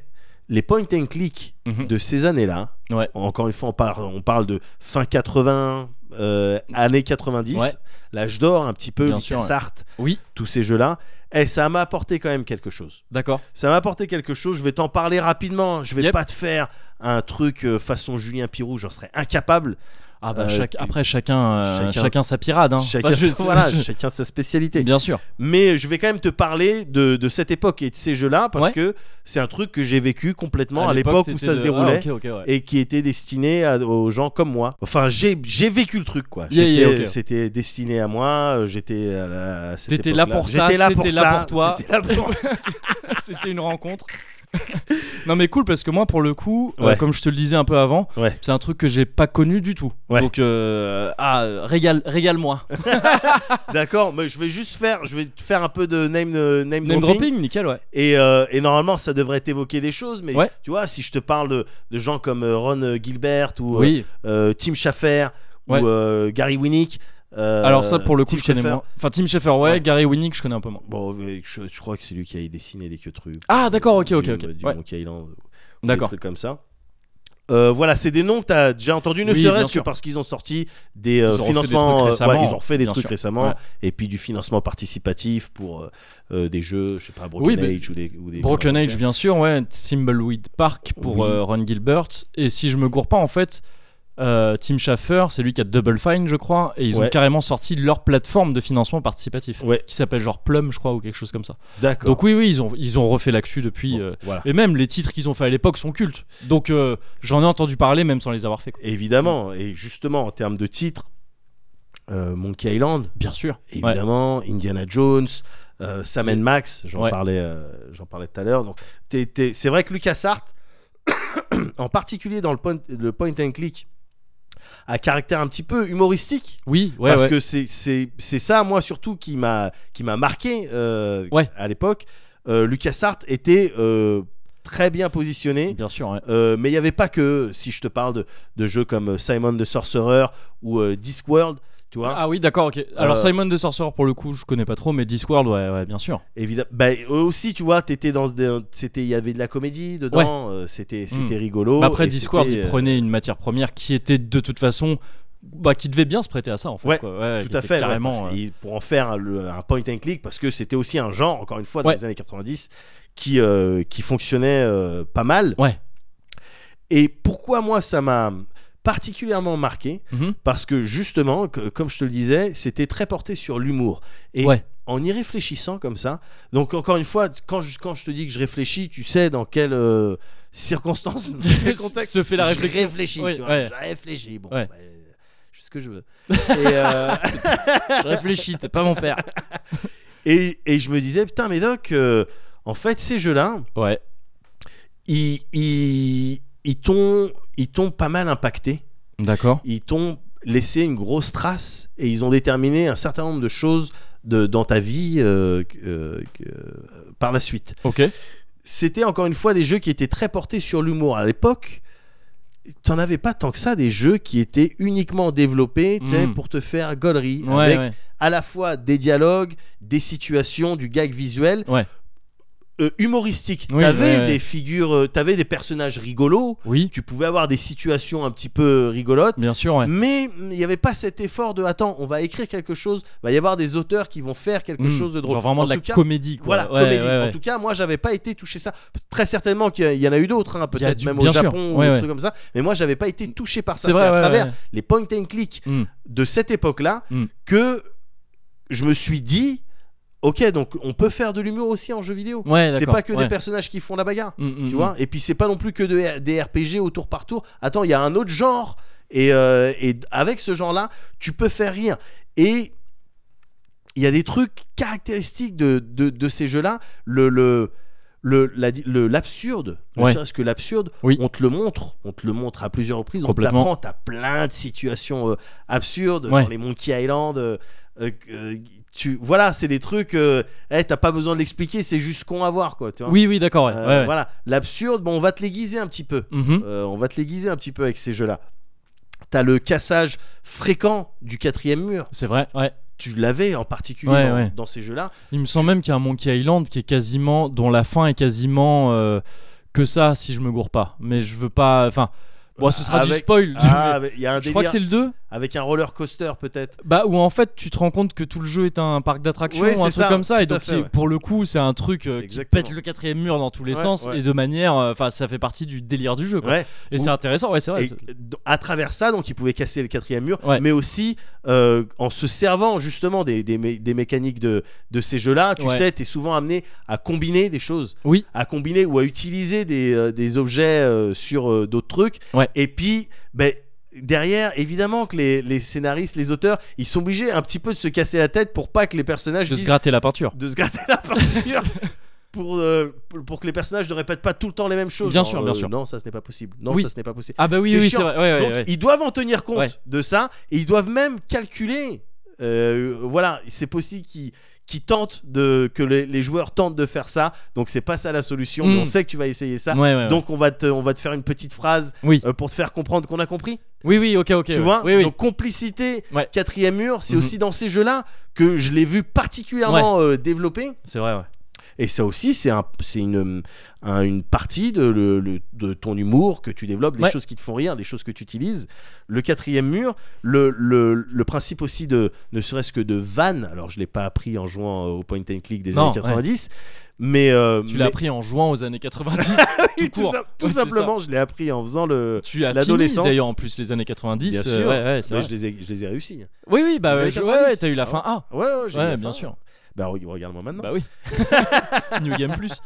les point and click Mhm. de ces années là Ouais. encore une fois on parle, on parle de fin 80 euh, années 90 Ouais. l'âge d'or un petit peu Bien Lucas sûr, ouais. Sartre, Oui, tous ces jeux-là, et ça m'a apporté quand même quelque chose. d'accord. Ça m'a apporté quelque chose, je vais t'en parler rapidement, je vais Yep. pas te faire un truc euh, façon Julien Pirou, j'en serais incapable. Ah bah Euh, chaque- tu- après chacun, euh, chacun chacun- sa pirade hein. chacun, Enfin, je- [laughs] sa, voilà, je- chacun sa spécialité. Bien sûr. Mais je vais quand même te parler de, de cette époque et de ces jeux-là, parce Ouais. que c'est un truc que j'ai vécu complètement à l'époque où t'étais ça se de- déroulait. Ah, ok, ok, ouais. Et qui était destiné à- aux gens comme moi. Enfin, j'ai j'ai vécu le truc, quoi. Yeah, J'étais- yeah, ok. C'était destiné à moi. euh, J'étais. à la- à cette T'étais là époque-là. pour ça, J'étais là pour c'était là ça, pour toi. c'était là pour- [laughs] [laughs] C'était une rencontre. non mais cool parce que moi pour le coup, euh, Ouais. comme je te le disais un peu avant, Ouais. c'est un truc que j'ai pas connu du tout. Ouais. Donc euh, ah euh, régale régale moi. D'accord, mais je vais juste faire, je vais te faire un peu de name, euh, name, Name dropping. dropping, nickel ouais. Et, euh, et normalement, ça devrait t'évoquer des choses, mais Ouais. tu vois, si je te parle de, de gens comme euh, Ron euh, Gilbert ou euh, oui. euh, Tim Schafer Ouais. ou euh, Gary Winnick. euh, Alors ça pour le coup Tim je connais Schafer. moins. Enfin Tim Schafer ouais, Ouais. Gary Winnick je connais un peu moins. Bon, mais je, je crois que c'est lui qui a dessiné les queutrues. Ah, d'accord, ok, ok, du- ok. euh, Du Ouais. Monkey Island, ou Des D'accord. trucs comme ça. Euh, voilà, c'est des noms que tu as déjà entendus, ne Oui, bien serait-ce que sûr. parce qu'ils ont sorti des euh, Ils ont refait des financements. trucs euh, récemment, ouais, ils ont refait des bien trucs sûr. récemment. Ouais. Et puis du financement participatif pour euh, euh, des jeux, je sais pas, Oui, Broken mais- Age ou des. ou des- Broken comme Age, ça. bien sûr, ouais. Thimbleweed Park pour Oui. euh, Ron Gilbert. Et si je me gourre pas, en fait, euh, Tim Schafer, c'est lui qui a Double Fine, je crois, et ils ont Ouais. carrément sorti leur plateforme de financement participatif, Ouais. qui s'appelle genre Plum, je crois, ou quelque chose comme ça. D'accord. Donc oui, oui, ils ont, ils ont refait l'actu depuis. Bon, euh, voilà. Et même les titres qu'ils ont fait à l'époque sont cultes. Donc euh, j'en ai entendu parler même sans les avoir fait. quoi. Évidemment, et justement, en termes de titres, euh, Monkey Island, Bien sûr. Ouais. évidemment, Indiana Jones, euh, Sam and Max, j'en Ouais. parlais, euh, j'en parlais tout à l'heure. Donc, t'es- t'es- c'est vrai que LucasArts, [coughs] en particulier dans le point, le point and click, à caractère un petit peu humoristique, Oui, ouais, parce ouais. que c'est- c'est c'est ça, moi surtout, qui m'a qui m'a marqué euh, Ouais. à l'époque. Euh, LucasArts était euh, très bien positionné. Bien sûr, ouais. Euh, mais il n'y avait pas que eux. si je te parle de, de jeux comme euh, Simon the Sorcerer ou euh, Discworld, tu vois. Ah oui, d'accord, ok. Alors Euh, Simon the Sorcerer, pour le coup, je connais pas trop, mais Discworld, ouais, ouais, bien sûr. Évidemment, bah, eux aussi, tu vois, t'étais dans ce- c'était il y avait de la comédie dedans, euh, c'était c'était rigolo. Bah après, et Discworld, c'était, il euh, prenait une matière première qui était de toute façon. Bah, qui devait bien se prêter à ça, en fait. Ouais, quoi. Ouais, qui tout à était fait, ouais, Carrément. parce euh, qu'il- pour en faire le- un point and click, parce que c'était aussi un genre, encore une fois, dans Ouais. les années 90, qui, euh, qui fonctionnait euh, pas mal. Ouais. Et pourquoi moi, ça m'a particulièrement marqué, mhm. parce que justement, que- comme je te le disais, c'était très porté sur l'humour. Et Ouais. en y réfléchissant comme ça, donc encore une fois, quand je, quand je te dis que je réfléchis, tu sais dans quelles euh, circonstances, dans [laughs] quel contexte euh, Se fait la Je réflexion. réfléchis, Ouais, tu vois, ouais. je réfléchis. Bon, Ouais. bah, euh, je fais ce que je veux. Et, euh, Je réfléchis, t'es pas mon [laughs] père. et, et je me disais, putain, mais Doc, euh, en fait, ces jeux-là, Ouais, ils, ils, ils t'ont ils t'ont pas mal impacté. d'accord. ils t'ont laissé une grosse trace et ils ont déterminé un certain nombre de choses de- dans ta vie euh, que- euh, que- euh, par la suite. Ok. C'était encore une fois des jeux qui étaient très portés sur l'humour à l'époque. T'en avais pas tant que ça des jeux qui étaient uniquement développés tu sais, Mm. pour te faire gaulerie Ouais, avec ouais. à la fois des dialogues, des situations, du gag visuel. Ouais. euh, humoristique. Oui, t'avais ouais, ouais. des figures, euh, t'avais des personnages rigolos, Oui, tu pouvais avoir des situations un petit peu euh, rigolotes. bien sûr, ouais. Mais il n'y avait pas cet effort de attends, on va écrire quelque chose, il va y avoir des auteurs qui vont faire quelque Mm. chose de drôle. Genre vraiment En de la tout cas, comédie, quoi. Voilà, Ouais, comédie. ouais, ouais. En tout cas, moi, j'avais pas été touché ça. Très certainement qu'il y a- il y en a eu d'autres, hein, Il y a peut-être du- même bien au sûr. Japon ou Ouais, des ouais. trucs comme ça. Mais moi, j'avais pas été touché par ça. C'est C'est vrai, à ouais, travers ouais. les point and click Mm. de cette époque-là Mm. que je me suis dit, ok, donc on peut faire de l'humour aussi en jeu vidéo. Ouais, c'est d'accord. pas que ouais. des personnages qui font la bagarre. Mm, mm, Tu mm. vois Et puis c'est pas non plus que de- des RPG au tour par tour. Attends, il y a un autre genre. Et, euh, et avec ce genre-là, tu peux faire rire. Et il y a des trucs caractéristiques de, de, de ces jeux-là. Le, le, le, la- le- l'absurde, ne Ouais. serait-ce que l'absurde, Oui. on te le montre. On te le montre à plusieurs reprises. On te Complètement. l'apprend. T'as plein de situations euh, absurdes Ouais. dans les Monkey Island. euh, euh, euh, tu, voilà, c'est des trucs. euh, eh, t'as pas besoin de l'expliquer, c'est juste con à voir. Quoi, tu vois Oui, oui, d'accord, ouais. euh, ouais, ouais. Voilà, l'absurde, bon, on va te l'aiguiser un petit peu. Mhm. Euh, on va te l'aiguiser un petit peu avec ces jeux-là. T'as le cassage fréquent du quatrième mur. C'est vrai, ouais. Tu l'avais en particulier Ouais, dans, ouais. dans ces jeux-là. Il me semble même qu'il y a un Monkey Island qui est quasiment. dont la fin est quasiment. euh, que ça, si je me gourre pas. Mais je veux pas. Enfin. Bon, ce sera du Avec- spoil. Ah, mais il y a un je crois que délire c'est le 2. avec un roller coaster peut-être. Bah, où en fait, tu te rends compte que tout le jeu est un parc d'attractions Ouais, ou un c'est truc ça, comme ça. Et tout à donc, fait, il- ouais. pour le coup, c'est un truc euh, qui Exactement. pète le quatrième mur dans tous les Ouais, sens. ouais. Et de manière. euh, Enfin, ça fait partie du délire du jeu, quoi. Ouais. Et c'est Ou- intéressant, ouais, c'est vrai. Et c'est- d- à travers ça, donc, ils pouvaient casser le quatrième mur, Ouais. mais aussi euh, en se servant justement des, des mé- des mécaniques de, de ces jeux-là. Tu Ouais. sais, t'es souvent amené à combiner des choses, Oui. à combiner ou à utiliser des, euh, des objets euh, sur euh, d'autres trucs. Ouais. Et puis, ben, derrière, évidemment que les, les scénaristes, les auteurs, ils sont obligés un petit peu de se casser la tête pour pas que les personnages De se disent- gratter la peinture. de se gratter la peinture. Pour, euh, pour- pour que les personnages ne répètent pas tout le temps les mêmes choses. Bien Genre, sûr, bien euh, sûr. Non, ça ce n'est pas possible. Non, Oui. ça ce n'est pas possible. Ah, bah oui, C'est oui, chiant. c'est vrai. ouais, ouais, Donc ouais. ils doivent en tenir compte Ouais. de ça et ils doivent même calculer. euh, voilà, c'est possible qu'ils qu'ils tentent de que les, les joueurs tentent de faire ça. Donc c'est pas ça la solution. mais Mm. on sait que tu vas essayer ça. Ouais, ouais, ouais. Donc on va te on va te faire une petite phrase Oui. euh, pour te faire comprendre qu'on a compris. oui, oui, ok, ok. tu ouais. vois Oui, oui. Donc complicité, Ouais. quatrième mur, c'est Mhm. aussi dans ces jeux là que je l'ai vu particulièrement euh, développé. C'est vrai, ouais. Et ça aussi, c'est un, c'est une, un- une partie de, le- le- de ton humour que tu développes, des Ouais. choses qui te font rire, des choses que tu utilises. Le quatrième mur, le, le, le principe aussi de, ne serait-ce que de vanne. Alors, je l'ai pas appris en jouant euh, au point and click des Non, années 90, mais euh, Tu l'as mais- appris en jouant aux années [laughs] 90. oui, tout court. sim- tout Ouais, c'est simplement, je l'ai appris en faisant le. tu as fini L'adolescence. d'ailleurs en plus les années 90. Bien euh, sûr. ouais, ouais, c'est Ouais, vrai. je les ai, je les ai réussis. Oui, oui, bah Les années ouais, je- ouais, 90. ouais, t'as eu la fin A. Ouais, ouais, j'ai Ouais, eu la bien fin. sûr. Bah, re- regarde-moi maintenant. [laughs] Bah oui. New Game Plus.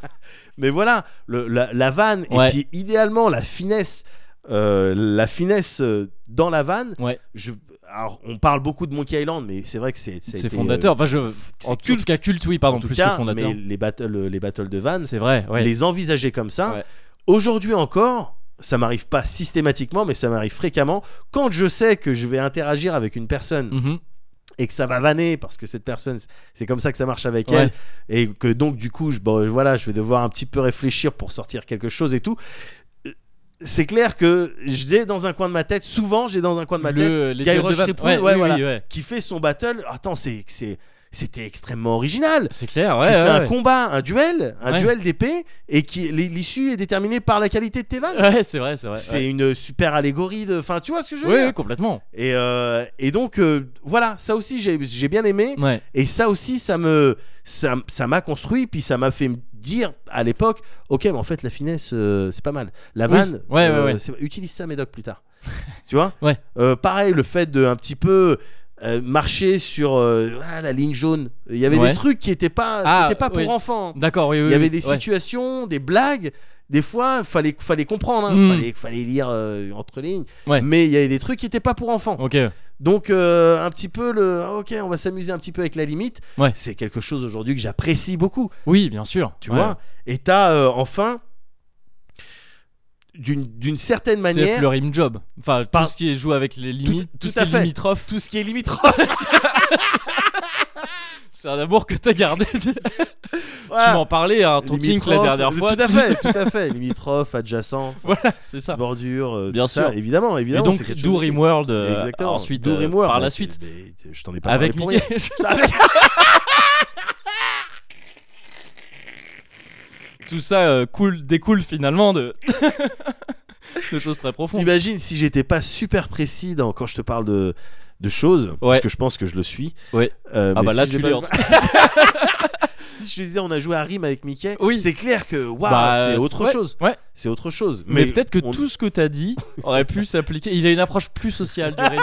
Mais voilà, le- la, la vanne Ouais. et puis idéalement la finesse, euh, la finesse euh, dans la vanne. Ouais. Je, alors, on parle beaucoup de Monkey Island, mais c'est vrai que c'est ça a C'est été, fondateur. Enfin, je... c'est En tout euh, culte. cas, culte, oui, euh, en pardon, tout plus cas, que fondateur. Mais les battles, les battles de vanne, C'est vrai, ouais. les envisager comme ça. Ouais. Aujourd'hui encore. Ça m'arrive pas systématiquement, mais ça m'arrive fréquemment. Quand je sais que je vais interagir avec une personne Mhm. et que ça va vanner parce que cette personne c'est comme ça que ça marche avec Ouais. elle et que donc du coup je bon, voilà je vais devoir un petit peu réfléchir pour sortir quelque chose et tout Euh, c'est clair que j'ai dans un coin de ma tête souvent j'ai dans un coin de ma tête Le, les Guy duels de Rush vannes. Tripoli, ouais, ouais, oui, oui, voilà. ouais. qui fait son battle attends c'est c'est c'était extrêmement original C'est clair, ouais. tu fais ouais, un ouais. combat un duel un Ouais. duel d'épée et qui l'issue est déterminée par la qualité de tes vannes [laughs] Ouais, c'est vrai, c'est vrai. c'est ouais. une super allégorie de enfin tu vois ce que je veux Oui, oui, dire complètement. et, euh, et donc euh, voilà ça aussi j'ai j'ai bien aimé Ouais. et ça aussi, ça me, ça, ça m'a construit, puis ça m'a fait me dire à l'époque, ok, mais en fait, la finesse, euh, c'est pas mal. La Oui. vanne, Ouais, euh, ouais, ouais. c'est- utilise ça, Médoc, plus tard. [laughs] tu vois Ouais. Euh, Pareil, le fait de un petit peu euh, marcher sur euh, ah, la ligne jaune. Il y avait Ouais. des trucs qui étaient pas, Ah, c'était pas pour oui. enfants. D'accord, oui, oui. Il y oui, avait des ouais. situations, des blagues. Des fois, fallait, fallait comprendre, hein, Mm. fallait, fallait lire euh, entre lignes. Ouais. Mais il y avait des trucs qui étaient pas pour enfants. Ok. Donc euh, un petit peu le ah, ok on va s'amuser un petit peu avec la limite Ouais. c'est quelque chose aujourd'hui que j'apprécie beaucoup Oui, bien sûr. tu ouais. vois et t'as euh, enfin d'une d'une certaine C'est manière le rim job. Enfin, tout Par- ce qui est joué avec les limites, tout, tout ce qui à est fait. limitrophe, tout ce qui est limitrophe c'est un amour que t'as [laughs] gardé. [laughs] Tu m'en parlais à ton kink la Limitrophe, dernière fois. Ah, tout à fait tout à fait limitrophe adjacent [laughs] voilà, c'est ça. bordure euh, Bien tout ça, sûr. évidemment Et évidemment donc, c'est quelque Do chose- Rim World, euh, exactement ensuite, Do euh, Rim World, par mais la tu- suite, mais euh, je t'en ai pas avec parlé pour [laughs] Mickey. [laughs] Tout ça euh, coule- découle finalement de... [laughs] de choses très profondes. T'imagines si j'étais pas super précis dans, quand je te parle de, de choses, Ouais. parce que je pense que je le suis. Ouais. Euh, Ah mais bah si là, je tu l'ai l'es, pas- [laughs] Si je te disais, on a joué à Rime avec Mickey. Oui. C'est clair que waouh, Bah, c'est euh, autre ouais, chose. [laughs] ouais. C'est autre chose. Mais, peut-être que on- tout ce que t'as dit aurait pu s'appliquer. Il a une approche plus sociale du [laughs] Rémi.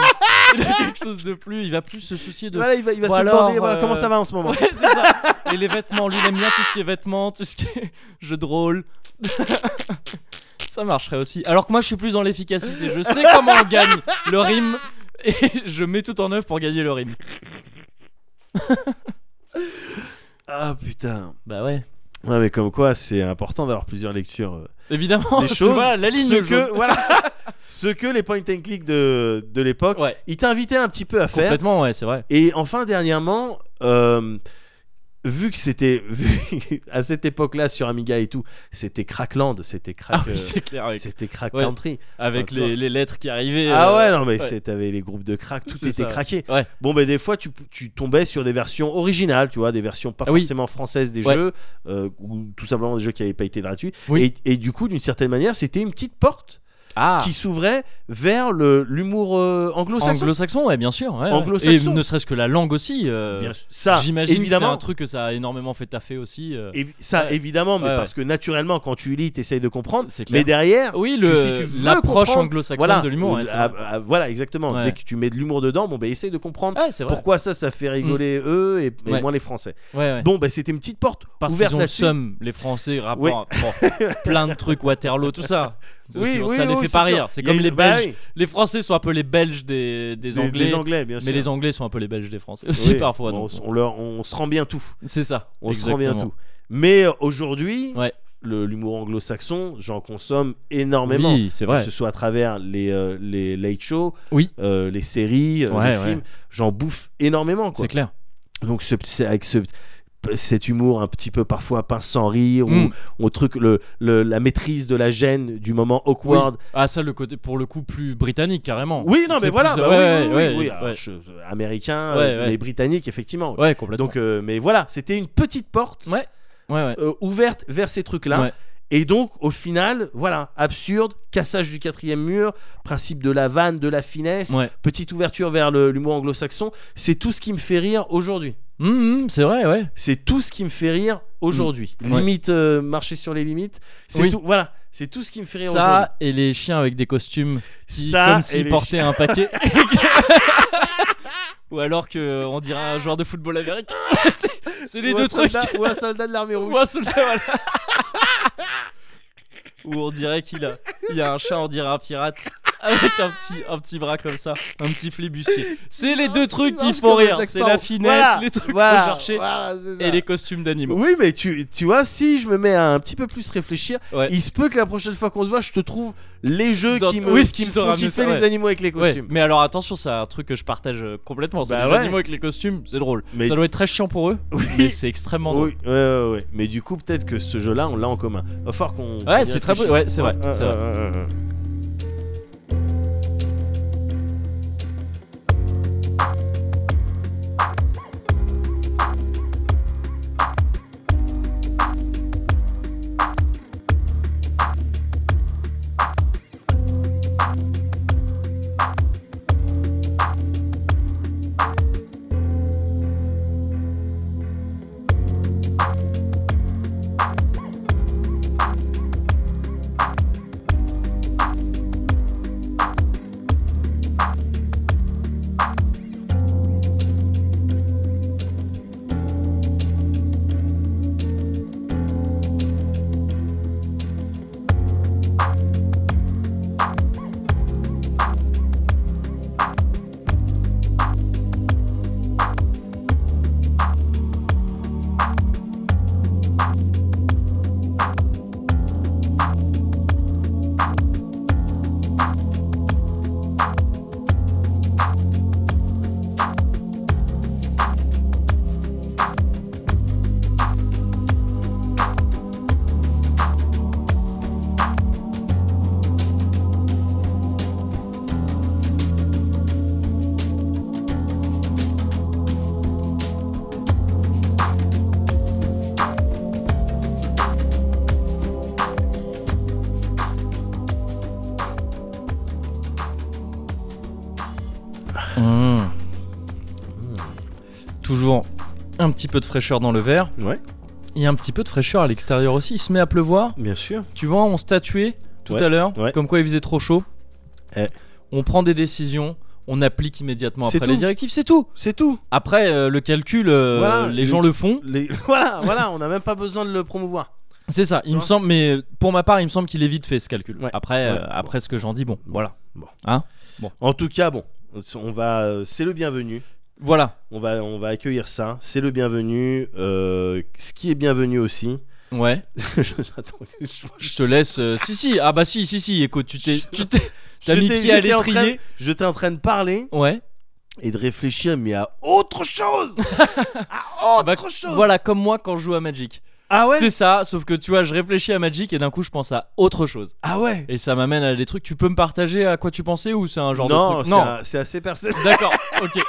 Il a quelque chose de plus. Il va plus se soucier de. Voilà, il va, il va Bon se alors, demander voilà, euh, comment ça va en ce moment. Ouais, c'est [laughs] ça. Et les vêtements, lui, il aime bien tout ce qui est vêtements, tout ce qui est [laughs] jeu de rôle. ça marcherait aussi. Alors que moi, je suis plus dans l'efficacité. Je sais comment on gagne le rime et [laughs] je mets tout en œuvre pour gagner le rime. Ah putain. Bah ouais. Ouais, mais comme quoi, c'est important d'avoir plusieurs lectures. euh, [laughs] Évidemment, des c'est- choses. voilà, la ligne ce de jeu. que, [laughs] voilà, ce que les point and click de, de l'époque, Ouais, ils t'invitaient un petit peu à faire. complètement, ouais, c'est vrai. Et enfin, dernièrement, euh, vu que c'était vu- [laughs] à cette époque-là sur Amiga et tout, c'était Crackland, c'était Crack, Ah oui, euh, c'est clair. Avec, c'était Crack ouais. Country. avec enfin, tu vois. les, les lettres qui arrivaient. ah euh, ouais, non mais ouais. c'est- t'avais les groupes de crack, tout C'est était ça. craqué. Ouais. Bon ben des fois tu, tu tombais sur des versions originales, tu vois, des versions pas Ah oui. forcément françaises des Ouais. jeux euh, ou tout simplement des jeux qui n'avaient pas été gratuits. Oui. Et, et du coup, d'une certaine manière, c'était une petite porte Ah. qui s'ouvrait vers le l'humour euh, anglo-saxon. Anglo-saxon, ouais, bien sûr. ouais, ouais. Anglo-saxon. Et ne serait-ce que la langue aussi. euh, Bien sûr. ça, J'imagine que c'est évidemment, un truc que ça a énormément fait taffer aussi. euh. Évi- ça Ouais. évidemment mais Ouais, ouais. parce que naturellement quand tu lis t'essayes de comprendre C'est clair. Oh, mais derrière Oui, tu- le- si tu veux l'approche comprendre, anglo-saxonne voilà de l'humour. euh, ouais, c'est ah, vrai. ah, voilà exactement hein, Ouais. dès que tu mets de l'humour dedans bon ben essaye de comprendre Ouais, c'est vrai. Mm. pourquoi ça ça fait rigoler eux et, et Ouais. moins les français Ouais, ouais. bon ben c'était une petite porte Parce ouverte qu'ils ont le là-dessus seum, les [laughs] Français, rapport, Oui. bon, plein de trucs, Waterloo, tout [laughs] ça. C'est- ça les fait c'est pas sûr. rire. C'est Il y a comme une- les bah Belges. oui, Les Français sont un peu les Belges des, des des- Anglais. des anglais bien sûr mais les Anglais sont un peu les Belges des Français aussi Oui, parfois. on, donc, on leur- on se rend bien tout C'est ça. on se rend bien exactement. tout mais euh, aujourd'hui Ouais. le- l'humour anglo-saxon j'en consomme énormément Oui, c'est vrai. que ce soit à travers les, euh, les late shows, Oui. euh, les séries, euh, Ouais, les ouais. films, j'en bouffe énormément. Quoi. C'est clair. Donc ce- c'est avec ce, cet humour un petit peu parfois pince sans rire, Mm. ou, ou truc, le, le- la maîtrise de la gêne du moment awkward. Ah, ça, le côté, pour le coup, plus britannique carrément. Oui, non, C'est mais voilà, plus- bah ouais, oui, oui, oui, ouais, oui, ouais, alors, ouais. je- euh, américain, Ouais, euh, ouais. mais britannique, effectivement. Ouais, complètement. Donc, euh, mais voilà, c'était une petite porte Ouais. Ouais, ouais. euh, ouverte vers ces trucs-là. Ouais. Et donc, au final, voilà, absurde, cassage du quatrième mur, principe de la vanne, de la finesse, Ouais. petite ouverture vers le- l'humour anglo-saxon. C'est tout ce qui me fait rire aujourd'hui. Hum, hum, c'est vrai, ouais. C'est tout ce qui me fait rire aujourd'hui. Mm. Ouais. Limite, euh, marcher sur les limites. C'est Oui. tout. Voilà, c'est tout ce qui me fait rire aujourd'hui. Ça et les chiens avec des costumes qui, Ça comme et s'ils les portaient un [laughs] paquet. Ou alors que euh, on dirait un joueur de football [laughs] américain. C'est- c'est les Ou un deux trucs. soldat- Ou un soldat de l'armée rouge. [laughs] Ou un soldat, voilà. [laughs] Ou on dirait qu'il a, il a un chat, on dirait un pirate. [laughs] Avec un petit, un petit bras comme ça, un petit flibustier. C'est les deux trucs qui marche font Ah, comme un rire. Jack C'est Sparrow. la finesse, Voilà, les trucs voilà, recherchés voilà, c'est ça. et les costumes d'animaux. Oui, mais tu, tu vois, si je me mets à un petit peu plus réfléchir, Ouais. il se peut que la prochaine fois qu'on se voit, je te trouve les jeux Dans- qui me, oui, qui me qui t'ont font ramené kiffer ça, ouais. les animaux avec les Ouais, costumes. mais alors attention, c'est un truc que je partage euh, complètement. C'est Bah les ouais. animaux avec les costumes, c'est drôle. Mais- Ça doit être très chiant pour eux, Oui. mais c'est extrêmement drôle. Oui, ouais, ouais, ouais. Mais du coup, peut-être que ce jeu-là, on l'a en commun. Va falloir qu'on. qu'on Ouais, y c'est très beau. réfléchisse. Ouais, c'est vrai, c'est vrai. ouais, ouais. Mmh. Toujours un petit peu de fraîcheur dans le verre. Ouais. Et un petit peu de fraîcheur à l'extérieur aussi. Il se met à pleuvoir. Bien sûr. Tu vois, on statuait tout Ouais, à l'heure, ouais. comme quoi il faisait trop chaud. Eh. On prend des décisions, on applique immédiatement C'est après les tout. directives, c'est tout. C'est tout. Après, euh, le calcul, euh, Voilà, les le- gens le font. Les... [laughs] voilà, voilà, on n'a même pas besoin de le promouvoir. C'est ça, il Tu me vois semble, mais pour ma part, il me semble qu'il est vite fait ce calcul. Ouais, Après, ouais. euh, après ce que j'en dis, bon, voilà. En tout cas, bon, on va. euh, C'est le bienvenu. Voilà. On va, on va accueillir ça. C'est le bienvenu. Euh, ce qui est bienvenu aussi. [laughs] Ouais, je, attends, je- je te laisse. euh, si, si, ah bah si, si, si, écoute, tu t'es. tu [laughs] t'es- T'as mis J'étais- pied à j'étais en l'étrier. train- J'étais en train de parler Ouais. et de réfléchir, mais à autre [laughs] chose. à autre Bah, chose. Voilà, comme moi quand je joue à Magic. Ah ouais. C'est ça, sauf que tu vois, je réfléchis à Magic et d'un coup, je pense à autre chose. Ah ouais. Et ça m'amène à des trucs. Tu peux me partager à quoi tu pensais ou c'est un genre non, de truc c'est un- c'est assez personnel. [laughs] D'accord, ok,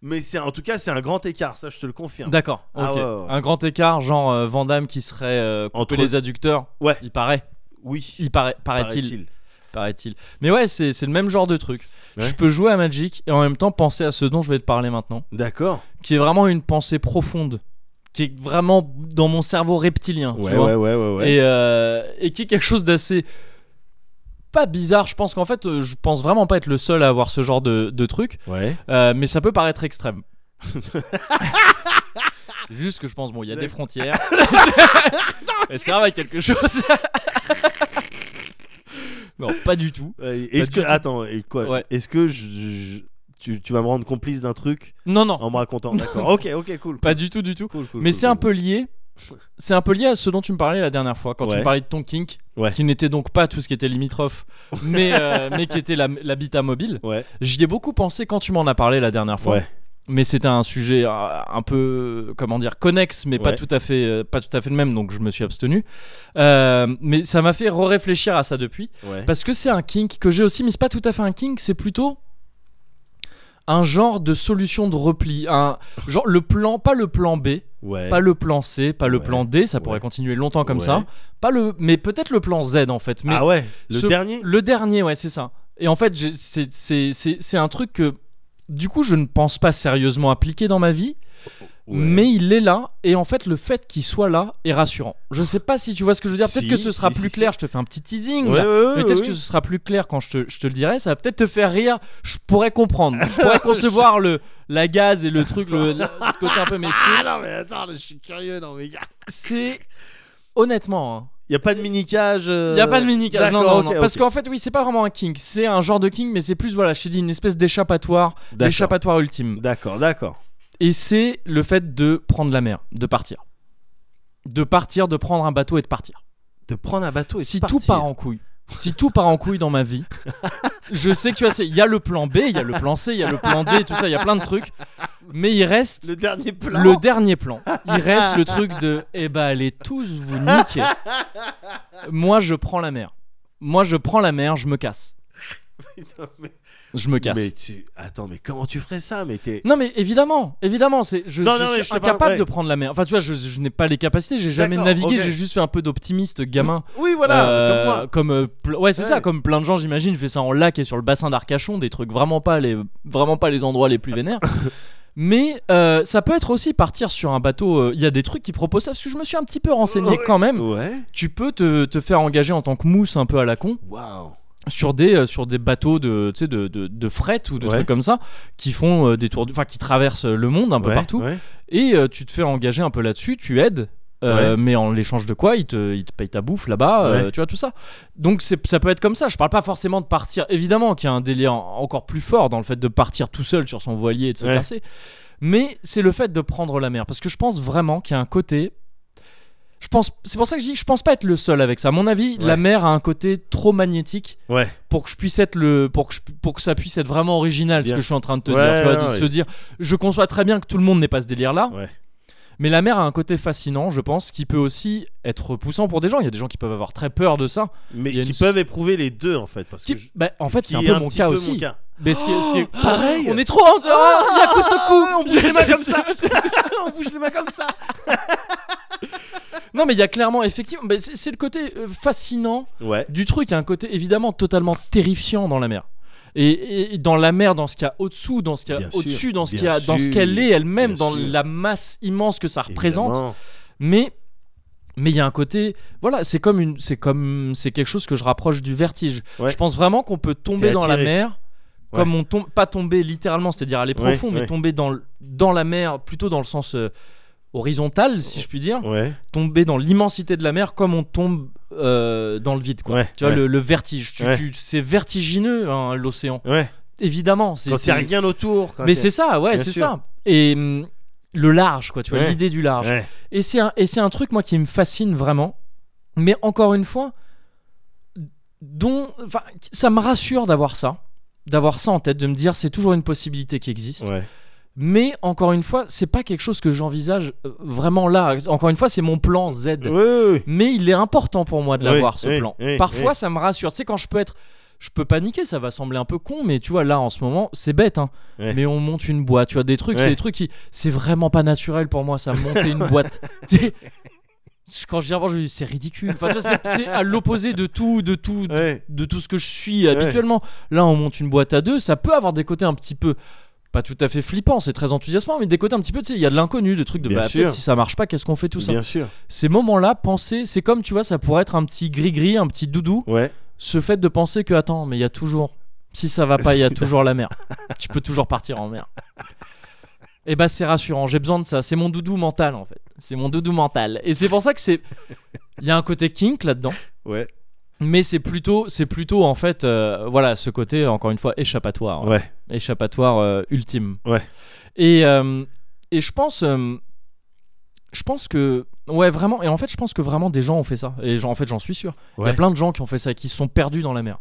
Mais c'est en tout cas, c'est un grand écart, ça je te le confirme. d'accord. Ah ok. ouais, ouais, ouais. Un grand écart, genre euh, Van Damme qui serait euh, coupé Entre- les adducteurs. Ouais. Il paraît, Oui. il paraît, paraît-il, paraît-il. paraît-il. Mais ouais, c'est c'est le même genre de truc. Ouais. Je peux jouer à Magic et en même temps penser à ce dont je vais te parler maintenant, D'accord. qui est vraiment une pensée profonde, qui est vraiment dans mon cerveau reptilien. tu Ouais, vois. ouais, ouais, ouais, ouais. et, euh, et qui est quelque chose d'assez pas bizarre. Je pense qu'en fait, euh, je pense vraiment pas être le seul à avoir ce genre de, de truc, Ouais. euh, mais ça peut paraître extrême. c'est juste que je pense, bon, il y a des frontières. Elles servent à quelque chose. non, pas du tout. Euh, Est-ce Bah, que du tout. attends, et quoi Ouais. Est-ce que je, je- tu, tu vas me rendre complice d'un truc Non, non, en me racontant D'accord. ok, ok, cool. pas du tout, du tout. Cool, cool, Mais cool, c'est un peu cool. lié. C'est un peu lié à ce dont tu me parlais la dernière fois, quand tu Ouais. me parlais de ton kink, Ouais. qui n'était donc pas tout ce qui était limitrophe, mais, euh, mais qui était la- l'habitat mobile. Ouais. J'y ai beaucoup pensé quand tu m'en as parlé la dernière fois. Ouais. Mais c'était un sujet euh, un peu, comment dire, connexe, mais pas, Ouais. tout à fait, euh, pas tout à fait le même, donc je me suis abstenu. Euh, mais ça m'a fait réfléchir à ça depuis, Ouais. parce que c'est un kink que j'ai aussi, mais c'est pas tout à fait un kink, c'est plutôt un genre de solution de repli, un genre le plan, pas le plan B, Ouais. pas le plan C, pas le Ouais. plan D, ça Ouais. pourrait continuer longtemps comme Ouais. ça, pas le, mais peut-être le plan Z en fait, mais ah ouais, le ce- dernier le dernier, ouais, c'est ça. Et en fait, j'ai- c'est- c'est c'est- c'est un truc que du coup je ne pense pas sérieusement appliquer dans ma vie, Ouais. mais il est là, et en fait le fait qu'il soit là est rassurant. Je sais pas si tu vois ce que je veux dire, peut-être Si, que ce sera si, plus si, clair, je te fais un petit teasing. Ouais, là. ouais, ouais, Peut-être ouais. que ce sera plus clair quand je te, je te le dirai, ça va peut-être te faire rire, je pourrais comprendre, je [laughs] pourrais concevoir le, la gaz et le truc, le, le côté un peu, mais c'est- Ah non, mais attends, je suis curieux, non, mais gars. c'est... Honnêtement, hein, Il n'y a pas de mini-cage. euh, il n'y a pas de mini non, non, non, parce que qu'en fait, oui, c'est pas vraiment un kink, c'est un genre de kink, mais c'est plus, voilà, je t'ai dit, une espèce d'échappatoire, d'échappatoire ultime. D'accord, d'accord. Et c'est le fait de prendre la mer, de partir. De partir, de prendre un bateau et de partir. De prendre un bateau et de si tout partir. part en couille, si tout part en couille dans ma vie, je sais que tu as, il y a le plan B, il y a le plan C, il y a le plan D, tout ça, il y a plein de trucs, mais il reste Le le, dernier plan. dernier plan. Il reste le truc de, eh ben allez tous vous niquer. Moi je prends la mer. Moi je prends la mer, je me casse. Putain, [laughs] mais- Je me casse. Mais tu. Attends, mais comment tu ferais ça [laughs] Mais t'es. Non mais évidemment, évidemment, c'est je, Non, je non, mais je suis te parle- incapable ouais. de prendre la mer. Enfin tu vois, je, je n'ai pas les capacités, j'ai jamais D'accord, navigué, ok. j'ai juste fait un peu d'optimiste gamin. Oui, voilà, Euh, comme moi. comme, euh, ple- ouais, c'est Ouais. ça, comme plein de gens, j'imagine, fait ça en lac et sur le bassin d'Arcachon, des trucs vraiment pas les, vraiment pas les endroits les plus [laughs] vénères. Mais euh, ça peut être aussi partir sur un bateau. euh, Il y a des trucs qui proposent ça parce que je me suis un petit peu renseigné Ouais. quand même. Ouais. Tu peux te, te faire engager en tant que mousse un peu à la con Waouh. sur des euh, sur des bateaux de tu sais, de, de, de fret ou de Ouais. trucs comme ça qui font euh, des tours, du- enfin qui traversent le monde un peu Ouais, partout ouais. et euh, tu te fais engager un peu là-dessus, tu aides. euh, Mais en l'échange de quoi, ils te, ils te payent ta bouffe là-bas, euh, Ouais. tu vois tout ça. Donc c'est- ça peut être comme ça. Je parle pas forcément de partir. Évidemment qu'il y a un délire en- encore plus fort dans le fait de partir tout seul sur son voilier et de se Ouais. casser. Mais c'est le fait de prendre la mer, parce que je pense vraiment qu'il y a un côté. Je pense. C'est pour ça que je dis, je pense pas être le seul avec ça. À mon avis, Ouais. la mer a un côté trop magnétique Ouais. pour que je puisse être le pour que je- pour que ça puisse être vraiment original ce Bien. que je suis en train de te Ouais, dire tu vois, ouais, de ouais. se dire je conçois très bien que tout le monde n'ait pas ce délire là Ouais. mais la mer a un côté fascinant je pense qui peut aussi être repoussant pour des gens il y a des gens qui peuvent avoir très peur de ça Mais Il y a qui une- peuvent éprouver les deux, en fait. Parce Qui- que je- bah, en ce fait c'est un qui peu est mon petit cas peu aussi mon cas. Oh, mais ce qui est- ce qui est- Pareil. on est trop en ah, il y a coup ce coup [laughs] on bouge les mains comme ça. C'est- [laughs] c'est- on bouge les mains comme ça. non mais il y a clairement effectivement mais c'est c'est le côté euh, fascinant Ouais. du truc, il y a un côté évidemment totalement terrifiant dans la mer. Et, et- et dans la mer, dans ce qu'il y a au-dessous, dans ce qu'il y Bien a sûr, au-dessus, dans ce bien qu'il y a, dans ce sûr, qu'elle est elle-même, bien dans sûr. la masse immense que ça représente. Évidemment. Mais mais il y a un côté, voilà, c'est comme une, c'est comme, c'est quelque chose que je rapproche du vertige. Ouais. Je pense vraiment qu'on peut tomber T'es dans la attiré. mer, Ouais. comme on tombe, pas tomber littéralement, c'est-à-dire aller Ouais, profond, mais ouais. tomber dans l- dans la mer, plutôt dans le sens euh, horizontal, si Euh, je puis dire Ouais. tomber dans l'immensité de la mer comme on tombe euh, dans le vide quoi. Ouais, tu vois ouais. le, le vertige tu, Ouais. tu- c'est vertigineux hein, l'océan Ouais. évidemment c'est Quand il n'y a c'est- rien autour. quand mais il y a- c'est ça ouais Bien c'est sûr. ça et hum, le large quoi tu vois Ouais. l'idée du large Ouais. et c'est un, et c'est un truc moi qui me fascine vraiment mais encore une fois dont enfin, ça me rassure d'avoir ça d'avoir ça en tête de me dire c'est toujours une possibilité qui existe Ouais. mais encore une fois c'est pas quelque chose que j'envisage euh, vraiment là encore une fois c'est mon plan Z Ouais, ouais, ouais. mais il est important pour moi de Oui, l'avoir ce oui, plan. oui, Parfois oui. ça me rassure, tu sais quand je peux être je peux paniquer, ça va sembler un peu con, mais tu vois, là en ce moment, c'est bête, hein. Ouais. Mais on monte une boîte, tu vois, des trucs, c'est Ouais. des trucs qui. C'est vraiment pas naturel pour moi, ça, monter une [laughs] boîte. Tu sais, quand j'y repense, je me dis, c'est ridicule. Enfin, tu vois, c'est c'est à l'opposé de tout, de tout, Ouais. de tout ce que je suis habituellement. Là, on monte une boîte à deux, ça peut avoir des côtés un petit peu pas tout à fait flippants, c'est très enthousiasmant, mais des côtés un petit peu, tu sais, il y a de l'inconnu, des trucs de Bien bah, sûr. peut-être si ça marche pas, qu'est-ce qu'on fait tout ça Bien sûr. ces moments-là, penser, c'est comme tu vois, ça pourrait être un petit gris-gris, un petit doudou, Ouais. ce fait de penser que attends, mais il y a toujours, si ça va pas, il y a toujours la mer. Tu peux toujours partir en mer. Et bah c'est rassurant, j'ai besoin de ça, c'est mon doudou mental en fait. C'est mon doudou mental. Et c'est pour ça que c'est il y a un côté kink là-dedans, Ouais. mais c'est plutôt c'est plutôt en fait euh, voilà, ce côté encore une fois échappatoire Ouais. échappatoire euh, ultime. Ouais. Et, euh, et je pense. euh, je pense que. Ouais, vraiment. Et en fait, je pense que vraiment des gens ont fait ça. Et j'en- en fait, j'en suis sûr. Il y Ouais. a plein de gens qui ont fait ça, qui se sont perdus dans la mer.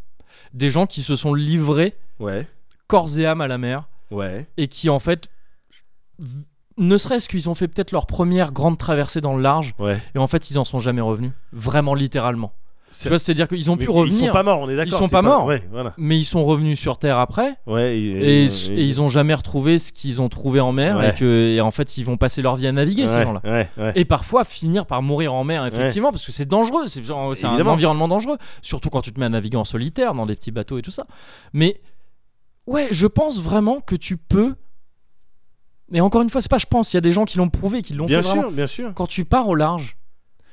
Des gens qui se sont livrés Ouais. corps et âme à la mer Ouais. et qui, en fait. v- Ne serait-ce qu'ils ont fait peut-être leur première grande traversée dans le large Ouais. et en fait ils en sont jamais revenus, vraiment littéralement. Tu vois, c'est-à-dire qu'ils ont Mais pu Ils sont revenir, pas morts, on est d'accord. sont c'est pas morts. Ouais, voilà. mais ils sont revenus sur Terre après. Ouais, Et, et ils ont jamais retrouvé ce qu'ils ont trouvé en mer Ouais. et que et en fait ils vont passer leur vie à naviguer ces Ouais, gens-là. ouais, ouais. Et parfois finir par mourir en mer effectivement parce que c'est dangereux, c'est c'est un Évidemment. environnement dangereux, surtout quand tu te mets à naviguer en solitaire dans des petits bateaux et tout ça. Mais ouais, je pense vraiment que tu peux. Et encore une fois, c'est pas je pense, il y a des gens qui l'ont prouvé, qui l'ont fait Bien vraiment. sûr, bien sûr. Quand tu pars au large,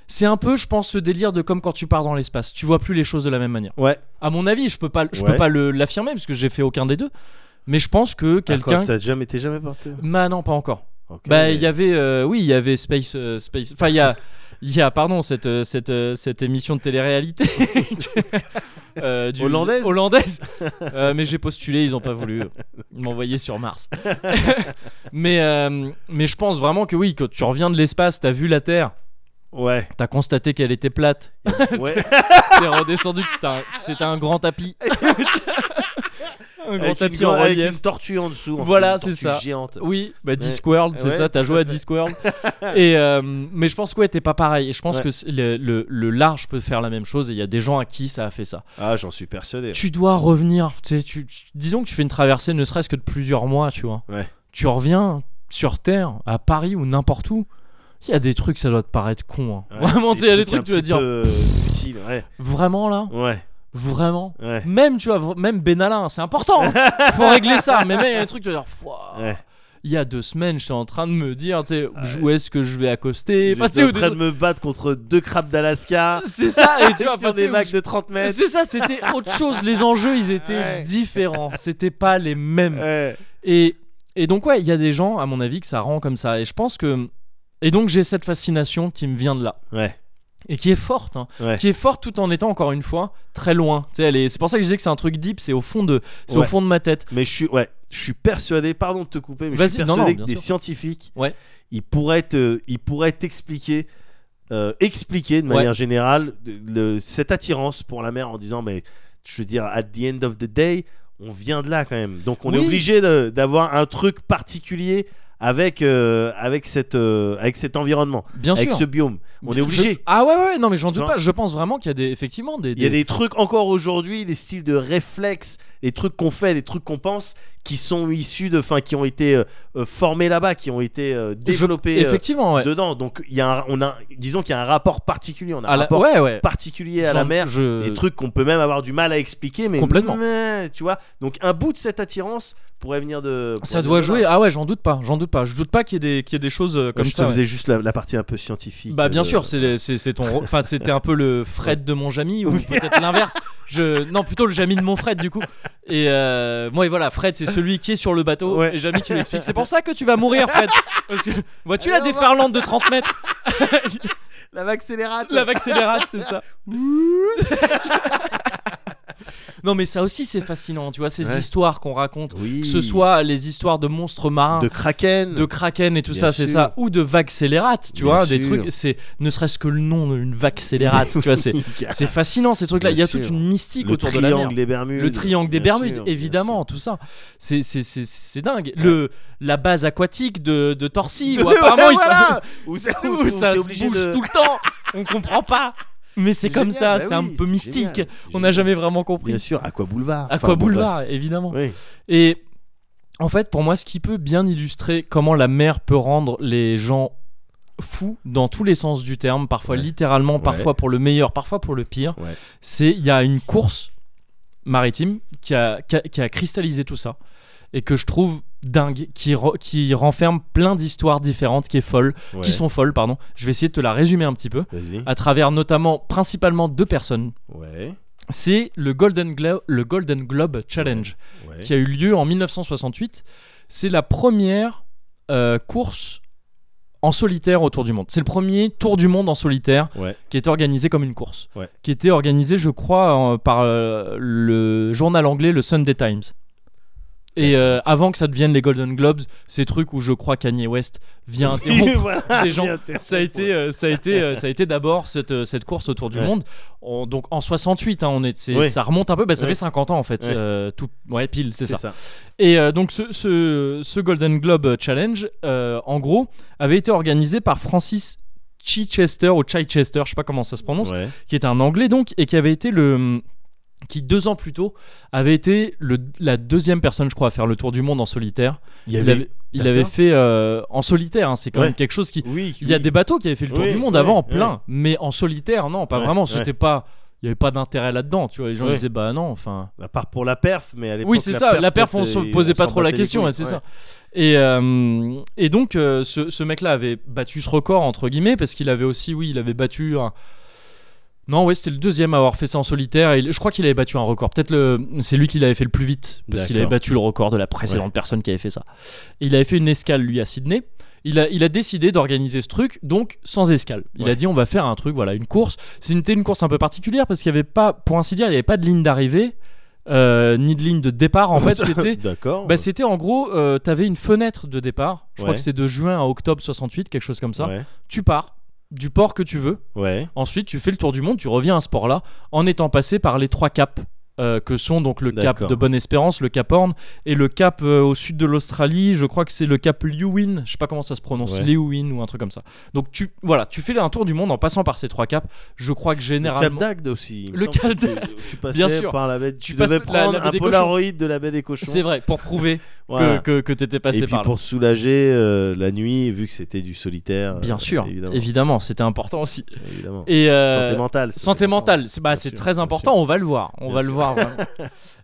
c'est un peu, je pense, ce délire de comme quand tu pars dans l'espace. Tu vois plus les choses de la même manière. Ouais. À mon avis, je peux pas, je Ouais. peux pas le- l'affirmer parce que j'ai fait aucun des deux. Mais je pense que quelqu'un. Ah, T'as jamais, t'es jamais porté. Bah non, pas encore. Ok. Bah il y avait, euh, oui, il y avait Space, euh, Space. Enfin il y a, il y a, pardon, cette, euh, cette, euh, cette émission de télé-réalité. [laughs] euh, du- Hollandaise Hollandaise. Euh, mais j'ai postulé, ils ont pas voulu m'envoyer sur Mars. [laughs] mais, euh, mais je pense vraiment que oui, quand tu reviens de l'espace, t'as vu la Terre, [laughs] Ouais. t'as constaté qu'elle était plate, ouais. [laughs] t'es redescendu que c'était un, c'était un grand [laughs] tapis. un grand Avec une tapis grande- en avec relief. une tortue en dessous. en Voilà, fait, une c'est tortue ça. Géante. Oui, bah Discworld, c'est Ouais, ça, t'as tout joué à à fait. [laughs] Discworld. et, euh, mais je pense que ouais, t'es pas pareil. Et je pense Ouais. que c'est- le, le- le large peut faire la même chose et il y a des gens à qui ça a fait ça. Ah, j'en suis persuadé. Tu dois revenir, tu sais, tu, tu- disons que tu fais une traversée ne serait-ce que de plusieurs mois, tu vois. Ouais. Tu reviens sur Terre, à Paris ou n'importe où. Il y a des trucs, ça doit te paraître con. hein. Ouais, [laughs] Vraiment, tu sais, il y a des trucs, trucs tu vas un dire, petit peu, euh, futiles, ouais. vraiment là Ouais. Vraiment Ouais. Même, tu vois, vr- même Benalla, c'est important. hein. Faut régler ça. Mais même, il y a des trucs, tu vas dire, Fouah, Ouais. Ah il y a deux semaines, j'étais en train de me dire, tu sais, où est-ce que je vais accoster Enfin, tu J'étais sais, en ou des train de trucs- me battre contre deux crabes d'Alaska C'est ça, et [laughs] tu vois, enfin, sur tu sais, des où vagues je- de 30 mètres. [laughs] C'est ça, c'était autre chose. Les enjeux, ils étaient Ouais. différents. C'était pas les mêmes. Ouais. Et, et donc, ouais, il y a des gens, à mon avis, que ça rend comme ça. Et je pense que. Et donc, j'ai cette fascination qui me vient de là. Ouais. Et qui est forte, hein. Ouais. qui est forte tout en étant encore une fois très loin. Tu sais, elle est- C'est pour ça que je disais que c'est un truc deep, c'est au fond de, c'est au Ouais. fond de ma tête. Mais je suis, ouais, je suis persuadé, pardon de te couper, mais je suis Vas-y, non, non, persuadé bien que des sûr. scientifiques, Ouais. ils pourraient te- ils pourraient t'expliquer, euh, expliquer de Ouais. manière générale de- le- cette attirance pour la mer en disant, mais je veux dire, at the end of the day, on vient de là quand même, donc on est Oui. obligé de- d'avoir un truc particulier avec euh, avec cette euh, avec cet environnement, Bien avec sûr. ce biome, on est Je- obligé. Ah ouais, ouais, non, mais j'en doute Genre- pas. Je pense vraiment qu'il y a des, effectivement des. Il y a des trucs encore aujourd'hui, des styles de réflexes, des trucs qu'on fait, des trucs qu'on pense, qui sont issus de, enfin, qui ont été euh, euh, formés là-bas, qui ont été euh, Je- développés euh, Effectivement, ouais. dedans. Donc il y a, un- on a, disons qu'il y a un rapport particulier, on a À un la- rapport ouais, ouais. particulier à J'en- la mer, je- des trucs qu'on peut même avoir du mal à expliquer, mais Complètement. mais, tu vois. Donc un bout de cette attirance pourrait venir de. Ça doit pourrait venir de là. jouer. Ah ouais, j'en doute pas. J'en doute pas. Je doute pas qu'il y ait des, qu'il y ait des choses euh, comme je ça. te ouais. faisais juste la, la partie un peu scientifique. Bah bien euh, sûr, c'est c'est- c'est ton, ro- enfin c'était un peu le Fred de mon Jamy ou peut-être l'inverse. Je, non plutôt le Jamy de mon Fred du coup. Et euh, moi et voilà, Fred c'est celui qui est sur le bateau Ouais. et Jamy qui m'explique. C'est pour ça que tu vas mourir Fred. Parce que vois-tu la Allez, au revoir. déferlante de 30 mètres, La accélérate. la accélérate, c'est ça. non mais ça aussi c'est fascinant, tu vois ces Ouais. histoires qu'on raconte, Oui. que ce soit les histoires de monstres marins. de kraken. [laughs] de kraken et tout Mm. Bien ça, c'est sûr. ça, ou de vagues scélérates, tu Bien vois, des sûr. trucs, c'est ne serait-ce que le nom d'une vague scélérate, tu vois, [laughs] c'est c'est fascinant ces trucs-là. Il Bien y a sûr. toute une mystique le autour de la mer. triangle des Bermudes. Le triangle des Bien sûr, Bermudes, bien évidemment, tout ça. C'est c'est- c'est- c'est dingue. Le, la base aquatique de, de [laughs] Torcy, sûr. où apparemment Ouais, ils sont- voilà. [laughs] Où ça, [laughs] où où ça t'es se obligé bouge de- tout le [laughs] temps. On comprend pas. Mais c'est C'est comme ça, génial, bah c'est un oui, peu c'est mystique. génial, c'est On n'a génial. jamais vraiment compris. Bien sûr, Aqua Boulevard. À Enfin, quoi bon, boulevard, évidemment. bref. Et en fait, pour moi, ce qui peut bien illustrer comment la mer peut rendre les gens fous dans tous les sens du terme, parfois Ouais. littéralement, Ouais. parfois pour le meilleur, parfois pour le pire, Ouais. c'est il y a une course maritime qui a, qui a- qui a cristallisé tout ça et que je trouve dingue, qui, re- qui renferme plein d'histoires différentes, qui, est folle, Oui. Ouais. qui sont folles, pardon. Je vais essayer de te la résumer un petit peu, Vas-y. à travers notamment, principalement deux personnes. Ouais. C'est le Golden, Glo- le Golden Globe Challenge Ouais. [laughs] qui a eu lieu en 1968. C'est la première euh, course en solitaire autour du monde. C'est le premier tour du monde en solitaire Ouais. qui était organisé comme une course. Ouais. Qui était organisé, je crois, en- par euh, le journal anglais, le Sunday Times. Et euh, avant que ça devienne les Golden Globes, ces trucs où je crois Kanye West vient [laughs] interrompre Voilà, des gens. bien interrompre. ça a été, euh, ça a été, euh, ça a été d'abord cette, euh, cette course autour du Ouais. monde. On- donc en 68, hein, on est, c'est- Oui. ça remonte un peu. bah, ça Oui. fait 50 ans en fait. Oui. euh, tout, ouais, pile, c'est C'est ça. ça. Et euh, donc ce, euh, ce- ce Golden Globe Challenge, euh, en gros, avait été organisé par Francis Chichester ou Chichester, je sais pas comment ça se prononce, Ouais. qui est un Anglais donc, et qui avait été le qui deux ans plus tôt avait été le, la deuxième personne, je crois, à faire le tour du monde en solitaire. Il y Il avait. avait, il D'accord. avait fait euh, en solitaire, hein, c'est quand Ouais. même quelque chose qui. Oui. Il y a oui. des bateaux qui avaient fait le tour Oui, du monde oui, avant en oui. plein, mais en solitaire, non, pas Ouais, vraiment. ouais. C'était pas, il y avait pas d'intérêt là-dedans, tu vois. Les gens Ouais. disaient bah non, enfin. À part pour la perf, mais à l'époque. Oui, c'est ça. La perf, on se c'était- posait on pas s'en trop la battait les question, couilles, ouais, c'est ouais. ça. Et, euh, et donc, euh, ce, ce mec-là avait battu ce record, entre guillemets, parce qu'il avait aussi, oui, il avait battu. un- Non, ouais, c'était le deuxième à avoir fait ça en solitaire. Et il- je crois qu'il avait battu un record. Peut-être le... c'est lui qui l'avait fait le plus vite, parce qu'il avait D'accord. battu le record de la précédente personne qui avait fait ça. Et il avait fait une escale, lui, à Sydney. Il a, il a décidé d'organiser ce truc, donc sans escale. Il Ouais. a dit on va faire un truc, voilà, une course. C'était une course un peu particulière parce qu'il n'y avait pas, pour ainsi dire, il n'y avait pas de ligne d'arrivée, euh, ni de ligne de départ. En [laughs] fait, c'était D'accord. bah, c'était en gros, euh, t'avais une fenêtre de départ. Je crois Ouais. que c'est de juin à octobre 68, quelque chose comme ça. Ouais. Tu pars du port que tu veux. Ouais. Ensuite, tu fais le tour du monde. Tu reviens à ce port-là en étant passé par les trois caps. euh, que sont donc le cap D'accord. de Bonne-Espérance, le cap Horn et le cap euh, au sud de l'Australie, je crois que c'est le cap Lewin, je sais pas comment ça se prononce, Ouais. Lewin ou un truc comme ça. Donc tu voilà, tu fais un tour du monde en passant par ces trois caps. Je crois que Le Cap généralement d'Agde aussi. il me Le semble Cap que d'Agde. Tu, tu passais Bien sûr. par la baie. Tu, Tu passes devais la- la prendre baie un des cochons. Polaroid de la baie des cochons. c'est vrai pour prouver [laughs] Voilà. que, que, que t'étais passé Et par puis là. pour soulager euh, la nuit, vu que c'était du solitaire. euh, Bien sûr, Évidemment. évidemment c'était important aussi. évidemment. Et euh, santé mentale. santé mentale, c'est bah, Bien c'est sûr, très bien important, sûr. on va le voir. On Bien va le sûr. voir. [laughs] vraiment.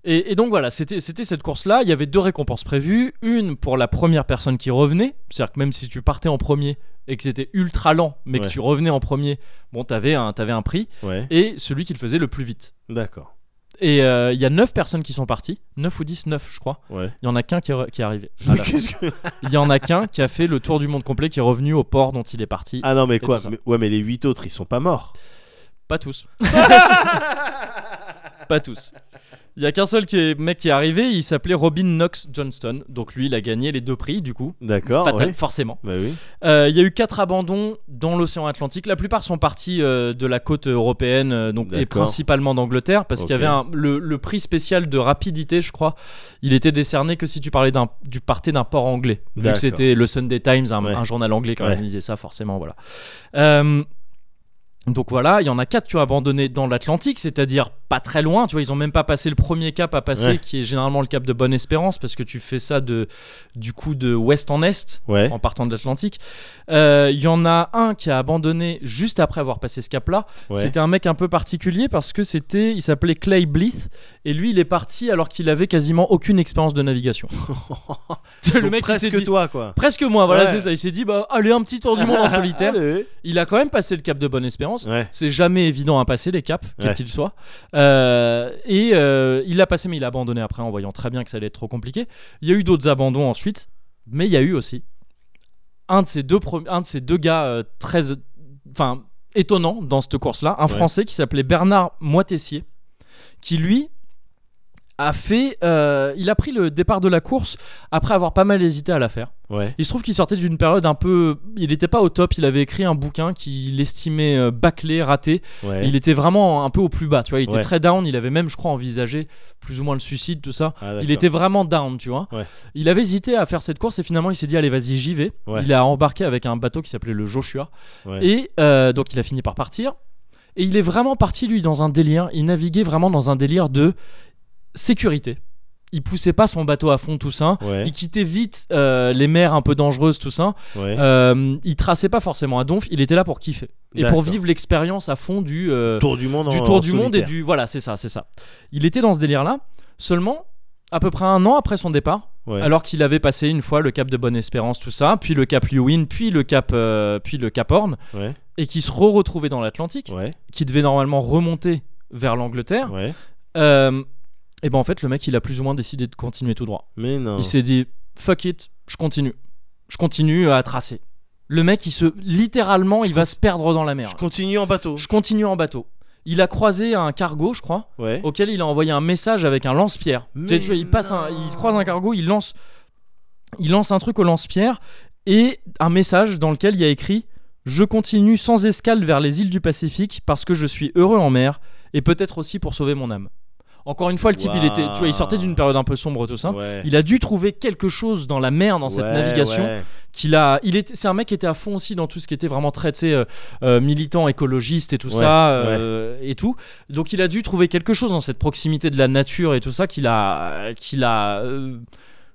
et, et donc voilà, c'était c'était cette course-là. Il y avait deux récompenses prévues. Une pour la première personne qui revenait. C'est-à-dire que même si tu partais en premier et que c'était ultra lent, mais que Ouais. tu revenais en premier, bon, t'avais un, t'avais un prix. Ouais. Et celui qui le faisait le plus vite. D'accord. Et euh, il y a 9 personnes qui sont parties, 9 ou 10, 9 je crois. Ouais. Il y en a qu'un qui, est re- qui est arrivé. Mais qu'est-ce que- Il y en a qu'un qui a fait le tour du monde complet, qui est revenu au port dont il est parti. Ah non, mais quoi tout ça. mais- Ouais, mais les huit autres, ils sont pas morts. Pas tous. [laughs] pas tous. Il y a qu'un seul qui est, mec qui est arrivé, il s'appelait Robin Knox Johnston. Donc lui, il a gagné les deux prix, du coup. D'accord. Fatal, Ah, ouais. forcément. Bah oui. Euh, il y a eu quatre abandons dans l'océan Atlantique. La plupart sont partis euh, de la côte européenne, euh, donc, et D'accord. principalement d'Angleterre, parce qu'il y Ok. avait un- le, le prix spécial de rapidité, je crois. Il était décerné que si tu parlais d'un- du partais d'un port anglais, vu que D'accord. c'était le Sunday Times, un, Ouais. un journal anglais qui Ouais. organisait ça, forcément. Voilà. Euh, donc voilà, il y en a quatre qui ont abandonné dans l'Atlantique, c'est-à-dire pas très loin. Tu vois, ils ont même pas passé le premier cap à passer, Ouais. qui est généralement le cap de Bonne-Espérance, parce que tu fais ça de, du coup de ouest en est Ouais. en partant de l'Atlantique. Euh, Il y en a un qui a abandonné juste après avoir passé ce cap-là. Ouais. C'était un mec un peu particulier parce que c'était, il s'appelait Clay Blith et lui il est parti alors qu'il avait quasiment aucune expérience de [laughs] navigation. [laughs] le mec Donc il s'est presque dit- toi, quoi. Presque moi, voilà Ouais. c'est ça. Il s'est dit bah allez un petit tour du [laughs] monde en solitaire. Allez. Il a quand même passé le cap de Bonne Espérance. Ouais. C'est jamais évident à passer les caps, quel Ouais. qu'il soit. Euh, et euh, il l'a passé, mais il a abandonné après en voyant très bien que ça allait être trop compliqué. Il y a eu d'autres abandons ensuite, mais il y a eu aussi un de ces deux, premi- un de ces deux gars euh, très enfin, étonnant dans cette course-là, un Ouais. Français qui s'appelait Bernard Moitessier, qui lui a fait, euh, il a pris le départ de la course après avoir pas mal hésité à la faire. Ouais. Il se trouve qu'il sortait d'une période un peu. Il n'était pas au top, il avait écrit un bouquin qu'il estimait euh, bâclé, raté. Ouais. Il était vraiment un peu au plus bas, tu vois. Il était Ouais. très down, il avait même, je crois, envisagé plus ou moins le suicide, tout ça. Il Ah, d'accord. était vraiment down, tu vois. Ouais. Il avait hésité à faire cette course et finalement il s'est dit allez vas-y j'y vais. Ouais. Il a embarqué avec un bateau qui s'appelait le Joshua Ouais. et euh, donc il a fini par partir. Et il est vraiment parti lui dans un délire. Il naviguait vraiment dans un délire de sécurité. Il poussait pas son bateau à fond tout ça. Ouais. Il quittait vite euh, les mers un peu dangereuses tout ça. Ouais. Euh, il traçait pas forcément à donf. Il était là pour kiffer et pour D'accord. vivre l'expérience à fond du euh, Tour du monde. du en- tour en du monde et solitaire. du voilà c'est ça c'est ça il était dans ce délire là seulement à peu près un an après son départ Ouais. alors qu'il avait passé une fois le cap de Bonne Espérance tout ça puis le cap Lewin puis le cap euh, puis le cap Horn Ouais. et qui se re retrouvait dans l'Atlantique Ouais. qui devait normalement remonter vers l'Angleterre Ouais. Euh, et ben en fait le mec il a plus ou moins décidé de continuer tout droit Mais non. il s'est dit fuck it je continue je continue à tracer le mec il se littéralement il va se perdre dans la mer Je continue en bateau. je continue en bateau il a croisé un cargo je crois Ouais. auquel il a envoyé un message avec un lance-pierre. Tu sais, Mais tu vois, il passe, un- non. il croise un cargo, il lance, il lance un truc au lance-pierre et un message dans lequel il y a écrit "Je continue sans escale vers les îles du Pacifique parce que je suis heureux en mer et peut-être aussi pour sauver mon âme." Encore une fois, le type, il était, tu vois, il sortait d'une période un peu sombre tout ça. Ouais. Il a dû trouver quelque chose dans la mer, dans cette Ouais, navigation, ouais. qu'il a. Il était, c'est un mec qui était à fond aussi dans tout ce qui était vraiment très, tu sais, euh, euh, militant, écologiste et tout Ouais, ça euh, et tout. Donc il a dû trouver quelque chose dans cette proximité de la nature et tout ça qu'il a, qu'il a euh,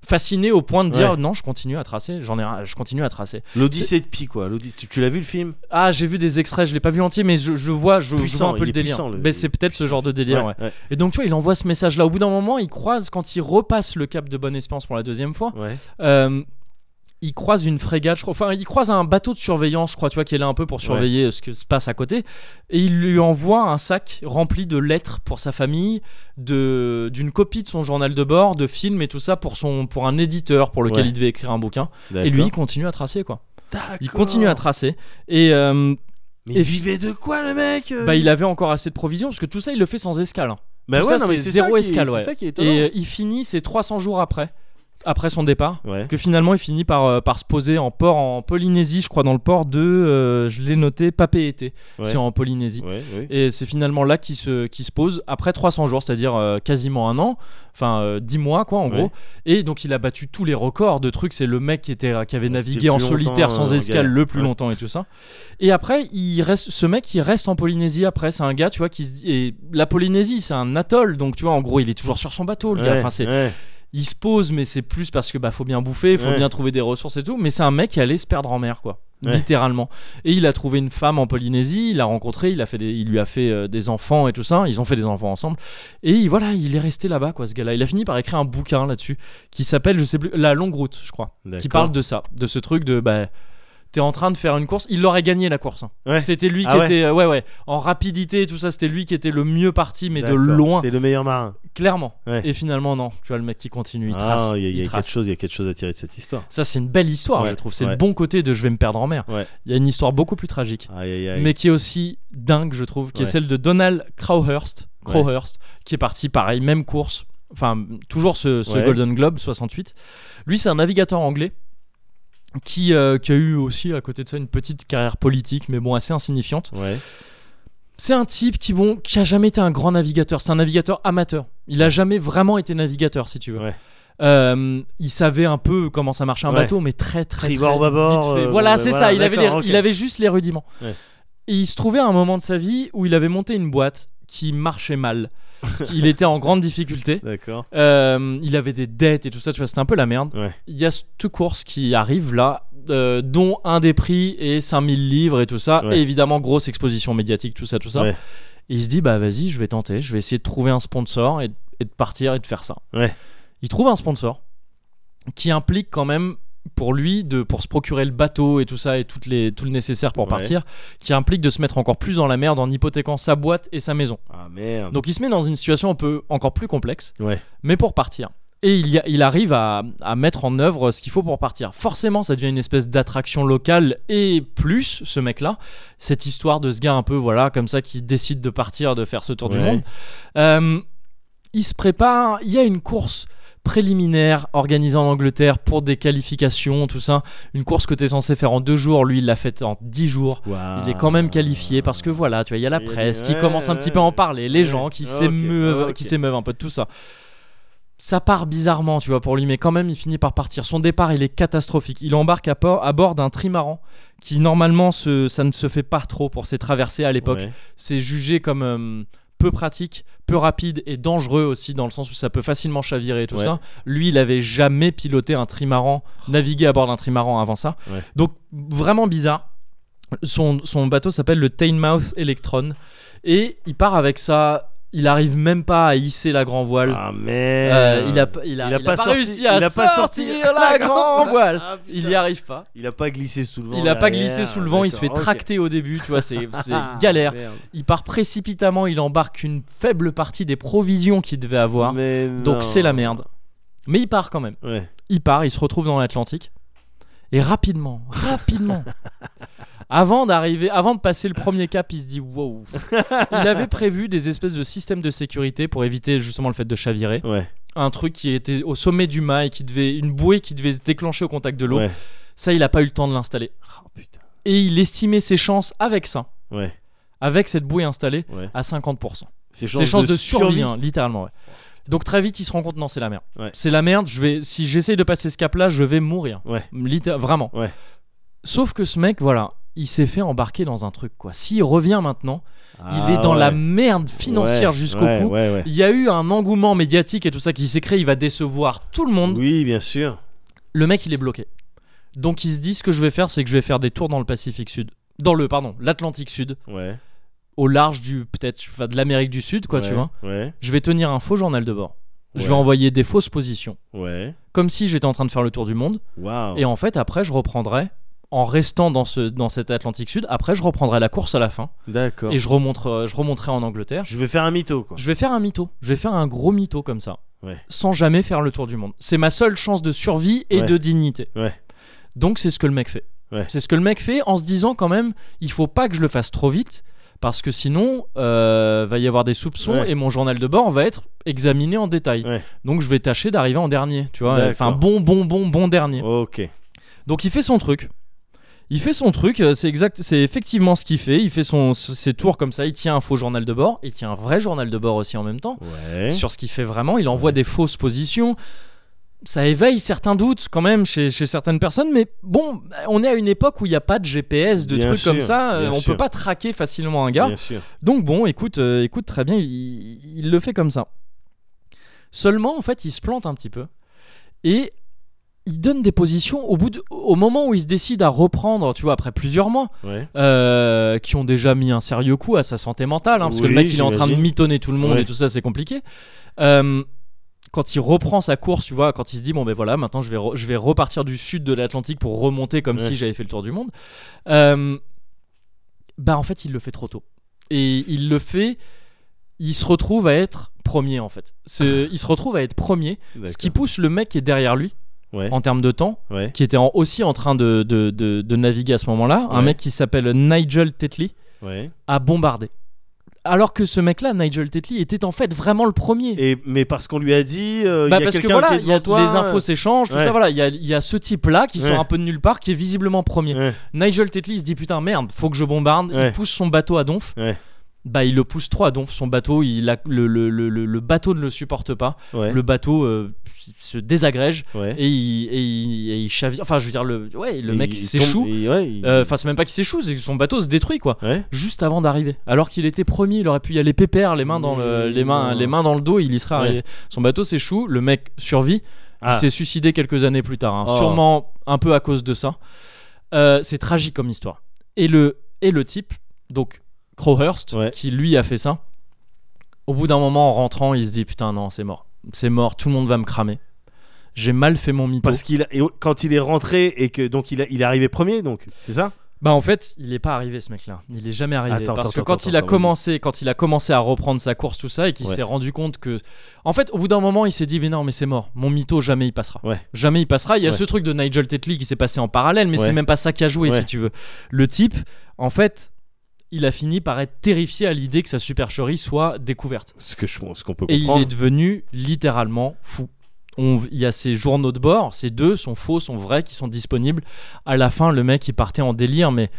fasciné au point de dire Ouais. non, je continue à tracer. J'en ai, rien- je continue à tracer. L'Odyssée de Pi, quoi. L'Odyssée- Tu, tu l'as vu le film Ah, j'ai vu des extraits, je l'ai pas vu entier, mais je, je vois, je, je Puissant, vois un peu il le est délire. puissant, le- mais c'est peut-être ce puissant. genre de délire. ouais. ouais. Et donc, tu vois, il envoie ce message-là. Au bout d'un moment, il croise, quand il repasse le cap de Bonne Espérance pour la deuxième fois, ouais. euh, il croise une frégate, je crois. Enfin, il croise un bateau de surveillance, je crois, tu vois, qui est là un peu pour surveiller euh, ce que se passe à côté. Et il lui envoie un sac rempli de lettres pour sa famille, de- d'une copie de son journal de bord, de films et tout ça pour, son, pour un éditeur pour lequel Ouais. il devait écrire un bouquin. Et lui, il D'accord. continue à tracer, quoi. Il continue à tracer. Et. euh, Mais et- il vivait de quoi, le mec euh bah, il avait encore assez de provisions parce que tout ça, il le fait sans escale. Bah tout ça, ouais, non, mais c'est ça zéro qui est- escale, ouais. C'est ça qui est étonnant. Et euh, il finit ses 300 jours après, après son départ, Ouais. que finalement il finit par, euh, par se poser en port en Polynésie, je crois, dans le port de, euh, je l'ai noté, Papeete. Ouais. C'est en Polynésie. Ouais, oui. Et c'est finalement là qu'il se, qu'il se pose après 300 jours, c'est-à-dire euh, quasiment un an, enfin euh, 10 mois quoi en Ouais. gros. Et donc il a battu tous les records de trucs, c'est le mec qui, était, qui avait Ouais, c'était navigué en le plus solitaire longtemps, sans euh, en escale galère. le plus Ouais. longtemps et tout ça. Et après, il reste, ce mec il reste en Polynésie après, c'est un gars tu vois qui se dit- et la Polynésie c'est un atoll, donc tu vois en gros il est toujours sur son bateau le gars. Ouais, Enfin, c'est- ouais. Il se pose mais c'est plus parce que bah faut bien bouffer, faut Ouais. bien trouver des ressources et tout, mais c'est un mec qui allait se perdre en mer quoi. Ouais. Littéralement. Et il a trouvé une femme en Polynésie, il l'a rencontrée, il, a fait des- il lui a fait euh, des enfants et tout ça, ils ont fait des enfants ensemble. Et il- voilà, il est resté là-bas, quoi, ce gars-là. Il a fini par écrire un bouquin là-dessus, qui s'appelle, je sais plus, La Longue Route, je crois, qui D'accord. parle de ça, de ce truc de, bah, t'es en train de faire une course, il l'aurait gagné la course. hein. Ouais. C'était lui Ah qui ouais. était, euh, ouais, ouais, en rapidité et tout ça, c'était lui qui était le mieux parti, mais de D'accord, loin, C'était le meilleur marin. clairement. Ouais. Et finalement, non, tu vois, le mec qui continue, il trace. Ah, il y a- il il y a trace. quelque chose- il y a quelque chose à tirer de cette histoire. Ça, c'est une belle histoire, Ouais, je trouve. C'est le ouais. bon côté de je vais me perdre en mer. Il Ouais. y a une histoire beaucoup plus tragique, Aïe, aïe, aïe. mais qui est aussi dingue, je trouve, qui est Ouais. celle de Donald Crowhurst, Ouais. Crowhurst qui est parti, pareil, même course. Enfin, toujours ce, ce Ouais. Golden Globe 68. Lui, c'est un navigateur anglais qui, euh, qui a eu aussi, à côté de ça, une petite carrière politique, mais bon, assez insignifiante. Ouais. C'est un type qui, bon, qui a jamais été un grand navigateur. C'est un navigateur amateur. Il a jamais vraiment été navigateur, si tu veux. Ouais. Euh, il savait un peu comment ça marchait un Ouais. bateau, mais très très, très Tribord, bâbord, vite fait. euh, voilà, bon, c'est bah, ça. voilà, Il avait, les- d'accord, ok. il avait juste les rudiments. Ouais. Et il se trouvait à un moment de sa vie où il avait monté une boîte qui marchait mal. il était en grande difficulté. D'accord. Euh, il avait des dettes et tout ça. Tu vois, c'était un peu la merde. Ouais. Il y a cette course qui arrive là, euh, dont un des prix est 5000 livres et tout ça, Ouais. et évidemment grosse exposition médiatique, tout ça, tout ça. Ouais. Et il se dit, bah vas-y, je vais tenter, je vais essayer de trouver un sponsor et, et de partir et de faire ça. Ouais. Il trouve un sponsor qui implique quand même pour lui de pour se procurer le bateau et tout ça et toutes les, tout le nécessaire pour Ouais. partir qui implique de se mettre encore plus dans la merde en hypothéquant sa boîte et sa maison Ah merde. donc il se met dans une situation un peu encore plus complexe, Ouais. mais pour partir. Et il, y a- il arrive à, à mettre en œuvre ce qu'il faut pour partir. Forcément, ça devient une espèce d'attraction locale et plus ce mec-là, cette histoire de ce gars un peu voilà comme ça qui décide de partir, de faire ce tour du Ouais. monde. Euh, il se prépare. Il y a une course préliminaire organisée en Angleterre pour des qualifications, tout ça. Une course que tu es censé faire en deux jours, lui il l'a faite en dix jours. Waouh. Il est quand même qualifié parce que voilà, tu vois, il y a la Il y a presse des- qui ouais, commence un petit peu à ouais, en parler, les ouais. gens qui Ok, s'émeuvent, ok. qui s'émeuvent un peu de tout ça. Ça part bizarrement, tu vois, pour lui, mais quand même, il finit par partir. Son départ, il est catastrophique. Il embarque à, port- à bord d'un trimaran qui, normalement, se- ça ne se fait pas trop pour ses traversées à l'époque. Ouais. C'est jugé comme euh, peu pratique, peu rapide et dangereux aussi, dans le sens où ça peut facilement chavirer et tout Ouais. ça. Lui, il avait jamais piloté un trimaran, navigué à bord d'un trimaran avant ça. Ouais. Donc, vraiment bizarre. Son, son bateau s'appelle le Tainmouth Electron. Et il part avec ça. Il arrive même pas à hisser la grand voile. Euh, Ah merde. il a, pas- il a, il a pas, sorti- réussi à il a pas sorti [laughs] sortir la grand voile. Ah, putain. Il y arrive pas. Il a pas glissé sous le vent. Il a pas derrière. glissé sous le vent. Il se fait D'accord, ok. tracter au début. Tu vois, c'est [laughs] c'est Ah, galère. merde. Il part précipitamment. Il embarque une faible partie des provisions qu'il devait avoir. Mais non. Donc c'est la merde. Mais il part quand même. Ouais. Il part, il se retrouve dans l'Atlantique. Et rapidement, [laughs] rapidement, avant d'arriver, avant de passer le premier cap, il se dit wow. Il avait prévu des espèces de systèmes de sécurité pour éviter justement le fait de chavirer. Ouais. Un truc qui était au sommet du mât et qui devait, une bouée qui devait se déclencher au contact de l'eau. Ouais. Ça, il a pas eu le temps de l'installer. Oh putain. Et il estimait ses chances avec ça, Ouais. avec cette bouée installée, Ouais. à 50%. Ses Ses chances de survie, hein, littéralement. ouais. Donc très vite, il se rend compte, non, c'est la merde. Ouais. C'est la merde, je vais, si j'essaye de passer ce cap-là, je vais mourir. Ouais. Litté- vraiment. Ouais. Sauf que ce mec, voilà, il s'est fait embarquer dans un truc, quoi. S'il revient maintenant, Ah, il est dans la merde financière jusqu'au bout. bout. Il y a eu un engouement médiatique et tout ça qui s'est créé, il va décevoir tout le monde. Oui, bien sûr. Le mec, il est bloqué. Donc il se dit, ce que je vais faire, c'est que je vais faire des tours dans le Pacifique Sud. Dans le, pardon, l'Atlantique Sud, Ouais. au large du, peut-être, enfin, de l'Amérique du Sud, quoi, tu ouais, vois. Ouais. Je vais tenir un faux journal de bord. Je vais Ouais. envoyer des fausses positions. Ouais. Comme si j'étais en train de faire le tour du monde. Waouh. Et en fait, après, je reprendrai, en restant dans, ce, dans cet Atlantique Sud, après, je reprendrai la course à la fin. D'accord. Et je, remonterai, je remonterai en Angleterre. Je vais faire un mytho, quoi. Je vais faire un mytho. Je vais faire un gros mytho comme ça. Ouais. Sans jamais faire le tour du monde. C'est ma seule chance de survie et Ouais. de dignité. Ouais. Donc c'est ce que le mec fait. Ouais. C'est ce que le mec fait en se disant quand même, il faut pas que je le fasse trop vite. Parce que sinon, euh, va y avoir des soupçons Ouais. et mon journal de bord va être examiné en détail. Ouais. Donc je vais tâcher d'arriver en dernier, tu vois. D'accord. Enfin, bon, bon, bon, bon dernier. Ok. Donc il fait son truc. Il fait son truc, euh, c'est exact, c'est effectivement ce qu'il fait. Il fait son, ses tours comme ça. Il tient un faux journal de bord, il tient un vrai journal de bord aussi en même temps Ouais. sur ce qu'il fait vraiment. Il envoie des fausses positions. Ça éveille certains doutes quand même chez, chez certaines personnes, mais bon, on est à une époque où il n'y a pas de GPS, de Bien trucs sûr, comme ça. euh, bien On sûr. peut pas traquer facilement un gars. Bien sûr. Donc bon, écoute, euh, écoute très bien, il, il le fait comme ça. Seulement, en fait, il se plante un petit peu et il donne des positions au bout de- au moment où il se décide à reprendre, tu vois, après plusieurs mois, Ouais. euh, qui ont déjà mis un sérieux coup à sa santé mentale, hein, parce que le Oui, mec il est en train de j'imagine. mitonner tout le monde Ouais. et tout ça, c'est compliqué. Euh, quand il reprend sa course, tu vois, quand il se dit bon ben voilà, maintenant je vais re- je vais repartir du sud de l'Atlantique pour remonter comme Ouais. si j'avais fait le tour du monde. Euh, bah en fait il le fait trop tôt et il le fait, il se retrouve à être premier en fait. Ce- il se retrouve à être premier, ce qui D'accord. pousse le mec qui est derrière lui Ouais. en termes de temps Ouais. qui était en- aussi en train de, de, de- de naviguer à ce moment-là, un Ouais. mec qui s'appelle Nigel Tetley, Ouais. a bombardé. Alors que ce mec-là, Nigel Tetley, était en fait vraiment le premier. Et mais parce qu'on lui a dit, euh, il Bah, y a parce que quelqu'un qui voilà, est il y a- devant toi. euh, les infos s'échangent, tout Ouais. ça, voilà. Il y a, il y a ce type-là qui Ouais. sort un peu de nulle part, qui est visiblement premier. Ouais. Nigel Tetley il se dit putain, merde, faut que je bombarde. Ouais. Il pousse son bateau à Donf. Ouais. Bah, il le pousse trop à Donf. Son bateau, il a- le, le- le- le- le bateau ne le supporte pas. Ouais. Le bateau euh, se désagrège Ouais. et il, et il- et il chavire. Enfin, je veux dire, le, ouais, le Et mec il s'échoue. tombe- et ouais, il- Euh, Enfin, c'est même pas qu'il s'échoue, c'est que son bateau se détruit, quoi. ouais. Juste avant d'arriver. Alors qu'il était premier, il aurait pu y aller pépère, les mains dans le, les mains, Non. les mains dans le dos, il y serait Ouais. arrivé. Son bateau s'échoue, le mec survit. Ah. Il s'est suicidé quelques années plus tard, hein. Oh. sûrement un peu à cause de ça. Euh, c'est tragique comme histoire. Et le, et le type, donc Crowhurst, Ouais. qui lui a fait ça, au bout d'un moment en rentrant, il se dit Putain, non, c'est mort. C'est mort, tout le monde va me cramer. J'ai mal fait mon mytho. Parce qu'il a- et quand il est rentré et que donc il, a- il est arrivé premier donc c'est ça Bah en fait, il est pas arrivé ce mec-là. Il est jamais arrivé Attends, parce attends, que quand attends, il a attends, commencé, quand il a commencé à reprendre sa course tout ça et qu'il Ouais. s'est rendu compte que, en fait, au bout d'un moment, il s'est dit mais non mais c'est mort. Mon mytho jamais il passera. Ouais. Jamais il passera. Il y a Ouais. ce truc de Nigel Tetley qui s'est passé en parallèle, mais Ouais. c'est même pas ça qui a joué Ouais. si tu veux. Le type, en fait, il a fini par être terrifié à l'idée que sa supercherie soit découverte. ce que je ce qu'on peut Et il comprendre est devenu littéralement fou. On- Il y a ces journaux de bord, ces deux sont faux, sont vrais, qui sont disponibles. À la fin, le mec, il partait en délire, mais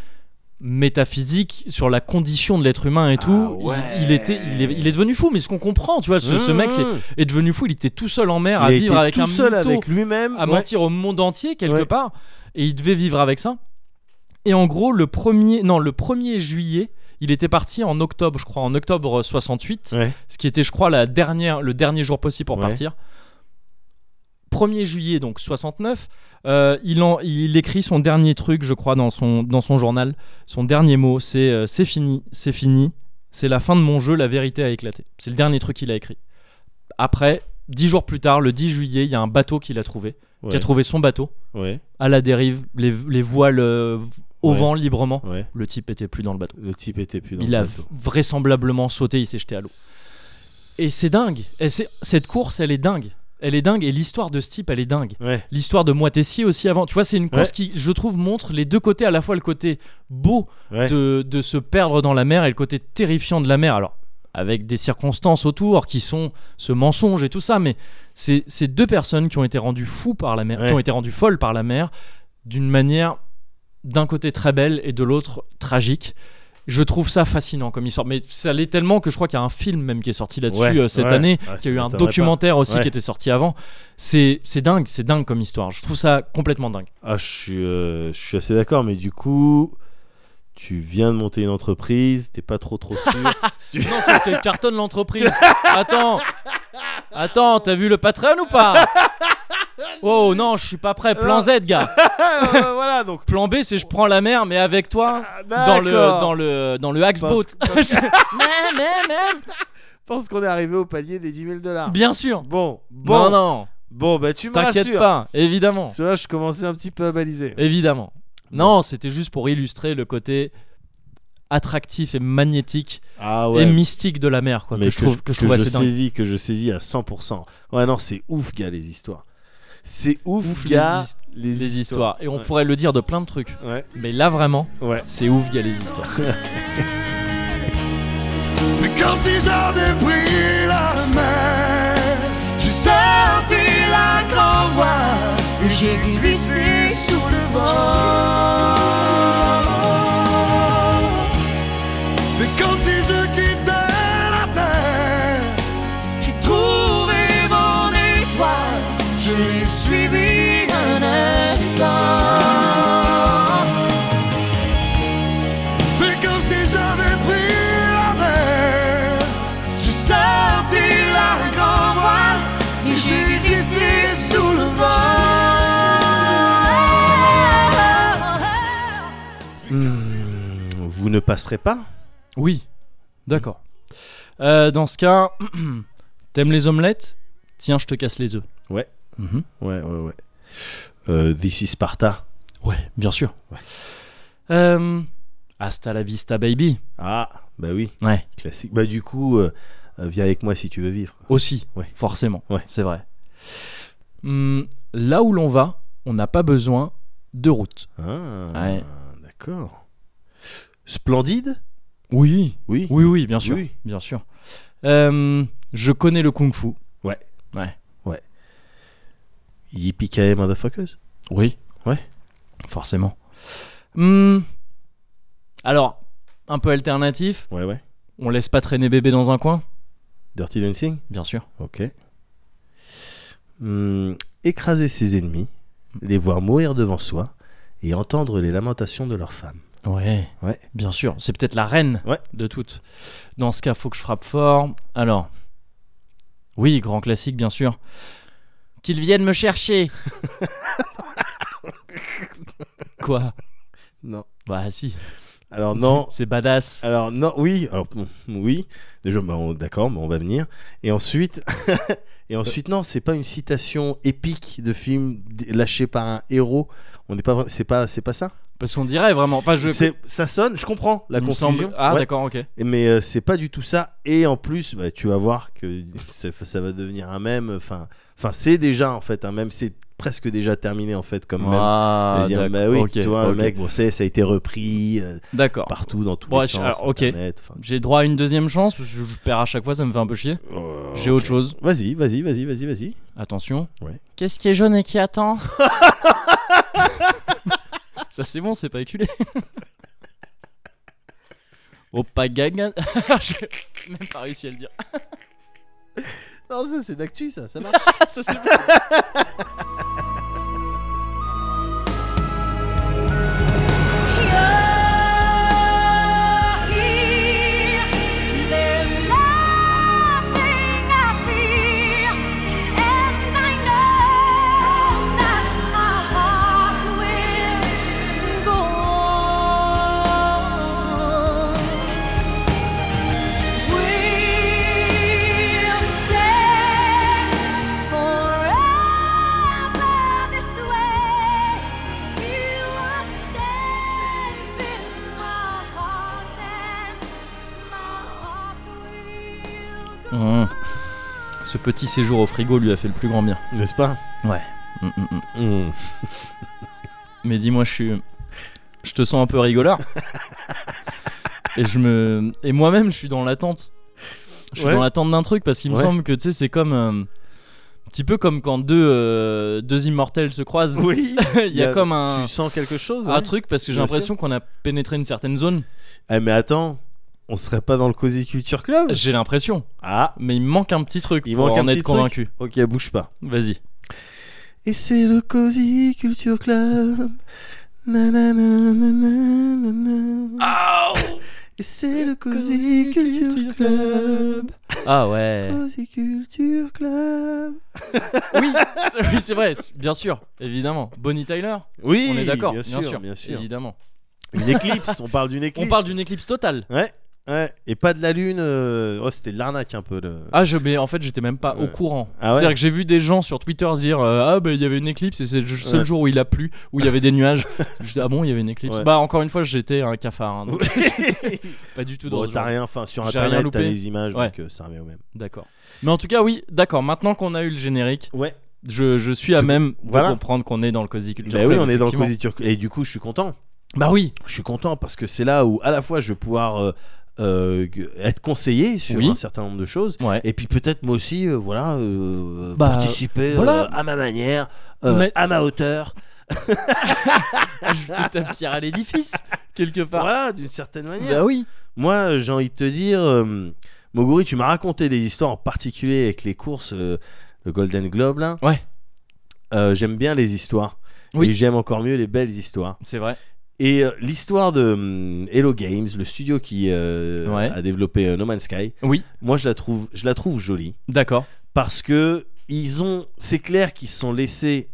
métaphysique sur la condition de l'être humain et tout. Ah ouais. il, il était, il, est, il est devenu fou, mais ce qu'on comprend, tu vois, ce, ce mec c'est- Mmh. est devenu fou. Il était tout seul en mer il à a vivre été avec tout un seul mytho, avec lui-même à ouais. mentir au monde entier quelque Ouais. part, et il devait vivre avec ça. Et en gros, le premier, non, le 1er juillet, il était parti en octobre, je crois, en octobre 68 Ouais. ce qui était je crois la dernière, le dernier jour possible pour Ouais. partir. 1er juillet donc 69, euh, il, en, il écrit son dernier truc je crois dans son, dans son journal, son dernier mot c'est euh, c'est fini, c'est fini, c'est la fin de mon jeu, la vérité a éclaté. C'est le dernier truc qu'il a écrit. Après, dix jours plus tard, le 10 juillet, il y a un bateau qu'il a trouvé, qui Ouais. a trouvé son bateau ouais à la dérive, les, les voiles euh, au Ouais. vent librement. ouais Le type était plus dans le bateau. le type était plus dans Il le a bateau. vraisemblablement sauté, il s'est jeté à l'eau. Et c'est dingue. Et c'est- cette course, elle est dingue. Elle est dingue. Et l'histoire de ce type, elle est dingue. ouais L'histoire de Moitessier aussi avant. Tu vois, c'est une course Ouais. qui, je trouve, montre les deux côtés, à la fois le côté beau ouais de, de se perdre dans la mer et le côté terrifiant de la mer. Alors, avec des circonstances autour qui sont ce mensonge et tout ça, mais c'est c'est deux personnes qui ont été rendues fous par la mer, Ouais. qui ont été rendues folles par la mer, d'une manière d'un côté très belle et de l'autre tragique. Je trouve ça fascinant comme histoire, mais ça l'est tellement que je crois qu'il y a un film même qui est sorti là-dessus Ouais, euh, cette ouais. année, Ah, ça qu'il y a eu un m'étonnerait documentaire aussi Ouais. qui était sorti avant. C'est c'est dingue, c'est dingue comme histoire. Je trouve ça complètement dingue. Ah, je suis, euh, je suis assez d'accord, mais du coup, tu viens de monter une entreprise, t'es pas trop trop [laughs] sûr. Non, c'est que tu cartonnes l'entreprise. Attends, attends, t'as vu le Patreon ou pas Oh non, je suis pas prêt. Plan Z, gars. Ah, euh, voilà, donc. Plan B, c'est je prends la mer, mais avec toi. Ah, Dans le, D'accord. dans le dans le Haxboat. Parce- Même, même, même. Je pense qu'on est arrivé au palier des 10 000 dollars. Bien sûr. Bon, Non, bon, non, bon, bah tu me t'inquiète rassures. pas, évidemment. Parce que là, je commençais un petit peu à baliser. Évidemment. Non, c'était juste pour illustrer le côté attractif et magnétique Ah et ouais. mystique de la mer, quoi. mais que je trouve, que je trouve assez dingue. saisis, que je saisis à 100%. Ouais, non, c'est ouf, gars, les histoires. C'est ouf, Ouf, les gars, his- les, Les histoires. Et on Ouais. pourrait le dire de plein de trucs. Ouais, Mais là, vraiment, ouais. c'est ouf, il y a les histoires. C'est comme si j'avais pris la mer. J'ai sorti la grand voile et j'ai glissé sous le vent. C'est comme si je quittais la terre. J'ai trouvé mon étoile. Je l'ai suivi un instant. C'est comme si j'avais pris la mer. J'ai sorti la grande voile et j'ai glissé sous le vent. Vous ne passerez pas Oui, d'accord. Euh, dans ce cas, [clears throat] t'aimes les omelettes Tiens, je te casse les œufs. Ouais. Mhm. Ouais, ouais, ouais. Euh, this is Sparta. Ouais, bien sûr. Euh, hasta la vista, baby. Ah, bah oui, Ouais, classique. Bah du coup, euh, euh, viens avec moi si tu veux vivre. quoi. aussi, Ouais. forcément. Ouais. C'est vrai. Hum, là où l'on va, on n'a pas besoin de route. Ah, Ouais. d'accord. Splendide Oui. Oui. Oui, oui, bien sûr. Oui. Bien sûr. Euh, je connais le kung-fu. Yippee motherfuckers Oui. Ouais. Forcément. Hmm. Alors, un peu alternatif. Ouais, ouais. On laisse pas traîner bébé dans un coin Dirty Dancing Bien sûr. Ok. Hmm, écraser ses ennemis, les voir mourir devant soi et entendre les lamentations de leurs femmes. Ouais. Ouais. Bien sûr. C'est peut-être la reine Ouais. de toutes. Dans ce cas, faut que je frappe fort. Alors. Oui, grand classique, bien sûr. Qu'ils viennent me [laughs] chercher. Quoi Non. Bah si. Alors Oh non. C'est badass. Alors non, oui, alors mm, oui, déjà, bah, on- d'accord, bah, on va venir. Et ensuite, [laughs] et ensuite, non, c'est pas une citation épique de film d- lâchée par un héros. On n'est pas, vra- c'est pas, c'est pas ça. Parce qu'on dirait vraiment. Enfin, je. C'est, ça sonne, je comprends la il me confusion. semble- Ah Ouais. d'accord, ok. Et Mais euh, c'est pas du tout ça. Et en plus, bah, tu vas voir que [laughs] ça, ça va devenir un mème. Enfin, enfin, c'est déjà en fait un mème. C'est presque déjà terminé en fait comme mème. Ah, Je veux dire, d'accord, bah oui, ok, tu vois, ok. le mec, bon, c'est, ça a été repris euh, D'accord. partout dans tous Bon, les je- sens. alors, ok. Internet, enfin, J'ai droit à une deuxième chance, parce que je, je perds à chaque fois, ça me fait un peu chier. euh, J'ai autre chose. Vas-y, vas-y, vas-y, vas-y, vas-y. Attention. Ouais. Qu'est-ce qui est jaune et qui [laughs] attend Ça c'est bon, c'est pas éculé. [laughs] Oh [laughs] pagagan. J'ai même pas réussi à le dire. Non, ça c'est d'actu, ça, ça marche. Ah, ça c'est bon. There's nothing I fear, and I know that my heart will go on. We'll stay forever this way. You are safe in my heart, and my heart will go Mmh. Ce petit séjour au frigo lui a fait le plus grand bien. [laughs] N'est-ce pas Ouais. Mmh, mmh, mmh. Mm. Mais dis-moi, je suis. Je te sens un peu [laughs] rigolard. et je me. Et moi-même, je suis dans l'attente. Je suis Ouais. dans l'attente d'un truc parce qu'il me Ouais. semble que, tu sais, c'est comme. euh, petit peu comme quand deux, euh, deux immortels se croisent. [laughs] Oui. [laughs] Il y a comme un, Tu sens quelque chose un ouais truc parce que j'ai Bien l'impression qu'on a pénétré une certaine zone. Eh, mais attends, on serait pas dans le Cozy Culture Club J'ai l'impression, Ah, mais il me manque un petit truc Il pour manque en un être petit truc. convaincu. ok, bouge pas. Vas-y. Et c'est le Cozy Culture Club. Nanana, nanana, nanana. Et c'est le Cozy Culture Club. Ah [laughs] ouais. Cozy Culture Club. oui, c'est- oui, c'est vrai, c'est- bien sûr, évidemment. Bonnie Tyler, Oui, on est d'accord, bien sûr, bien bien sûr. sûr, évidemment. Une éclipse, on parle d'une éclipse. [laughs] On parle d'une éclipse totale. Ouais, ouais. Et pas de la lune. euh, Oh, c'était de l'arnaque un peu. Le... [laughs] Ah, je, mais en fait, j'étais même pas Ouais. au courant. Ah ouais C'est-à-dire que j'ai vu des gens sur Twitter dire euh, Ah, bah il y avait une éclipse et c'est le seul Ouais. jour où il a plu, où il y avait des [laughs] nuages. je dis Ah bon, il y avait une éclipse. Ouais. Bah, encore une fois, j'étais un cafard, hein, donc pas du tout dans bon, ce t'as genre. rien. Enfin, sur J'ai rien internet, t'as loupé. les images, Ouais. donc euh, ça revient au même. D'accord. Mais en tout cas, oui, d'accord. Maintenant qu'on a eu le générique, Ouais. je, je suis à Tu- même voilà. de comprendre qu'on est dans le Cozy Culture Bah oui, Club, on est dans le effectivement. Cozy Culture Club. Et du coup, je suis content. Bah oui, Je suis content parce que c'est là où à la fois je vais pouvoir euh, euh, que- être conseillé sur Oui. un certain nombre de choses. ouais. Et puis peut-être moi aussi, euh, voilà, euh, Bah, participer euh, voilà. à ma manière, euh, Mais- à ma [laughs] hauteur, [laughs] Ajouter ta pierre à [laughs] l'édifice, quelque part. voilà, d'une certaine manière. Bah oui. Moi, j'ai envie de te dire, euh, Moguri, tu m'as raconté des histoires en particulier avec les courses, euh, le Golden Globe là. Ouais. Euh, j'aime bien les histoires. Oui. Et j'aime encore mieux les belles histoires. C'est vrai. Et euh, l'histoire de hum, Hello Games, le studio qui euh, Ouais. a développé euh, No Man's Sky, Oui. moi je la trouve, je la trouve jolie D'accord. parce que ils ont, c'est clair qu'ils se sont laissés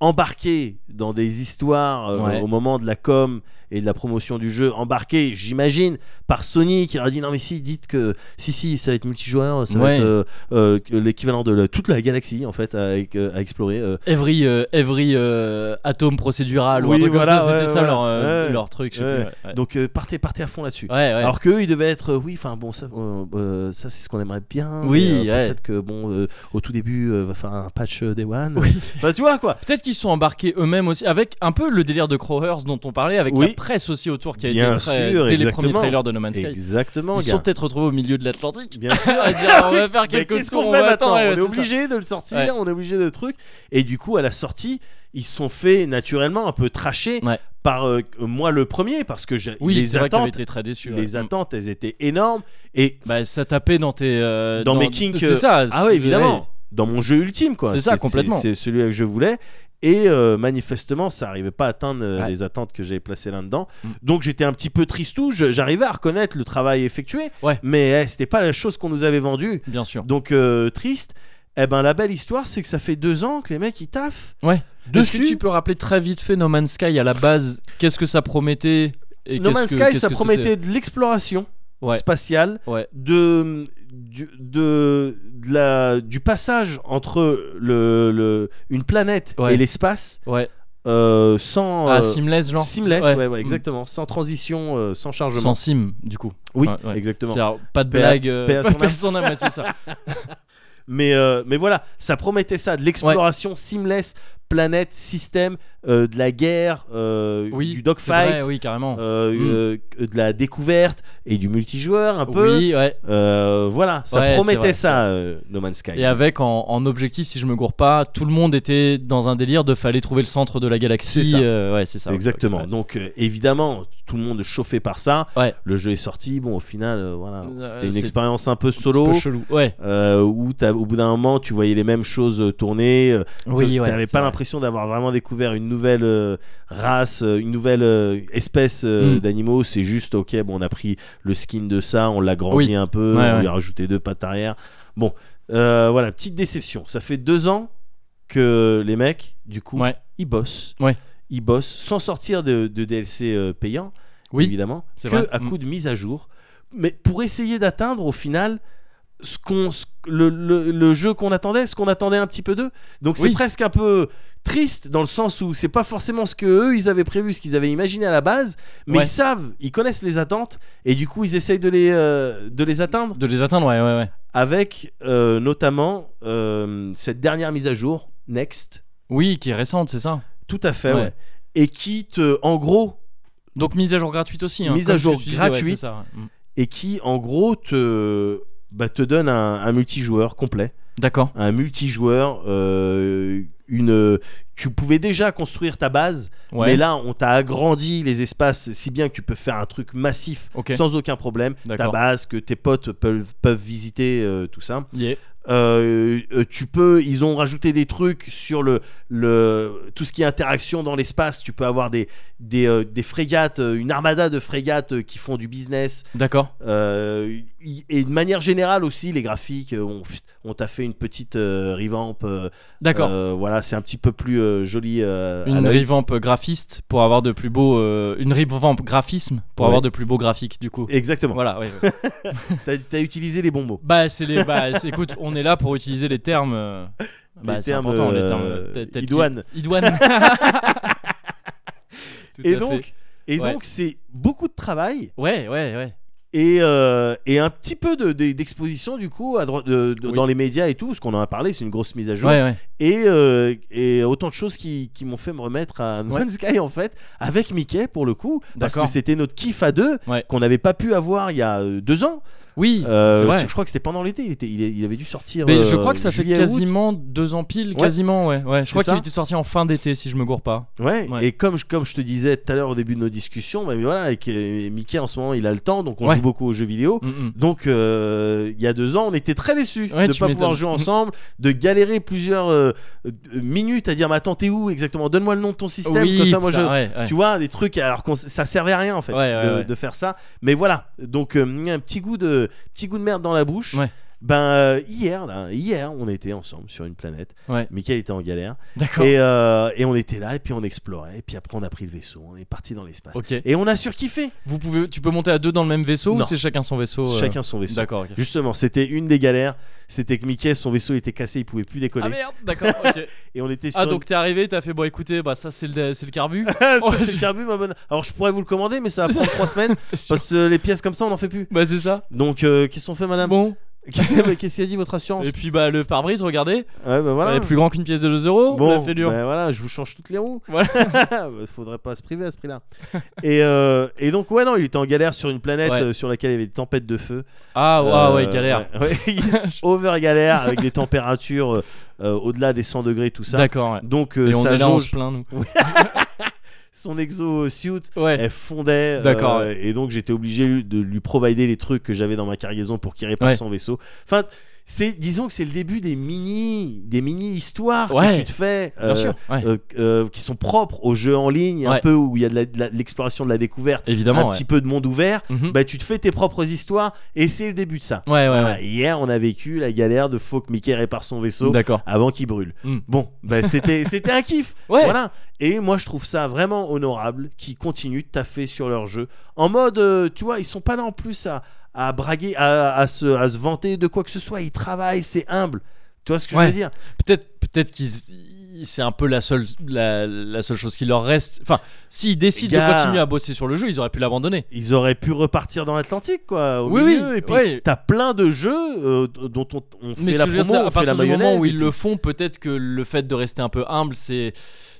embarquer dans des histoires euh, Ouais. au moment de la com et de la promotion du jeu, embarqués, j'imagine, par Sony qui leur a dit non mais si, dites que si si, ça va être multijoueur, ça va Ouais. être euh, euh, que l'équivalent de la- toute la galaxie en fait à, à- à explorer. euh, Every, euh, every euh, atome procédural ou Oui, un truc voilà, comme ça, ouais, c'était ça voilà. leur, euh, Ouais. leur truc, je sais Ouais. plus. Ouais, ouais. Donc euh, partez, partez à fond là-dessus. Ouais, ouais. Alors qu'eux, ils devaient être, euh, oui, enfin bon, ça, euh, euh, ça c'est ce qu'on aimerait bien. Oui, mais, euh, ouais. Peut-être que, bon, euh, au tout début, euh, va faire un patch euh, Day One. Oui. Enfin, tu vois, quoi. Peut-être qu'ils se sont embarqués eux-mêmes aussi, avec un peu le délire de Crowhurst dont on parlait, avec Oui. la presse aussi autour qui a Bien été très, sûr, dès les exactement. premiers trailers de No Man's Sky. Exactement, Ils se gars. sont peut-être retrouvés au milieu de l'Atlantique. Bien sûr. à dire, [laughs] on va faire Mais quelque qu'est-ce chose. qu'on fait maintenant On est obligé. obligé de le sortir, Ouais. on est obligé de trucs. Et du coup, à la sortie, ils se sont fait naturellement un peu tracher Ouais. par euh, moi le premier, parce que j'ai- Oui, les c'est vrai que mm. t'avais attentes, été très déçu. les ouais. attentes, elles étaient énormes. Et Bah, ça tapait dans tes. euh, dans, mes kinks. euh, C'est ça. Ah c'est- ouais, évidemment. Dans mon jeu ultime, quoi. C'est ça, complètement. C'est celui que je voulais. Et euh, manifestement, ça n'arrivait pas à atteindre euh, Ouais. les attentes que j'avais placées là-dedans. Mm. Donc j'étais un petit peu tristou. Je- J'arrivais à reconnaître le travail effectué. Ouais. Mais eh, c'était pas la chose qu'on nous avait vendue. Bien sûr. Donc euh, triste. Eh ben, la belle histoire, c'est que ça fait deux ans que les mecs ils taffent. Ouais. Est-ce Dessus. que tu peux rappeler très vite fait No Man's Sky à la base Qu'est-ce que ça promettait et No qu'est-ce Man's que- Sky, qu'est-ce ça que promettait de l'exploration Ouais. spatiale, Ouais. de, du, de, de la, du passage entre le, le- une planète Ouais. et l'espace c'était Ouais. euh, sans Ah, euh, seamless, genre seamless, ouais, ouais, Mm. exactement, sans transition, euh, sans chargement. Sans sim, du coup. Oui, Ouais, ouais. exactement. C'est-à-dire, [laughs] pas de Paix à- blague. euh, paix à son âme. paix à son âme, ouais, c'est ça. Mais, euh, mais voilà, ça promettait ça, de l'exploration seamless, planète, système, euh, de la guerre, euh, Oui, [laughs] du c'est vrai, dogfight. oui, carrément. euh, Mm. euh, de la découverte et du multijoueur un peu Oui, ouais. Euh, voilà ça Ouais, c'est promettait vrai, ça euh, No Man's Sky Et avec en, en objectif, si je me gourre pas, tout le monde était dans un délire de fallait trouver le centre de la galaxie. C'est ça. euh, ouais, c'est ça. ouais, Exactement. ouais, ouais. Donc euh, évidemment, tout le monde est chauffé par ça. Ouais. Le jeu est sorti. Bon, au final, euh, voilà, Euh, c'était une c'est expérience un peu Un solo petit peu chelou. Ouais. euh, où t'as- au bout d'un moment, tu voyais les mêmes choses euh, tourner. euh, Oui, t'a- ouais. T'avais c'est pas vrai. l'impression d'avoir vraiment découvert une nouvelle euh, race, euh, une nouvelle euh, espèce euh, Mm. d'animaux. C'est juste, ok, bon, on a pris le skin de ça, on l'a grandi Oui. un peu, Ouais, on lui ouais. a rajouté deux pattes arrière. Bon, euh, voilà, petite déception. Ça fait deux ans que les mecs, du coup, Ouais. ils bossent. Ouais. Ils bossent sans sortir de, de DLC euh, payant, Oui. évidemment, que c'est vrai. à Mm. coup de mise à jour. Mais pour essayer d'atteindre au final ce qu'on, ce- le, le- le jeu qu'on attendait, ce qu'on attendait un petit peu d'eux. Donc c'est Oui. presque un peu triste dans le sens où c'est pas forcément ce que eux ils avaient prévu, ce qu'ils avaient imaginé à la base, mais Ouais. ils savent, ils connaissent les attentes et du coup ils essayent de les, euh, de les atteindre De les atteindre, ouais, ouais, ouais. avec euh, notamment euh, cette dernière mise à jour, Next. Oui, qui est récente, c'est ça. Tout à fait, Ouais. ouais. Et qui te, en gros, Donc mise à jour gratuite aussi. hein, Mise comme à ce que jour tu disais, ouais, c'est gratuite. ça, ouais. Mm. et qui en gros te, bah, te donne un, un multijoueur complet D'accord. un multijoueur, euh, une. Tu pouvais déjà construire ta base, Ouais. mais là on t'a agrandi les espaces si bien que tu peux faire un truc massif Ok. sans aucun problème. Ta D'accord. base que tes potes peuvent, peuvent visiter, euh, tout ça. Yeah. Euh, euh, tu peux, ils ont rajouté des trucs sur le, le tout ce qui est interaction dans l'espace. Tu peux avoir des des, euh, des frégates, euh, une armada de frégates euh, qui font du business. D'accord. Euh, y- et de manière générale aussi, les graphiques, euh, on, on t'a fait une petite euh, revamp. euh, D'accord. euh, voilà, c'est un petit peu plus euh, joli. euh, à une l'œil. revamp graphiste pour avoir de plus beaux. euh, une revamp graphisme pour Ouais. avoir de plus beaux graphiques, du coup. Exactement. Voilà, ouais. T'as t'as utilisé les bons mots. Bah, c'est les. Bah, c'est- écoute, on est là pour utiliser les termes. euh, Bah, les c'est termes, important, les euh, termes. euh, tel- tel qu'il- idoines. [laughs] Idoines. Tout Et à donc, fait. et Ouais. donc c'est beaucoup de travail Ouais, ouais, ouais. et, euh, et un petit peu de- de- d'exposition du coup à droite, de- de- Oui. dans les médias et tout, parce qu'on en a parlé, c'est une grosse mise à jour. Ouais, ouais. Et, euh, et autant de choses qui, qui m'ont fait me remettre à [laughs] No Ouais. Man's Sky en fait, avec Mickey pour le coup, parce D'accord. que c'était notre kiff à deux Ouais. qu'on n'avait pas pu avoir il y a euh, deux ans. Oui, Euh, c'est vrai. Je crois que c'était pendant l'été, il, était- il, il avait dû sortir. Mais je euh, crois que ça fait juillet, août. quasiment deux ans pile, Ouais. quasiment, ouais. ouais. Je C'est crois qu'il ça. était sorti en fin d'été, si je me gourre pas. Ouais. Ouais. Et comme je, comme je te disais tout à l'heure au début de nos discussions, bah, mais voilà, avec euh, Mickey en ce moment, il a le temps, donc on Ouais. joue beaucoup aux jeux vidéo. Mm, mm. Donc euh, il y a deux ans, on était très déçus Ouais, de tu pas pouvoir m'étonnes. Mm-hmm. jouer ensemble, de galérer plusieurs euh, euh, minutes à dire mais attends t'es où exactement Donne-moi le nom de ton système oui, comme ça moi je putain, ouais, ouais. tu vois des trucs alors qu'on ça servait à rien en fait Ouais, ouais, de, ouais. de faire ça mais voilà donc euh, un petit goût de petit goût de merde dans la bouche Ouais. ben euh, hier là hier on était ensemble sur une planète Ouais. Michael était en galère D'accord. et, euh, et on était là et puis on explorait et puis après on a pris le vaisseau on est parti dans l'espace Ok. et on a surkiffé Vous pouvez, tu peux monter à deux dans le même vaisseau ou Non. c'est chacun son vaisseau euh, chacun son vaisseau D'accord. ok. justement c'était une des galères c'était que Mickey son vaisseau était cassé il pouvait plus décoller Ah merde, d'accord. [laughs] ok. et on était sur ah une- donc t'es arrivé, t'as fait bon écoutez, bah ça c'est le c'est le carbu. [laughs] Ah, ça, Oh, [laughs] c'est je- le carbu, ma bonne alors je pourrais vous le commander mais ça [laughs] va prendre trois semaines C'est sûr. parce que les pièces comme ça on n'en fait plus Bah c'est ça. donc euh, qu'est-ce qu'on fait madame Bon. Qu'est-ce [laughs] qu'a- qu'est-ce qu'a dit votre assurance Et puis bah le pare-brise, regardez, Ouais, bah voilà. elle est plus grand qu'une pièce de 2 euros. bon, la fêlure. bah voilà, je vous change toutes les roues. Voilà. [laughs] Bah, Faudrait pas se priver à ce prix-là. et, euh, et donc, ouais, non, il était en galère sur une planète Ouais. euh, sur laquelle il y avait des tempêtes de feu. Ah ouais, ah, Euh, ouais, galère. ouais, ouais, [laughs] il- [laughs] over galère avec des températures euh, euh, au-delà des 100 degrés, tout ça. D'accord. ouais. Donc, euh, Et on sa est là, on se jauge, plaint nous. son exosuit, Ouais. elle fondait. euh, D'accord, ouais. Et donc, j'étais obligé lui- de lui provider les trucs que j'avais dans ma cargaison pour qu'il répare Ouais. son vaisseau. Enfin. C'est, disons que c'est le début des mini, des mini histoires Ouais. que tu te fais. Bien euh, sûr. Ouais. euh, euh, qui sont propres aux jeux en ligne, un Ouais. peu où il y a de la- de la- de l'exploration, de, la découverte, un Évidemment. ouais. petit peu de monde ouvert, Mhm. bah, tu te fais tes propres histoires et c'est le début de ça. Ouais, ouais, Voilà, ouais. Hier, on a vécu la galère de faut que Mickey répare son vaisseau D'accord. avant qu'il brûle. Mm. Bon, bah, c'était [laughs] c'était un kiff. Ouais. Voilà. Et moi, je trouve ça vraiment honorable qu'ils continuent de taffer sur leur jeu. En mode, euh, tu vois, ils sont pas là en plus à, à braguer, à, à se, à se vanter de quoi que ce soit. Ils travaillent, c'est humble. Tu vois ce que Ouais. je veux dire Peut-être, peut-être qu'ils, ils- c'est un peu la seule, la, la seule chose qui leur reste. Enfin, s'ils décident de Gars. continuer à bosser sur le jeu, ils auraient pu l'abandonner. ils auraient pu repartir dans l'Atlantique quoi au Oui, milieu oui, et puis ouais. t'as plein de jeux euh, d- dont on, on fait Mais ce la que je veux promo dire, c'est à on fait la partir du mayonnaise moment où et ils le puis- font, peut-être que le fait de rester un peu humble, c'est,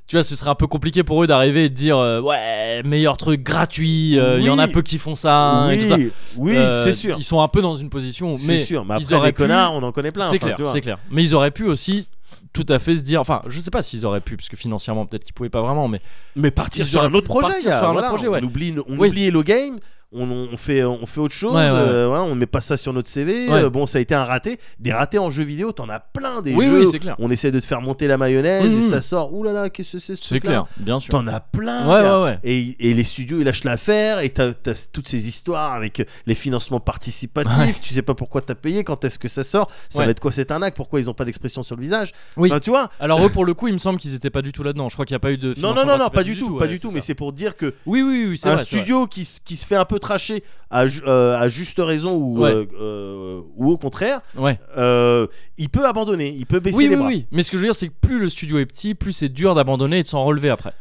tu vois, ce serait un peu compliqué pour eux d'arriver et de dire, euh, ouais, meilleur truc gratuit. euh, Il y en a Oui. peu qui font ça. hein, et tout ça. oui oui Euh, c'est sûr Ils sont un peu dans une position, c'est mais sûr mais ils après auraient les pu- connards on en connaît plein c'est enfin, clair, tu vois. c'est clair. Mais ils auraient pu aussi tout à fait se dire, enfin, je sais pas s'ils auraient pu, parce que financièrement, peut-être qu'ils pouvaient pas vraiment, mais mais partir Ils sur un auraient autre pu projet partir gars, sur un voilà, autre projet, on ouais. oublie on Oui. oublie Hello Game on, on fait on fait autre chose Ouais, ouais, ouais. euh, voilà, on met pas ça sur notre CV Ouais. euh, bon ça a été un raté des ratés en jeu vidéo t'en as plein des Oui, jeux oui, c'est clair. on essaie de te faire monter la mayonnaise et Mhm. ça sort oulala qu'est-ce que c'est ce c'est truc-là clair, bien sûr. T'en as plein. Ouais, gars. ouais, ouais. Et, et les studios, ils lâchent l'affaire. Et t'as, t'as toutes ces histoires avec les financements participatifs. Ouais. Tu sais pas pourquoi t'as payé, quand est-ce que ça sort. Ça Ouais. va être quoi cette arnaque Pourquoi ils ont pas d'expression sur le visage Oui. Enfin, tu vois Alors eux, pour le coup, il me semble qu'ils étaient pas du tout là-dedans. Je crois qu'il n'y a pas eu de. Non, financement non, non, non, pas participatif du tout. ouais, Pas du tout. Mais ça. c'est pour dire que Oui, oui, oui, c'est un vrai, c'est studio qui, s- qui se fait un peu tracher à, ju- euh, à juste raison ou, Ouais. euh, euh, ou au contraire, vrai. Ouais. euh, il peut abandonner, il peut baisser Oui, les oui, bras. oui. Mais ce que je veux dire, c'est que plus le studio est petit, plus c'est dur d'abandonner et de s'en relever après.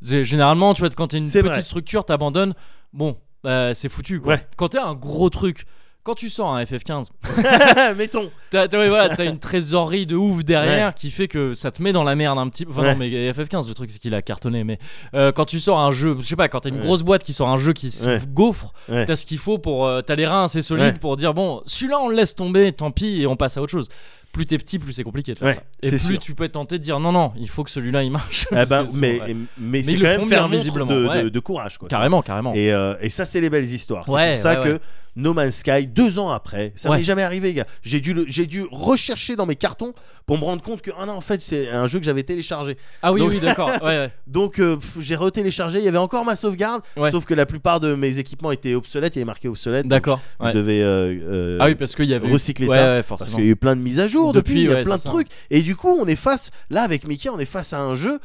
C'est- Généralement, tu vois, quand t'es une C'est petite vrai. structure, t'abandonnes. Bon, bah, c'est foutu. Quoi. Ouais. Quand t'es un gros truc. Quand tu sors un FF15, [laughs] [laughs] Mettons. t'as t'as- ouais, voilà, t'as une trésorerie de ouf derrière qui fait que ça te met dans la merde un petit peu. Enfin, Ouais. non, mais FF15, le truc c'est qu'il a cartonné. Mais euh, quand tu sors un jeu, je sais pas, quand t'as une Ouais. grosse boîte qui sort un jeu qui se Ouais. gaufre, Ouais. T'as ce qu'il faut pour. euh, T'as les reins assez solides Ouais. pour dire bon, celui-là on le laisse tomber, tant pis, et on passe à autre chose. plus t'es petit, plus c'est compliqué de faire Ouais, ça. Et c'est plus sûr. tu peux être tenté de dire non, non, il faut que celui-là il marche. Ah bah, [laughs] Parce que mais, souvent, ouais. mais, c'est ils quand le même font faire bien, montre visiblement, de, ouais. de- de courage. Quoi. carrément, carrément. Et, euh, et ça, c'est les belles histoires. Ouais, c'est pour ça ouais, que ouais. No Man's Sky, deux ans après, ça Ouais. m'est jamais arrivé, gars. J'ai dû, le- j'ai dû rechercher dans mes cartons pour me rendre compte que, ah non, en fait, c'est un jeu que j'avais téléchargé. Ah oui, Donc- oui, d'accord. Ouais, ouais. Donc, euh, pff, j'ai retéléchargé, il y avait encore ma sauvegarde, Ouais. sauf que la plupart de mes équipements étaient obsolètes, il y avait marqué obsolète. [laughs] donc D'accord. Je ouais. devais. euh, euh, Ah oui, parce qu'il y avait eu- recycler ouais, ça, ouais, parce forcément. qu'il y a eu plein de mises à jour depuis, Depuis, il y a ouais, plein de c'est ça. trucs. Et du coup, on est face, là avec Mickey, on est face à un jeu,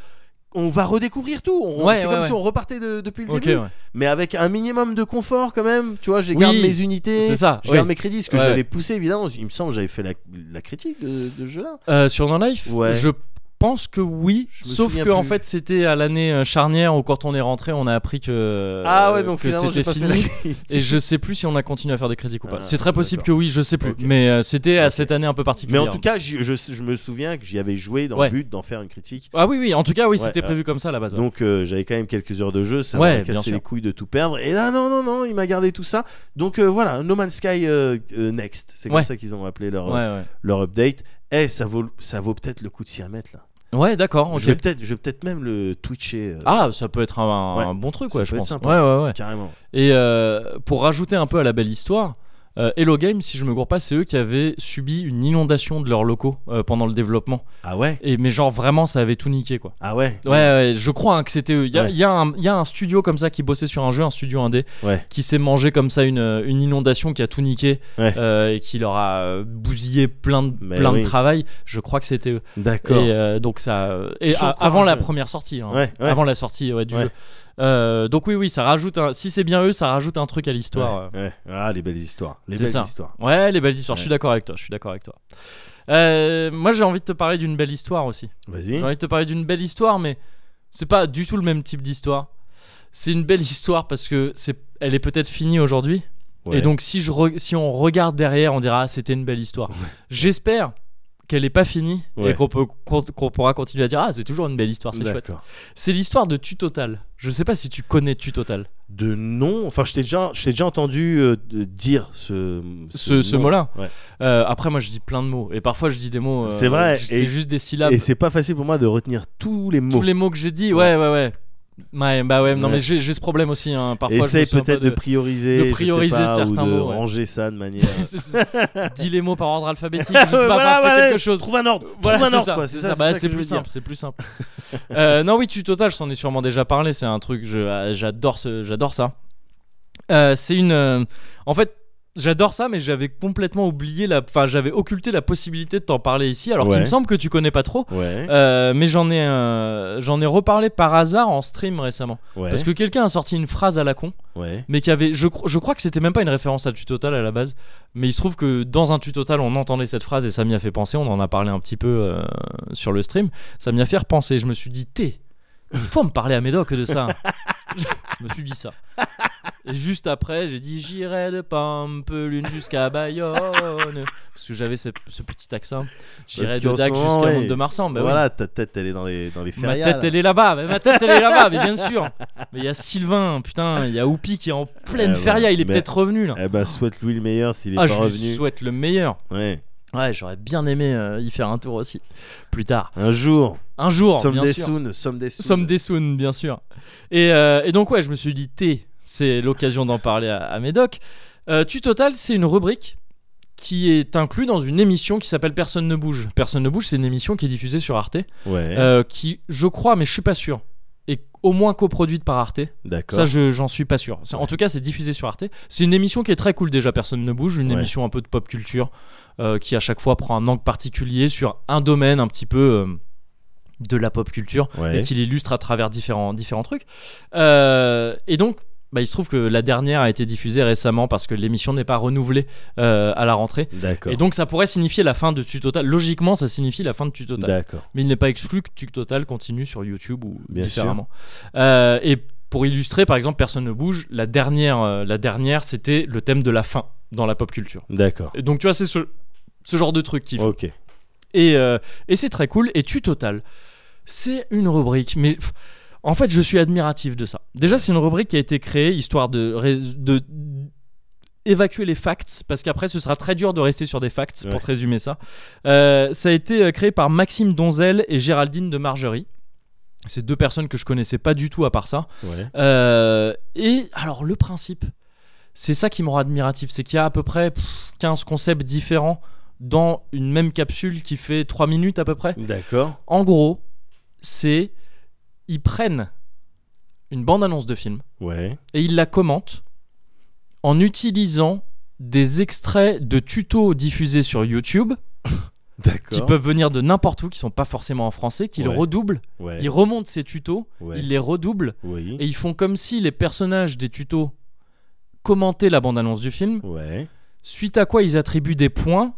on va redécouvrir tout. On- Ouais, c'est ouais, comme ouais. si on repartait de- depuis le Ok, début, ouais. mais avec un minimum de confort quand même. Tu vois, je Oui, garde mes unités, c'est ça, je ouais. garde mes crédits, ce que Ouais, j'avais ouais. poussé évidemment. Il me semble que j'avais fait la, la critique de, de ce jeu-là. Euh, sur No Life, Ouais. je pense que oui, Je me sauf que souviens en plus. fait c'était à l'année euh, charnière où quand on est rentré, on a appris que ah ouais, donc Euh, que finalement, c'était j'ai pas fini. fait la critique. Et je sais plus si on a continué à faire des critiques ou pas. Ah, c'est très possible que d'accord. oui, je sais plus. Ok. Mais euh, c'était à Ok. cette année un peu Mais particulière. en tout cas, j'y- je, je me souviens que j'y avais joué dans Ouais. le but d'en faire une critique. Ah oui, oui, en tout cas, oui, Ouais, c'était ouais. prévu comme ça à la base. ouais. Donc euh, j'avais quand même quelques heures de jeu, ça Ouais, m'a bien cassé sûr. les couilles de tout perdre. Et là, non, non, non, il m'a gardé tout ça. Donc euh, voilà, No Man's Sky euh, euh, Next, c'est comme Ouais. ça qu'ils ont appelé leur, ouais, ouais. leur update. Eh, ça vaut, ça vaut peut-être le coup de s'y remettre là. Ouais, d'accord, ok. Je vais peut-être, je vais peut-être même le twitcher euh, Oh, Ah, ça peut être un, un Ouais. bon truc, Ça ouais, peut je être pense. sympa. Ouais, ouais, ouais. carrément. Et euh, pour rajouter un peu à la belle histoire, euh, Hello Games, si je me gourre pas, c'est eux qui avaient subi une inondation de leurs locaux euh, pendant le développement. Ah ouais, Et mais genre vraiment, ça avait tout niqué, quoi. ah ouais. Ouais, ouais, je crois hein, que c'était eux. Il y, a- Ouais. il y a un- il y a un studio comme ça qui bossait sur un jeu, un studio indé, Ouais. qui s'est mangé comme ça une, une inondation qui a tout niqué Ouais. euh, et qui leur a euh, bousillé plein de, Mais plein oui. de travail. Je crois que c'était eux. Et D'accord. euh, donc ça. euh, Et Sans a- avant la courageux. première sortie. hein. Ouais, ouais. Avant la sortie ouais, du Ouais. jeu. Euh, donc oui, oui, ça rajoute. Un, si c'est bien eux, ça rajoute un truc à l'histoire. euh. Ouais, ouais. Ah les belles histoires, les C'est belles ça. histoires. Ouais, les belles histoires. Ouais. Je suis d'accord avec toi. Je suis d'accord avec toi. Euh, moi, j'ai envie de te parler d'une belle histoire aussi. Vas-y. J'ai envie de te parler d'une belle histoire, mais c'est pas du tout le même type d'histoire. C'est une belle histoire parce que c'est, elle est peut-être finie aujourd'hui. Ouais. Et donc, si, je re- si on regarde derrière, on dira ah, c'était une belle histoire. J'espère qu'elle n'est pas finie Ouais. et qu'on, peut, qu'on, qu'on pourra continuer à dire ah, c'est toujours une belle histoire, c'est chouette. D'accord. C'est l'histoire de Tutotal. Je sais pas si tu connais Tutotal. De nom, enfin je t'ai déjà, je t'ai déjà entendu euh, de dire ce Ce, ce nom. mot-là. Ouais. Euh, après, moi, je dis plein de mots. Et parfois, je dis des mots. euh, C'est vrai, C'est et- juste des syllabes. Et c'est pas facile pour moi de retenir tous les mots. Tous les mots que j'ai dit. Ouais, ouais, ouais. Ouais, bah ouais, non, Ouais. mais j'ai, j'ai ce problème aussi. hein. Parfois, je me Essaye souviens pas [laughs] peut-être de, prioriser, de je sais prioriser pas, ou certains de mots, ouais. ranger ça de manière. [laughs] [laughs] C'est- c'est- Dis les mots par ordre alphabétique. Je sais pas, euh. Voilà, enfin, fais voilà, quelque chose. Trouve un ordre, Voilà, trouve un c'est ordre, ça, quoi. c'est ça. c'est Bah, que c'est je plus veux dire. simple, c'est plus simple. [laughs] Euh, non, oui, tu total, je t'en ai sûrement déjà parlé. C'est un truc, je- ah, j'adore ce, j'adore ça. Euh, c'est une, euh, en fait, j'adore ça, mais j'avais complètement oublié la, enfin, j'avais occulté la possibilité de t'en parler ici, alors Ouais. qu'il me semble que tu connais pas trop. Ouais, Euh, mais j'en ai, euh, j'en ai reparlé par hasard en stream récemment, ouais, Euh, parce que bah quelqu'un a sorti une phrase à la con ouais. mais qui avait je, cro- je crois que c'était même pas une référence à Tutotal à la base mais il se trouve que dans un Tutotal on entendait cette phrase et ça m'y a fait penser on en a parlé un petit peu euh, sur le stream ça m'y a fait repenser je me suis dit t'es il faut me parler à Médoc de ça [laughs] je me suis dit ça et juste après j'ai dit j'irai de Pampelune jusqu'à Bayonne parce que j'avais ce, ce petit accent j'irai Parce de qu'en Dax ce moment, jusqu'à ouais. Mont de Marsan bah oui. voilà, ta tête, elle est dans les, dans les Ma férias. tête, elle est là-bas. Mais ma tête, elle est là-bas, mais bien sûr. Mais il y a Sylvain, putain, il y a Oupi qui est en pleine Ouais, ouais. feria. Il est Ah, Mais- peut-être revenu là. Eh ben, souhaite-lui le meilleur s'il est Ah, pas je lui revenu. souhaite le meilleur. Ouais. Ouais, j'aurais bien aimé euh, y faire un tour aussi. Plus tard. Un jour, Un jour, somme bien des sûr. soon, somme des soon. Somme des Soon, bien sûr. Et, euh, et donc, ouais, je me suis dit, T, c'est l'occasion d'en parler à, à Médoc. Euh, tu Total, c'est une rubrique qui est inclue dans une émission qui s'appelle Personne ne bouge. Personne ne bouge, c'est une émission qui est diffusée sur Arte, Ouais, euh, qui, je crois, mais je suis pas sûr, est au moins coproduite par Arte. d'accord. Ça, je- j'en suis pas sûr. C'est- En tout cas, c'est diffusé sur Arte. C'est une émission qui est très cool déjà, personne ne bouge. Une Ouais. émission un peu de pop culture euh, qui à chaque fois prend un angle particulier sur un domaine un petit peu euh, de la pop culture Ouais. et qui l'illustre à travers différents, différents trucs. Euh, et donc, bah, il se trouve que la dernière a été diffusée récemment parce que l'émission n'est pas renouvelée euh, à la rentrée. D'accord. Et donc, ça pourrait signifier la fin de Tutotal. Logiquement, ça signifie la fin de Tutotal. D'accord. Mais il n'est pas exclu que Tutotal continue sur YouTube ou Bien différemment. Euh, et pour illustrer, par exemple, Personne ne bouge, la dernière, euh, la dernière c'était le thème de la fin dans la pop culture. D'accord. Et donc tu vois, c'est ce, ce genre de truc qui Ok. et, euh, et c'est très cool. Et tu total, c'est une rubrique, mais pff, en fait, je suis admiratif de ça. Déjà, c'est une rubrique qui a été créée histoire de, ré- de évacuer les facts, parce qu'après ce sera très dur de rester sur des facts, Ouais. pour te résumer ça. Euh, ça a été euh, créé par Maxime Donzel et Géraldine de Margerie. C'est deux personnes que je connaissais pas du tout à part ça. Ouais. Euh, et alors le principe, c'est ça qui me rend admiratif, c'est qu'il y a à peu près pff, 15 concepts différents dans une même capsule qui fait 3 minutes à peu près. D'accord. En gros, c'est ils prennent une bande-annonce de film Ouais. et ils la commentent en utilisant des extraits de tutos diffusés sur YouTube qui D'accord. peuvent venir de n'importe où, qui sont pas forcément en français, qu'ils Ouais. redoublent, Ouais. ils remontent ces tutos, Ouais. ils les redoublent Oui. et ils font comme si les personnages des tutos commentaient la bande-annonce du film, Ouais. suite à quoi ils attribuent des points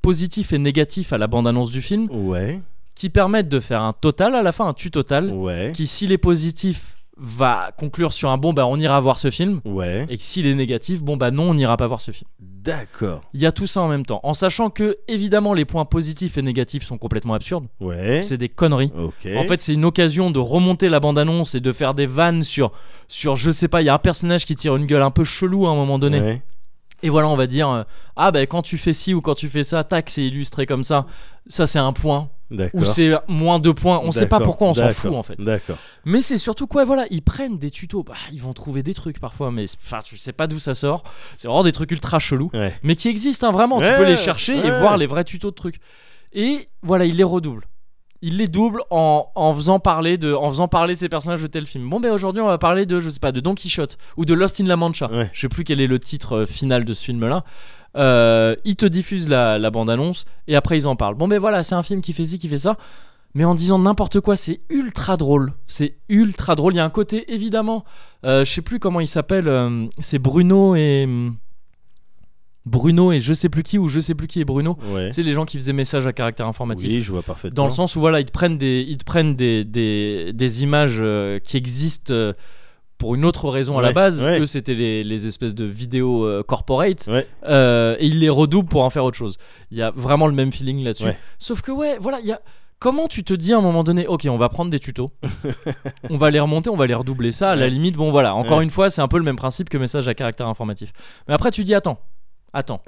positifs et négatifs à la bande-annonce du film, Ouais. qui permettent de faire un total à la fin, un tu total, Ouais. qui s'il est positif va conclure sur un bon bah on ira voir ce film, Ouais. et que s'il est négatif, bon bah non on n'ira pas voir ce film. D'accord. Il y a tout ça en même temps, en sachant que évidemment les points positifs et négatifs sont complètement absurdes, Ouais. c'est des conneries. Ok. En fait, c'est une occasion de remonter la bande-annonce et de faire des vannes sur, sur je sais pas, il y a un personnage qui tire une gueule un peu chelou à un moment donné. Ouais. Et voilà, on va dire, euh, ah ben quand tu fais ci ou quand tu fais ça, tac, c'est illustré comme ça. Ça, c'est un point. Ou D'accord. c'est moins deux points. On sait pas D'accord. pourquoi, on s'en D'accord. fout en fait. D'accord. Mais c'est surtout quoi, voilà, ils prennent des tutos. Bah, ils vont trouver des trucs parfois, mais c'est- enfin, je sais pas d'où ça sort. C'est vraiment des trucs ultra chelous Ouais. mais qui existent hein, vraiment. tu Ouais, peux les chercher et ouais. voir les vrais tutos de trucs. Et voilà, il les redouble. Il les double en, en faisant parler de en faisant parler ces personnages de tel film. Bon ben aujourd'hui on va parler de je sais pas de Don Quichotte ou de Lost in La Mancha. Ouais. Je sais plus quel est le titre euh, final de ce film là. Euh, ils te diffusent la, la bande annonce et après ils en parlent. Bon ben voilà c'est un film qui fait ci qui fait ça. Mais en disant n'importe quoi, c'est ultra drôle. C'est ultra drôle. Il y a un côté évidemment. euh, je sais plus comment il s'appelle. euh, c'est Bruno et hum, Bruno et je sais plus qui ou je sais plus qui est Bruno. Ouais. C'est les gens qui faisaient messages à caractère informatif. Oui, je vois parfaitement. Dans le sens où voilà, ils te prennent des, ils te prennent des, des, des images euh, qui existent euh, pour une autre raison à la Ouais, base. ouais. Eux, c'était les, les espèces de vidéos euh, corporate. Ouais. Euh, et ils les redoublent pour en faire autre chose. Il y a vraiment le même feeling là-dessus. Ouais. Sauf que ouais, voilà, il y a. Comment tu te dis à un moment donné, ok, on va prendre des tutos, on va les remonter, on va les redoubler ça, à la Ouais. limite, bon voilà, encore Ouais. une fois, c'est un peu le même principe que message à caractère informatif. Mais après, tu dis, attends, [coughs] attends,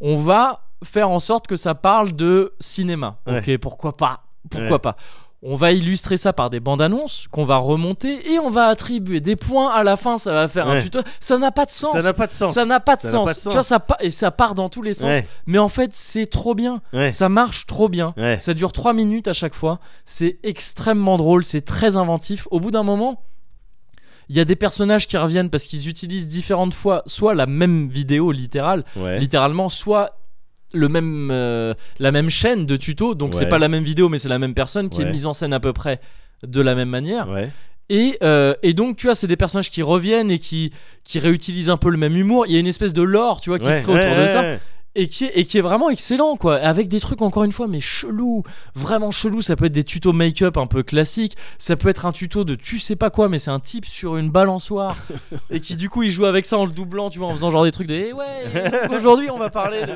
on va faire en sorte que ça parle de cinéma. Ok, pourquoi pas Pourquoi Ouais. pas On va illustrer ça par des bandes annonces qu'on va remonter et on va attribuer des points à la fin. Ça va faire un Ouais. tuto. Ça n'a pas de sens. Ça n'a pas de sens. Ça n'a pas de sens. Tu vois, sens. ça pa- et ça part dans tous les sens. Ouais. Mais en fait, c'est trop bien. Ouais. Ça marche trop bien. Ouais. Ça dure 3 minutes à chaque fois. C'est extrêmement drôle. C'est très inventif. Au bout d'un moment, il y a des personnages qui reviennent parce qu'ils utilisent différentes fois soit la même vidéo littérale, Ouais. littéralement, soit le même, euh, la même chaîne de tuto. Donc c'est Ouais. pas la même vidéo, mais c'est la même personne qui est Ouais. mise en scène à peu près de la même manière. Ouais. Et, euh, et donc, tu vois, c'est des personnages qui reviennent et qui, qui réutilisent un peu le même humour. Il y a une espèce de lore, tu vois, qui se Ouais, crée autour ouais, de ça ouais. et qui, est, et qui est vraiment excellent, quoi. Avec des trucs, encore une fois, mais chelous, vraiment chelous. Ça peut être des tutos make-up un peu classiques. Ça peut être un tuto de tu sais pas quoi, mais c'est un type sur une balançoire [laughs] et qui, du coup, il joue avec ça en le doublant, tu vois, en faisant genre des trucs de eh ouais, aujourd'hui, on va parler [laughs] de.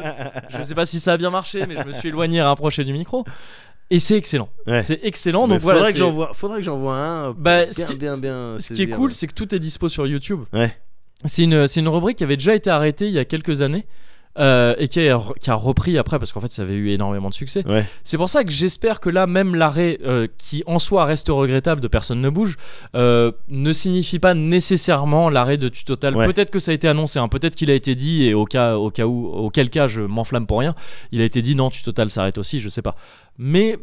Je sais pas si ça a bien marché, mais je me suis éloigné et rapproché du micro. Et c'est excellent. Ouais. C'est excellent. Mais donc voilà. faudrait que c'est- j'envoie, faudrait que j'envoie un. euh, Bah, ce bien, qui- bien, bien. ce qui est saisir. cool, c'est que tout est dispo sur YouTube. euh, Ouais. C'est une, c'est une rubrique qui avait déjà été arrêtée il y a quelques années. euh, et qui a, qui a repris après parce qu'en fait ça avait eu énormément de succès. Ouais. C'est pour ça que j'espère que là même l'arrêt euh, qui en soi reste regrettable de personne ne bouge euh, ne signifie pas nécessairement l'arrêt de Tutotal. Ouais. Peut-être que ça a été annoncé, hein, peut-être qu'il a été dit et au cas, au cas où auquel cas je m'enflamme pour rien, il a été dit non Tutotal s'arrête aussi, je sais pas. Mais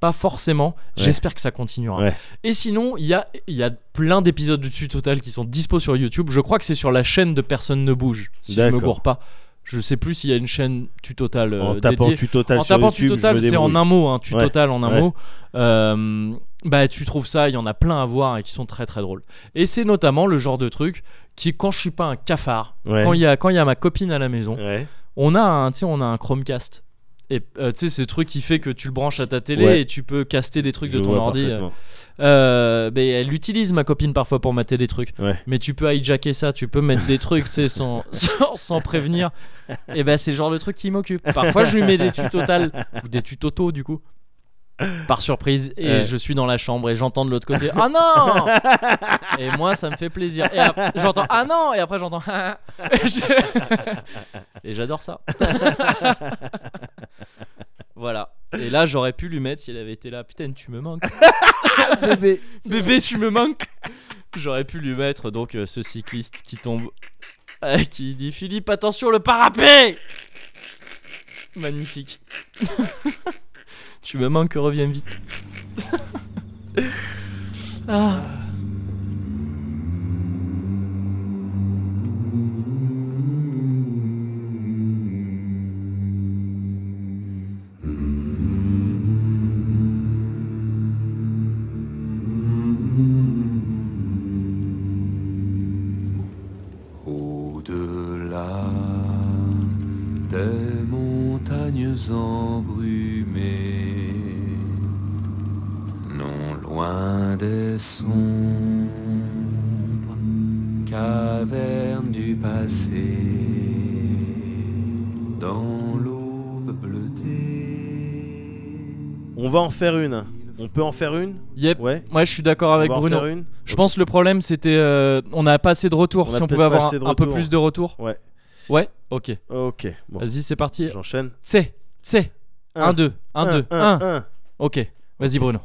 pas forcément. Ouais. J'espère que ça continuera. Ouais. Et sinon, il y a, il y a plein d'épisodes de Tutu Total qui sont dispo sur YouTube. Je crois que c'est sur la chaîne de Personne ne bouge, si je me D'accord. gourre pas. Je sais plus s'il y a une chaîne Tu Total euh, en tapant dédiée. tu total en sur tapant YouTube, Tu Total, je me c'est en débrouille. un mot, hein, Tu Ouais. Total en un Ouais. mot. Euh, bah, tu trouves ça, il y en a plein à voir et qui sont très très drôles. Et c'est notamment le genre de truc qui, quand je suis pas un cafard, Ouais. quand il y a quand il y a ma copine à la maison, Ouais. on a un, tu sais, on a un Chromecast. Et euh, tu sais, c'est le truc qui fait que tu le branches à ta télé Ouais. et tu peux caster des trucs Je de ton vois ordi. euh, parfaitement. euh, ben, elle l'utilise ma copine parfois pour mater des trucs. Ouais. Mais tu peux hijacker ça, tu peux mettre des trucs, tu sais, [laughs] sans, sans, sans prévenir. Et ben c'est le genre de truc qui m'occupe. Parfois je lui mets des tuts total ou des tuts auto du coup. par surprise et Ouais. je suis dans la chambre et j'entends de l'autre côté ah non et moi ça me fait plaisir et ap- j'entends ah non et après j'entends [laughs] Ah Et je- et j'adore ça [laughs] voilà et là j'aurais pu lui mettre s'il avait été là putain tu me manques Bébé. [laughs] bébé tu me manques j'aurais pu lui mettre donc euh, ce cycliste qui tombe euh, qui dit Philippe attention le parapet magnifique [laughs] tu me manques reviens vite ah Au-delà des montagnes embrumées, non loin des sombres cavernes du passé, dans l'aube bleutée. On va en faire une. On peut en faire une Yep. Ouais, Ouais. je suis d'accord avec on va Bruno. en faire une Je pense que le problème c'était euh, on a pas assez de retours. On a si on peut-être pouvait pas avoir assez un, de un peu retours. plus de retours. Ouais. Ouais, ok. Ok. Bon, Vas-y, c'est parti. j'enchaîne. C'est, c'est. Un. 1, 2, 1, 2, 1. un. Ok. Vas-y, Bruno.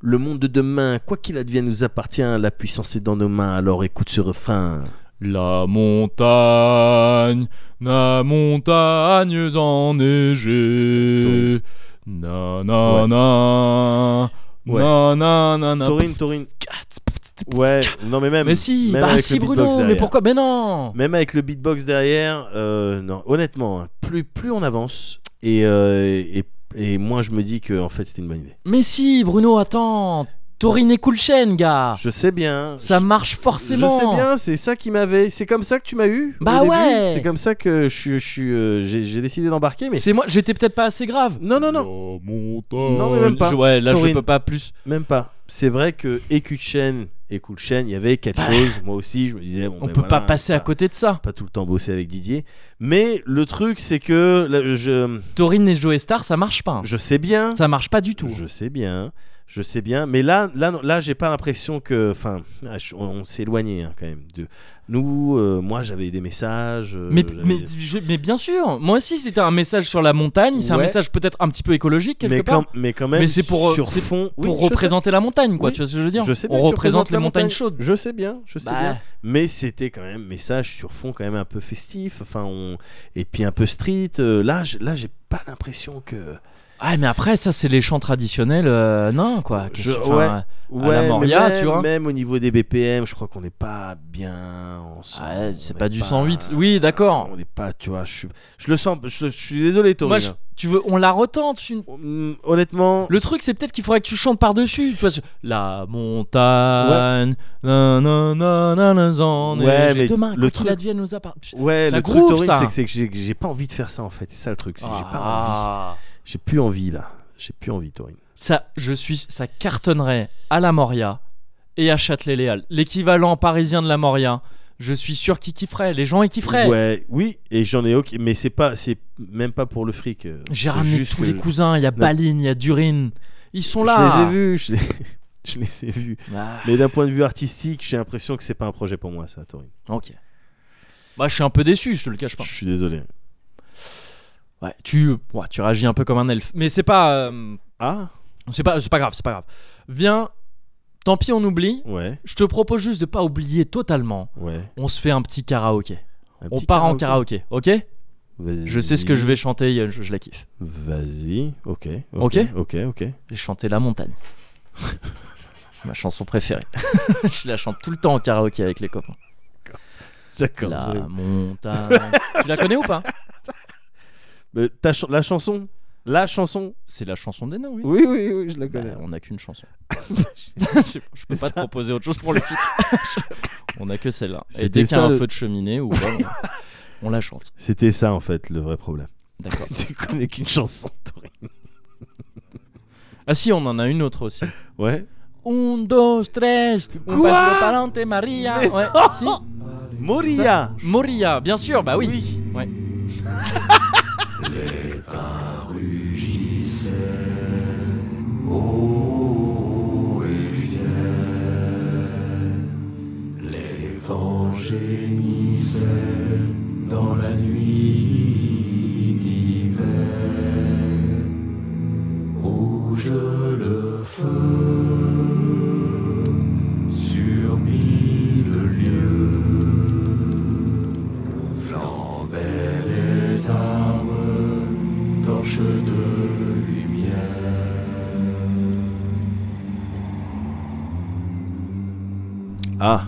Le monde de demain, quoi qu'il advienne, nous appartient. La puissance est dans nos mains, alors écoute ce refrain. La montagne, la montagne enneigée. Na na Ouais. na. Ouais. Na na na na. Taurine, Taurine. Ouais, non mais même. Mais si, même bah avec si le beatbox Bruno, mais derrière. pourquoi Mais non Même avec le beatbox derrière, euh, non, honnêtement, hein, plus, plus on avance, et, euh, et, et moins je me dis que en fait c'était une bonne idée. Mais si, Bruno, attends. Taurine et Kulchen, gars. Je sais bien. Ah. Ça je- marche forcément. Je sais bien, c'est ça qui m'avait. C'est comme ça que tu m'as eu. au Bah début. ouais. C'est comme ça que je suis- je suis, euh, j'ai j'ai décidé d'embarquer, mais. C'est moi, j'étais peut-être pas assez grave. Non, non, non, Non, mais même pas. Je- ouais, là je Taurine. peux pas plus. même pas. C'est vrai que Ekuchen et Kulchen, il y avait quelque chose. Moi aussi, je me disais. Bon, On ben peut pas voilà, passer à pas- côté de ça. Pas tout le temps bosser avec Didier. Mais le truc, c'est que là, je, Taurine et Joe Star, ça marche pas. je sais bien. Ça marche pas du tout. Je sais bien, je sais bien, mais là, là, non, là, j'ai pas l'impression que, enfin, ah, je- on, on s'est éloigné hein, quand même. De nous, euh, moi, j'avais des messages. euh, Mais, j'avais- mais, je- mais bien sûr, moi aussi c'était un message sur la montagne, c'est un Ouais. message peut-être un petit peu écologique quelque mais part quand, mais quand même. Mais c'est pour, euh, sur c'est fond, oui, pour je sais. représenter la montagne, quoi. Oui, Tu vois ce que je veux dire Je sais bien On que tu représente représentes les la montagnes montagne. chaudes. Je sais bien, je sais Bah. bien. Mais c'était quand même message sur fond quand même un peu festif, enfin on et puis un peu street. euh, là, j'ai- là, j'ai pas l'impression que. Ah mais après ça c'est les chants traditionnels, euh, non quoi. Qu'est-ce Je- que- enfin, ouais. euh, Ouais, la mais Moria, même, tu vois. Même au niveau des BPM, je crois qu'on n'est pas bien ensemble. ah, c'est On pas est du 108. Oui d'accord. On n'est pas, tu vois, je suis, je le sens, je, je suis désolé, Taurine. Moi je- tu veux, on la retente une, Hum, Honnêtement, Le truc, c'est peut-être qu'il faudrait que tu chantes par-dessus. Tu vois, ce- la montagne, nan, nan, nan, nan, nan, nan, Ouais, nan, mais demain, le quoi truc- qu'il advienne, nous appart. Putain, ouais, ça le groove, truc, Taurine, ça. c'est que, c'est que j'ai- que j'ai pas envie de faire ça en fait. C'est ça le truc, c'est que j'ai pas envie. Ah. J'ai plus envie là. J'ai plus envie, Taurine. Ça, je suis, ça cartonnerait à la Moria et à Châtelet-Léal, l'équivalent parisien de la Moria. Je suis sûr qu'ils kifferaient. Les gens, ils kifferaient. Ouais, oui, et j'en ai ok, mais c'est pas, c'est même pas pour le fric. euh, J'ai c'est ramené juste tous que les cousins. Il y a Baline, il y a Durine. Ils sont là. Je les ai vus, je les, [laughs] je les ai vus. Ah, Mais d'un point de vue artistique, j'ai l'impression que c'est pas un projet pour moi, ça, Taurine. ok. Bah, je suis un peu déçu, je te le cache pas. Je suis désolé. Ouais, tu, ouais, tu réagis un peu comme un elfe. Mais c'est pas. euh, Ah, C'est pas, c'est pas grave, c'est pas grave. Viens, tant pis, on oublie. ouais, Je te propose juste de pas oublier totalement. ouais. On se fait un petit karaoké. Un on petit part en karaoké, ok Vas-y. Je sais ce que je vais chanter, euh, je, je la kiffe. Vas-y, ok, Ok. ok, ok. J'ai chanté La Montagne. [laughs] Ma chanson préférée. [laughs] je la chante tout le temps en karaoké avec les copains. D'accord. La j'ai- [laughs] montagne. tu la connais ou pas Mais ta ch- la chanson La chanson C'est la chanson des nains, oui. Oui, oui, oui, je la Bah, connais. on n'a qu'une [laughs] chanson. je peux pas Ça- te proposer autre chose pour le feat. on a que celle-là. Et C'était dès qu'il y a ça, un le- feu de cheminée, ou quoi, on- on la chante. C'était ça, en fait, le vrai problème. [laughs] D'accord. tu connais qu'une chanson, Tori. Ah si, on en a une autre aussi. Ouais. Un, dos, tres. un Quoi patro parente Maria. Mais Ouais, non si. Moria Moria, bien sûr, bah oui. Ouais. rugissait les armes, torches de lumière. Ah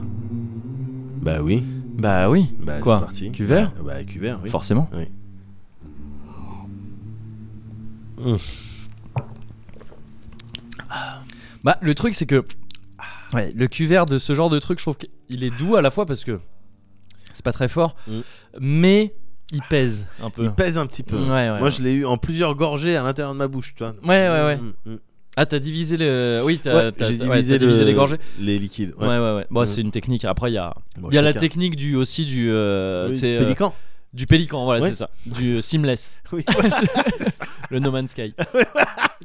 Bah oui. Bah oui. Bah, Quoi c'est parti. Cuvert Bah, bah, cuvert, oui. Forcément. Oui. Bah le truc c'est que ouais, le cuvert de ce genre de truc, je trouve qu'il est doux à la fois parce que c'est pas très fort, Mm. mais il pèse un peu. Il pèse un petit peu. Ouais, ouais, Moi, ouais. je l'ai eu en plusieurs gorgées à l'intérieur de ma bouche, tu vois. Ouais, ouais, ouais. Mm, mm. Ah t'as divisé le, oui t'as Ouais, t'as- j'ai ouais, divisé, t'as le- les gorgées. Les liquides. Ouais ouais ouais. Bon Mm. c'est une technique. Après il y a, Bon, il y a la chacun. technique du aussi du, euh, Oui, tu sais, euh, Pélican. [laughs] du pélican voilà Ouais. c'est ça, du euh, [laughs] seamless, Oui. [laughs] le No Man's Sky.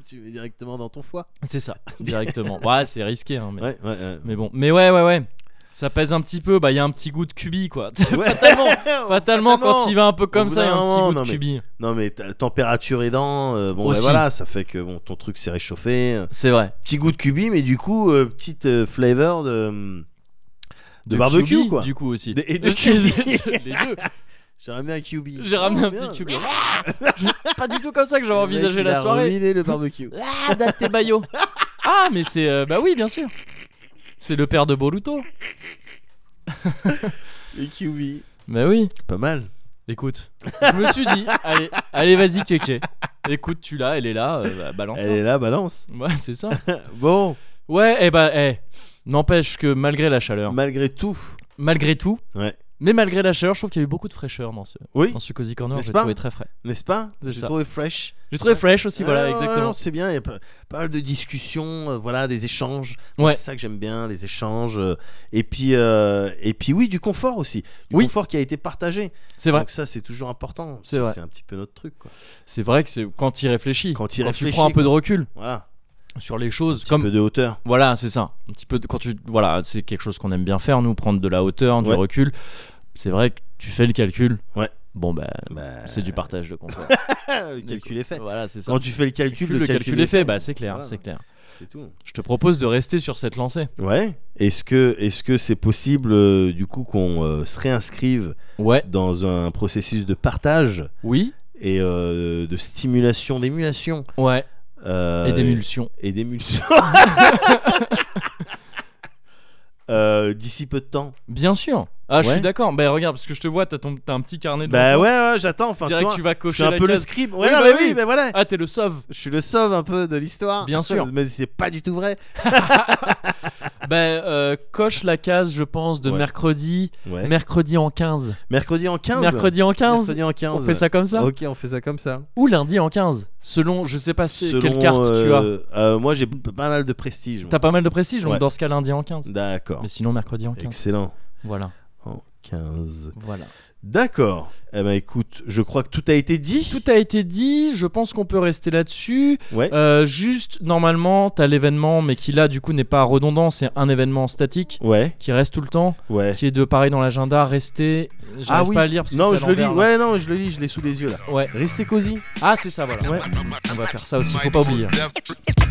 tu mets directement dans ton foie. C'est ça [laughs] directement. ouais c'est risqué hein, mais Ouais, ouais, ouais. Mais bon, mais ouais, ouais, ouais. Ça pèse un petit peu, bah il y a un petit goût de cubi quoi. [laughs] Ouais. fatalement, [laughs] fatalement, quand Fatalement. il va un peu comme bout ça, il y a d'un un petit moment, goût de non, mais- cubi. Non, mais t'as la température aidant, euh, bon, Aussi. ben voilà, ça fait que bon, ton truc s'est réchauffé. euh, C'est vrai. Petit goût de cubi, mais du coup, euh, petite euh, flavor de, euh, de, barbecue, cubi, quoi. Du coup aussi. De- [laughs] et de cubi. Les [laughs] deux. J'ai ramené un cubi. J'ai ramené Oh, un bien. petit cubi. [laughs] Pas du tout comme ça que j'avais Le envisagé mec, il la a soirée. [laughs] ruiné le barbecue. Ah, date tes baillots. Ah, mais c'est. euh, bah oui, bien sûr. C'est le père de Boluto. Les cubi. Bah oui. Pas mal. Écoute. Je me suis [laughs] dit, allez, allez vas-y, Kéké. Écoute, tu l'as, elle est là, euh, bah, balance. Elle est là, balance. Ouais, c'est ça. Bon, Ouais, eh bah, eh. N'empêche que malgré la chaleur. malgré tout. malgré tout. Ouais. Mais malgré la chaleur, je trouve qu'il y a eu beaucoup de fraîcheur dans ce, Oui, dans ce Cozy Corner. N'est-ce J'ai pas trouvé très frais. n'est-ce pas C'est J'ai ça. trouvé fresh. J'ai trouvé fresh aussi, voilà, Ah, ouais, ouais, exactement. non, c'est bien, il y a pas, pas mal de discussions, euh, voilà, des échanges. Ouais. C'est ça que j'aime bien, les échanges. euh, et, puis, euh, et puis, oui, du confort aussi. Du Oui. confort qui a été partagé. C'est vrai. Donc, ça, c'est toujours important. parce C'est que vrai. C'est un petit peu notre truc. quoi. C'est vrai que c'est quand il réfléchit, Quand il tu réfléchit, prends un peu de recul Voilà. sur les choses, Un comme peu de hauteur. voilà, c'est ça. Un petit peu de- quand tu voilà, c'est quelque chose qu'on aime bien faire, nous prendre de la hauteur, du Ouais. recul. C'est vrai que tu fais le calcul. Ouais. Bon bah, [laughs] Bah, c'est du partage de [laughs] confort. le calcul est fait. Voilà, c'est ça. Quand tu fais le calcul, le calcul est fait, bah c'est clair, Voilà. c'est clair. C'est tout. Je te propose de rester sur cette lancée. Ouais. Est-ce que est-ce que c'est possible, euh, du coup, qu'on euh, se réinscrive Ouais. dans un processus de partage Oui. et euh, de stimulation, d'émulation Ouais. euh, Et d'émulsion. [laughs] et d'émulsion. Euh, D'ici peu de temps. Bien sûr. Ah, je Ouais. suis d'accord. Bah regarde, parce que je te vois, t'as ton- t'as un petit carnet. de Bah notes. ouais, ouais j'attends. Enfin, Direct, toi, tu vas je suis cocher un la peu le case. scribe. Oui, Ouais, non, bah mais oui. oui, mais voilà. Ah, t'es le sauve. Je suis le sauve un peu de l'histoire. Bien [laughs] sûr. Même si c'est pas du tout vrai. bah euh, coche la case, je pense, de Ouais. mercredi. Ouais. Mercredi en 15. Mercredi en 15. Mercredi en 15. Mercredi en 15. On fait ça comme ça Ok, on fait ça comme ça. Ou lundi en 15 Selon, je sais pas si- Selon, quelle carte tu euh, euh, Moi, j'ai p- pas mal de prestige. as. moi. T'as pas mal de prestige, donc Ouais. dans ce cas, lundi en 15. D'accord. Mais sinon, mercredi en 15. Excellent. Voilà. En 15. voilà. D'accord. Eh ben écoute, je crois que tout a été dit. Tout a été dit, je pense qu'on peut rester là-dessus. Ouais. Euh, juste, normalement, t'as l'événement, mais qui là, du coup, n'est pas redondant, c'est un événement statique Ouais, qui reste tout le temps, ouais. qui est de pareil dans l'agenda, rester. J'arrive Ah oui. pas à lire parce que non, c'est à je le lis. l'envers, là. Ouais, non, je le lis. Je l'ai sous les yeux là. Ouais. Restez cosy. Ah, c'est ça, voilà. Ouais. On va faire ça aussi, faut pas oublier.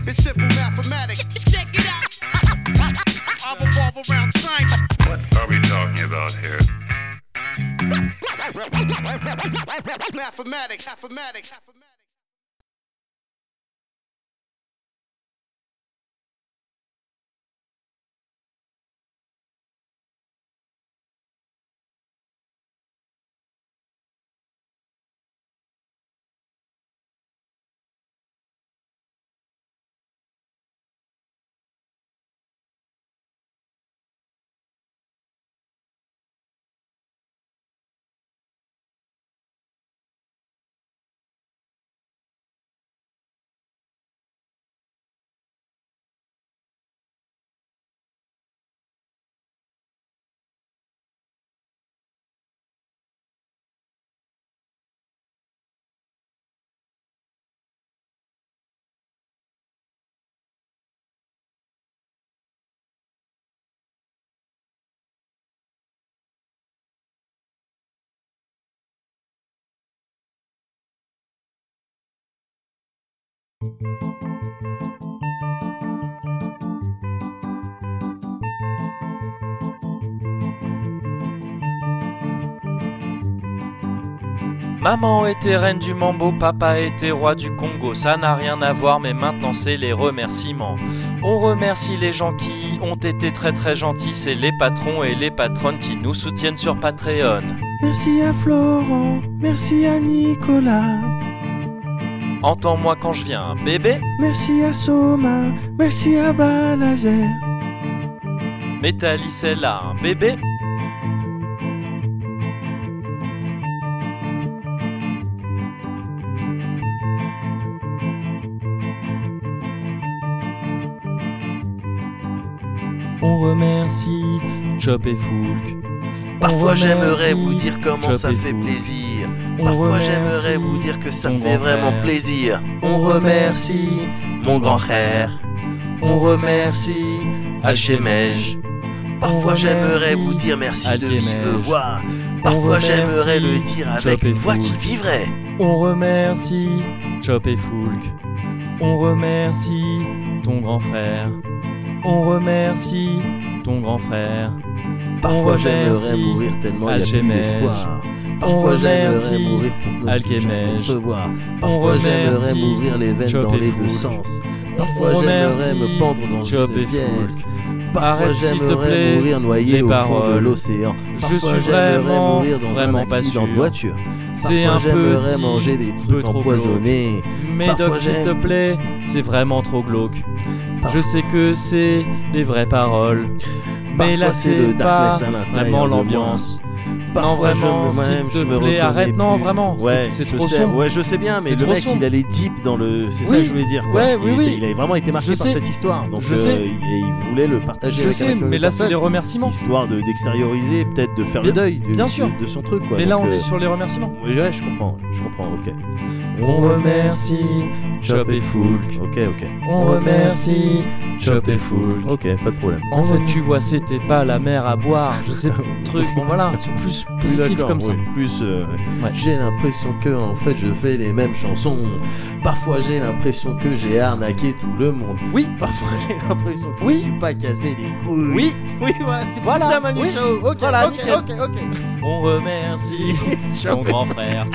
It's simple mathematics. Check it out. I revolve around science. Are we talking about here? Mathematics. Mathematics. Mathematics. Maman était reine du mambo, papa était roi du Congo, ça n'a rien à voir mais maintenant c'est les remerciements. On remercie les gens qui ont été très très gentils, c'est les patrons et les patronnes qui nous soutiennent sur Patreon. Merci à Florent, merci à Nicolas, Entends-moi quand je viens, bébé, merci à Soma, merci à Balazer. Métalis est là, hein, bébé. On remercie Chop et Foulk. Parfois remercie j'aimerais vous dire comment Chop ça et fait Foulk. plaisir. On Parfois remercie- j'aimerais vous dire que ça ton fait grand vraiment frère. plaisir. On remercie mon grand frère. On remercie Alchemège. Parfois remercie j'aimerais vous dire merci de Alchemège. vive voix. Parfois remercie j'aimerais le dire avec Chop et une voix qui Foulk. vivrait. On remercie Chop et Foulk. On remercie ton grand frère. On remercie ton grand frère. Parfois j'aimerais remercie mourir tellement il n'y a plus Alchemège. d'espoir. On Parfois j'aimerais remercie mourir pour ne plus jamais Alchemège. te revoir. Parfois j'aimerais remercie m'ouvrir les veines Chop dans et les deux Foulk. sens. Parfois j'aimerais me pendre dans Chop une et pièce. Foulk. Parfois Arrête, s'il te j'aimerais plaît, mourir noyé les au fond de paroles. l'océan. Je Parfois suis j'aimerais vraiment, mourir dans un vraiment pas accident de sûr. voiture. C'est Parfois, un peu j'aimerais manger des trucs trop empoisonnés. Médoc, Parfois, s'il te j'aime. plaît, c'est vraiment trop glauque. Parfois- Je sais que c'est les vraies paroles, mais Parfois, là c'est c'est le pas darkness à l'intérieur vraiment de moi. l'ambiance. Parfois, Non vraiment, je me, s'il moi-même, te je me plaît, reconnais arrête, non plus. vraiment, Ouais, c'est c'est je trop sais, sombre. ouais, je sais bien, mais C'est le trop mec, sombre. il allait deep dans le. C'est ça Oui. que je voulais dire. Quoi. Ouais, oui, il, oui. était- il avait vraiment été marqué Je par sais. cette histoire. Donc, Je euh, sais. Il, et il voulait le partager. Je avec un sais, maximum de mais là c'est les personnes, remerciements. Histoire de- d'extérioriser, peut-être de faire le Bien- deuil de, bien de- sûr. de son truc. Quoi. Mais là Donc, on euh, est sur les remerciements. Ouais, je comprends, je comprends, ok. On remercie Chop et Foulk. Ok, ok, On remercie Chop et Foulk. ok, pas de problème. En fait, tu vois, c'était pas la mer à boire. Je [laughs] sais pas, truc. Bon, voilà, c'est plus positif D'accord, comme ça. oui, Plus, euh, Ouais. J'ai l'impression que en fait je fais les mêmes chansons. Parfois j'ai l'impression que j'ai arnaqué tout le monde. Oui. Parfois [laughs] j'ai l'impression que Oui. je suis pas cassé les couilles. Oui, Oui voilà c'est pour Voilà, ça Manu oui. Chao. Ok Voilà, ok nickel. ok ok. on remercie Ciao. ton grand frère.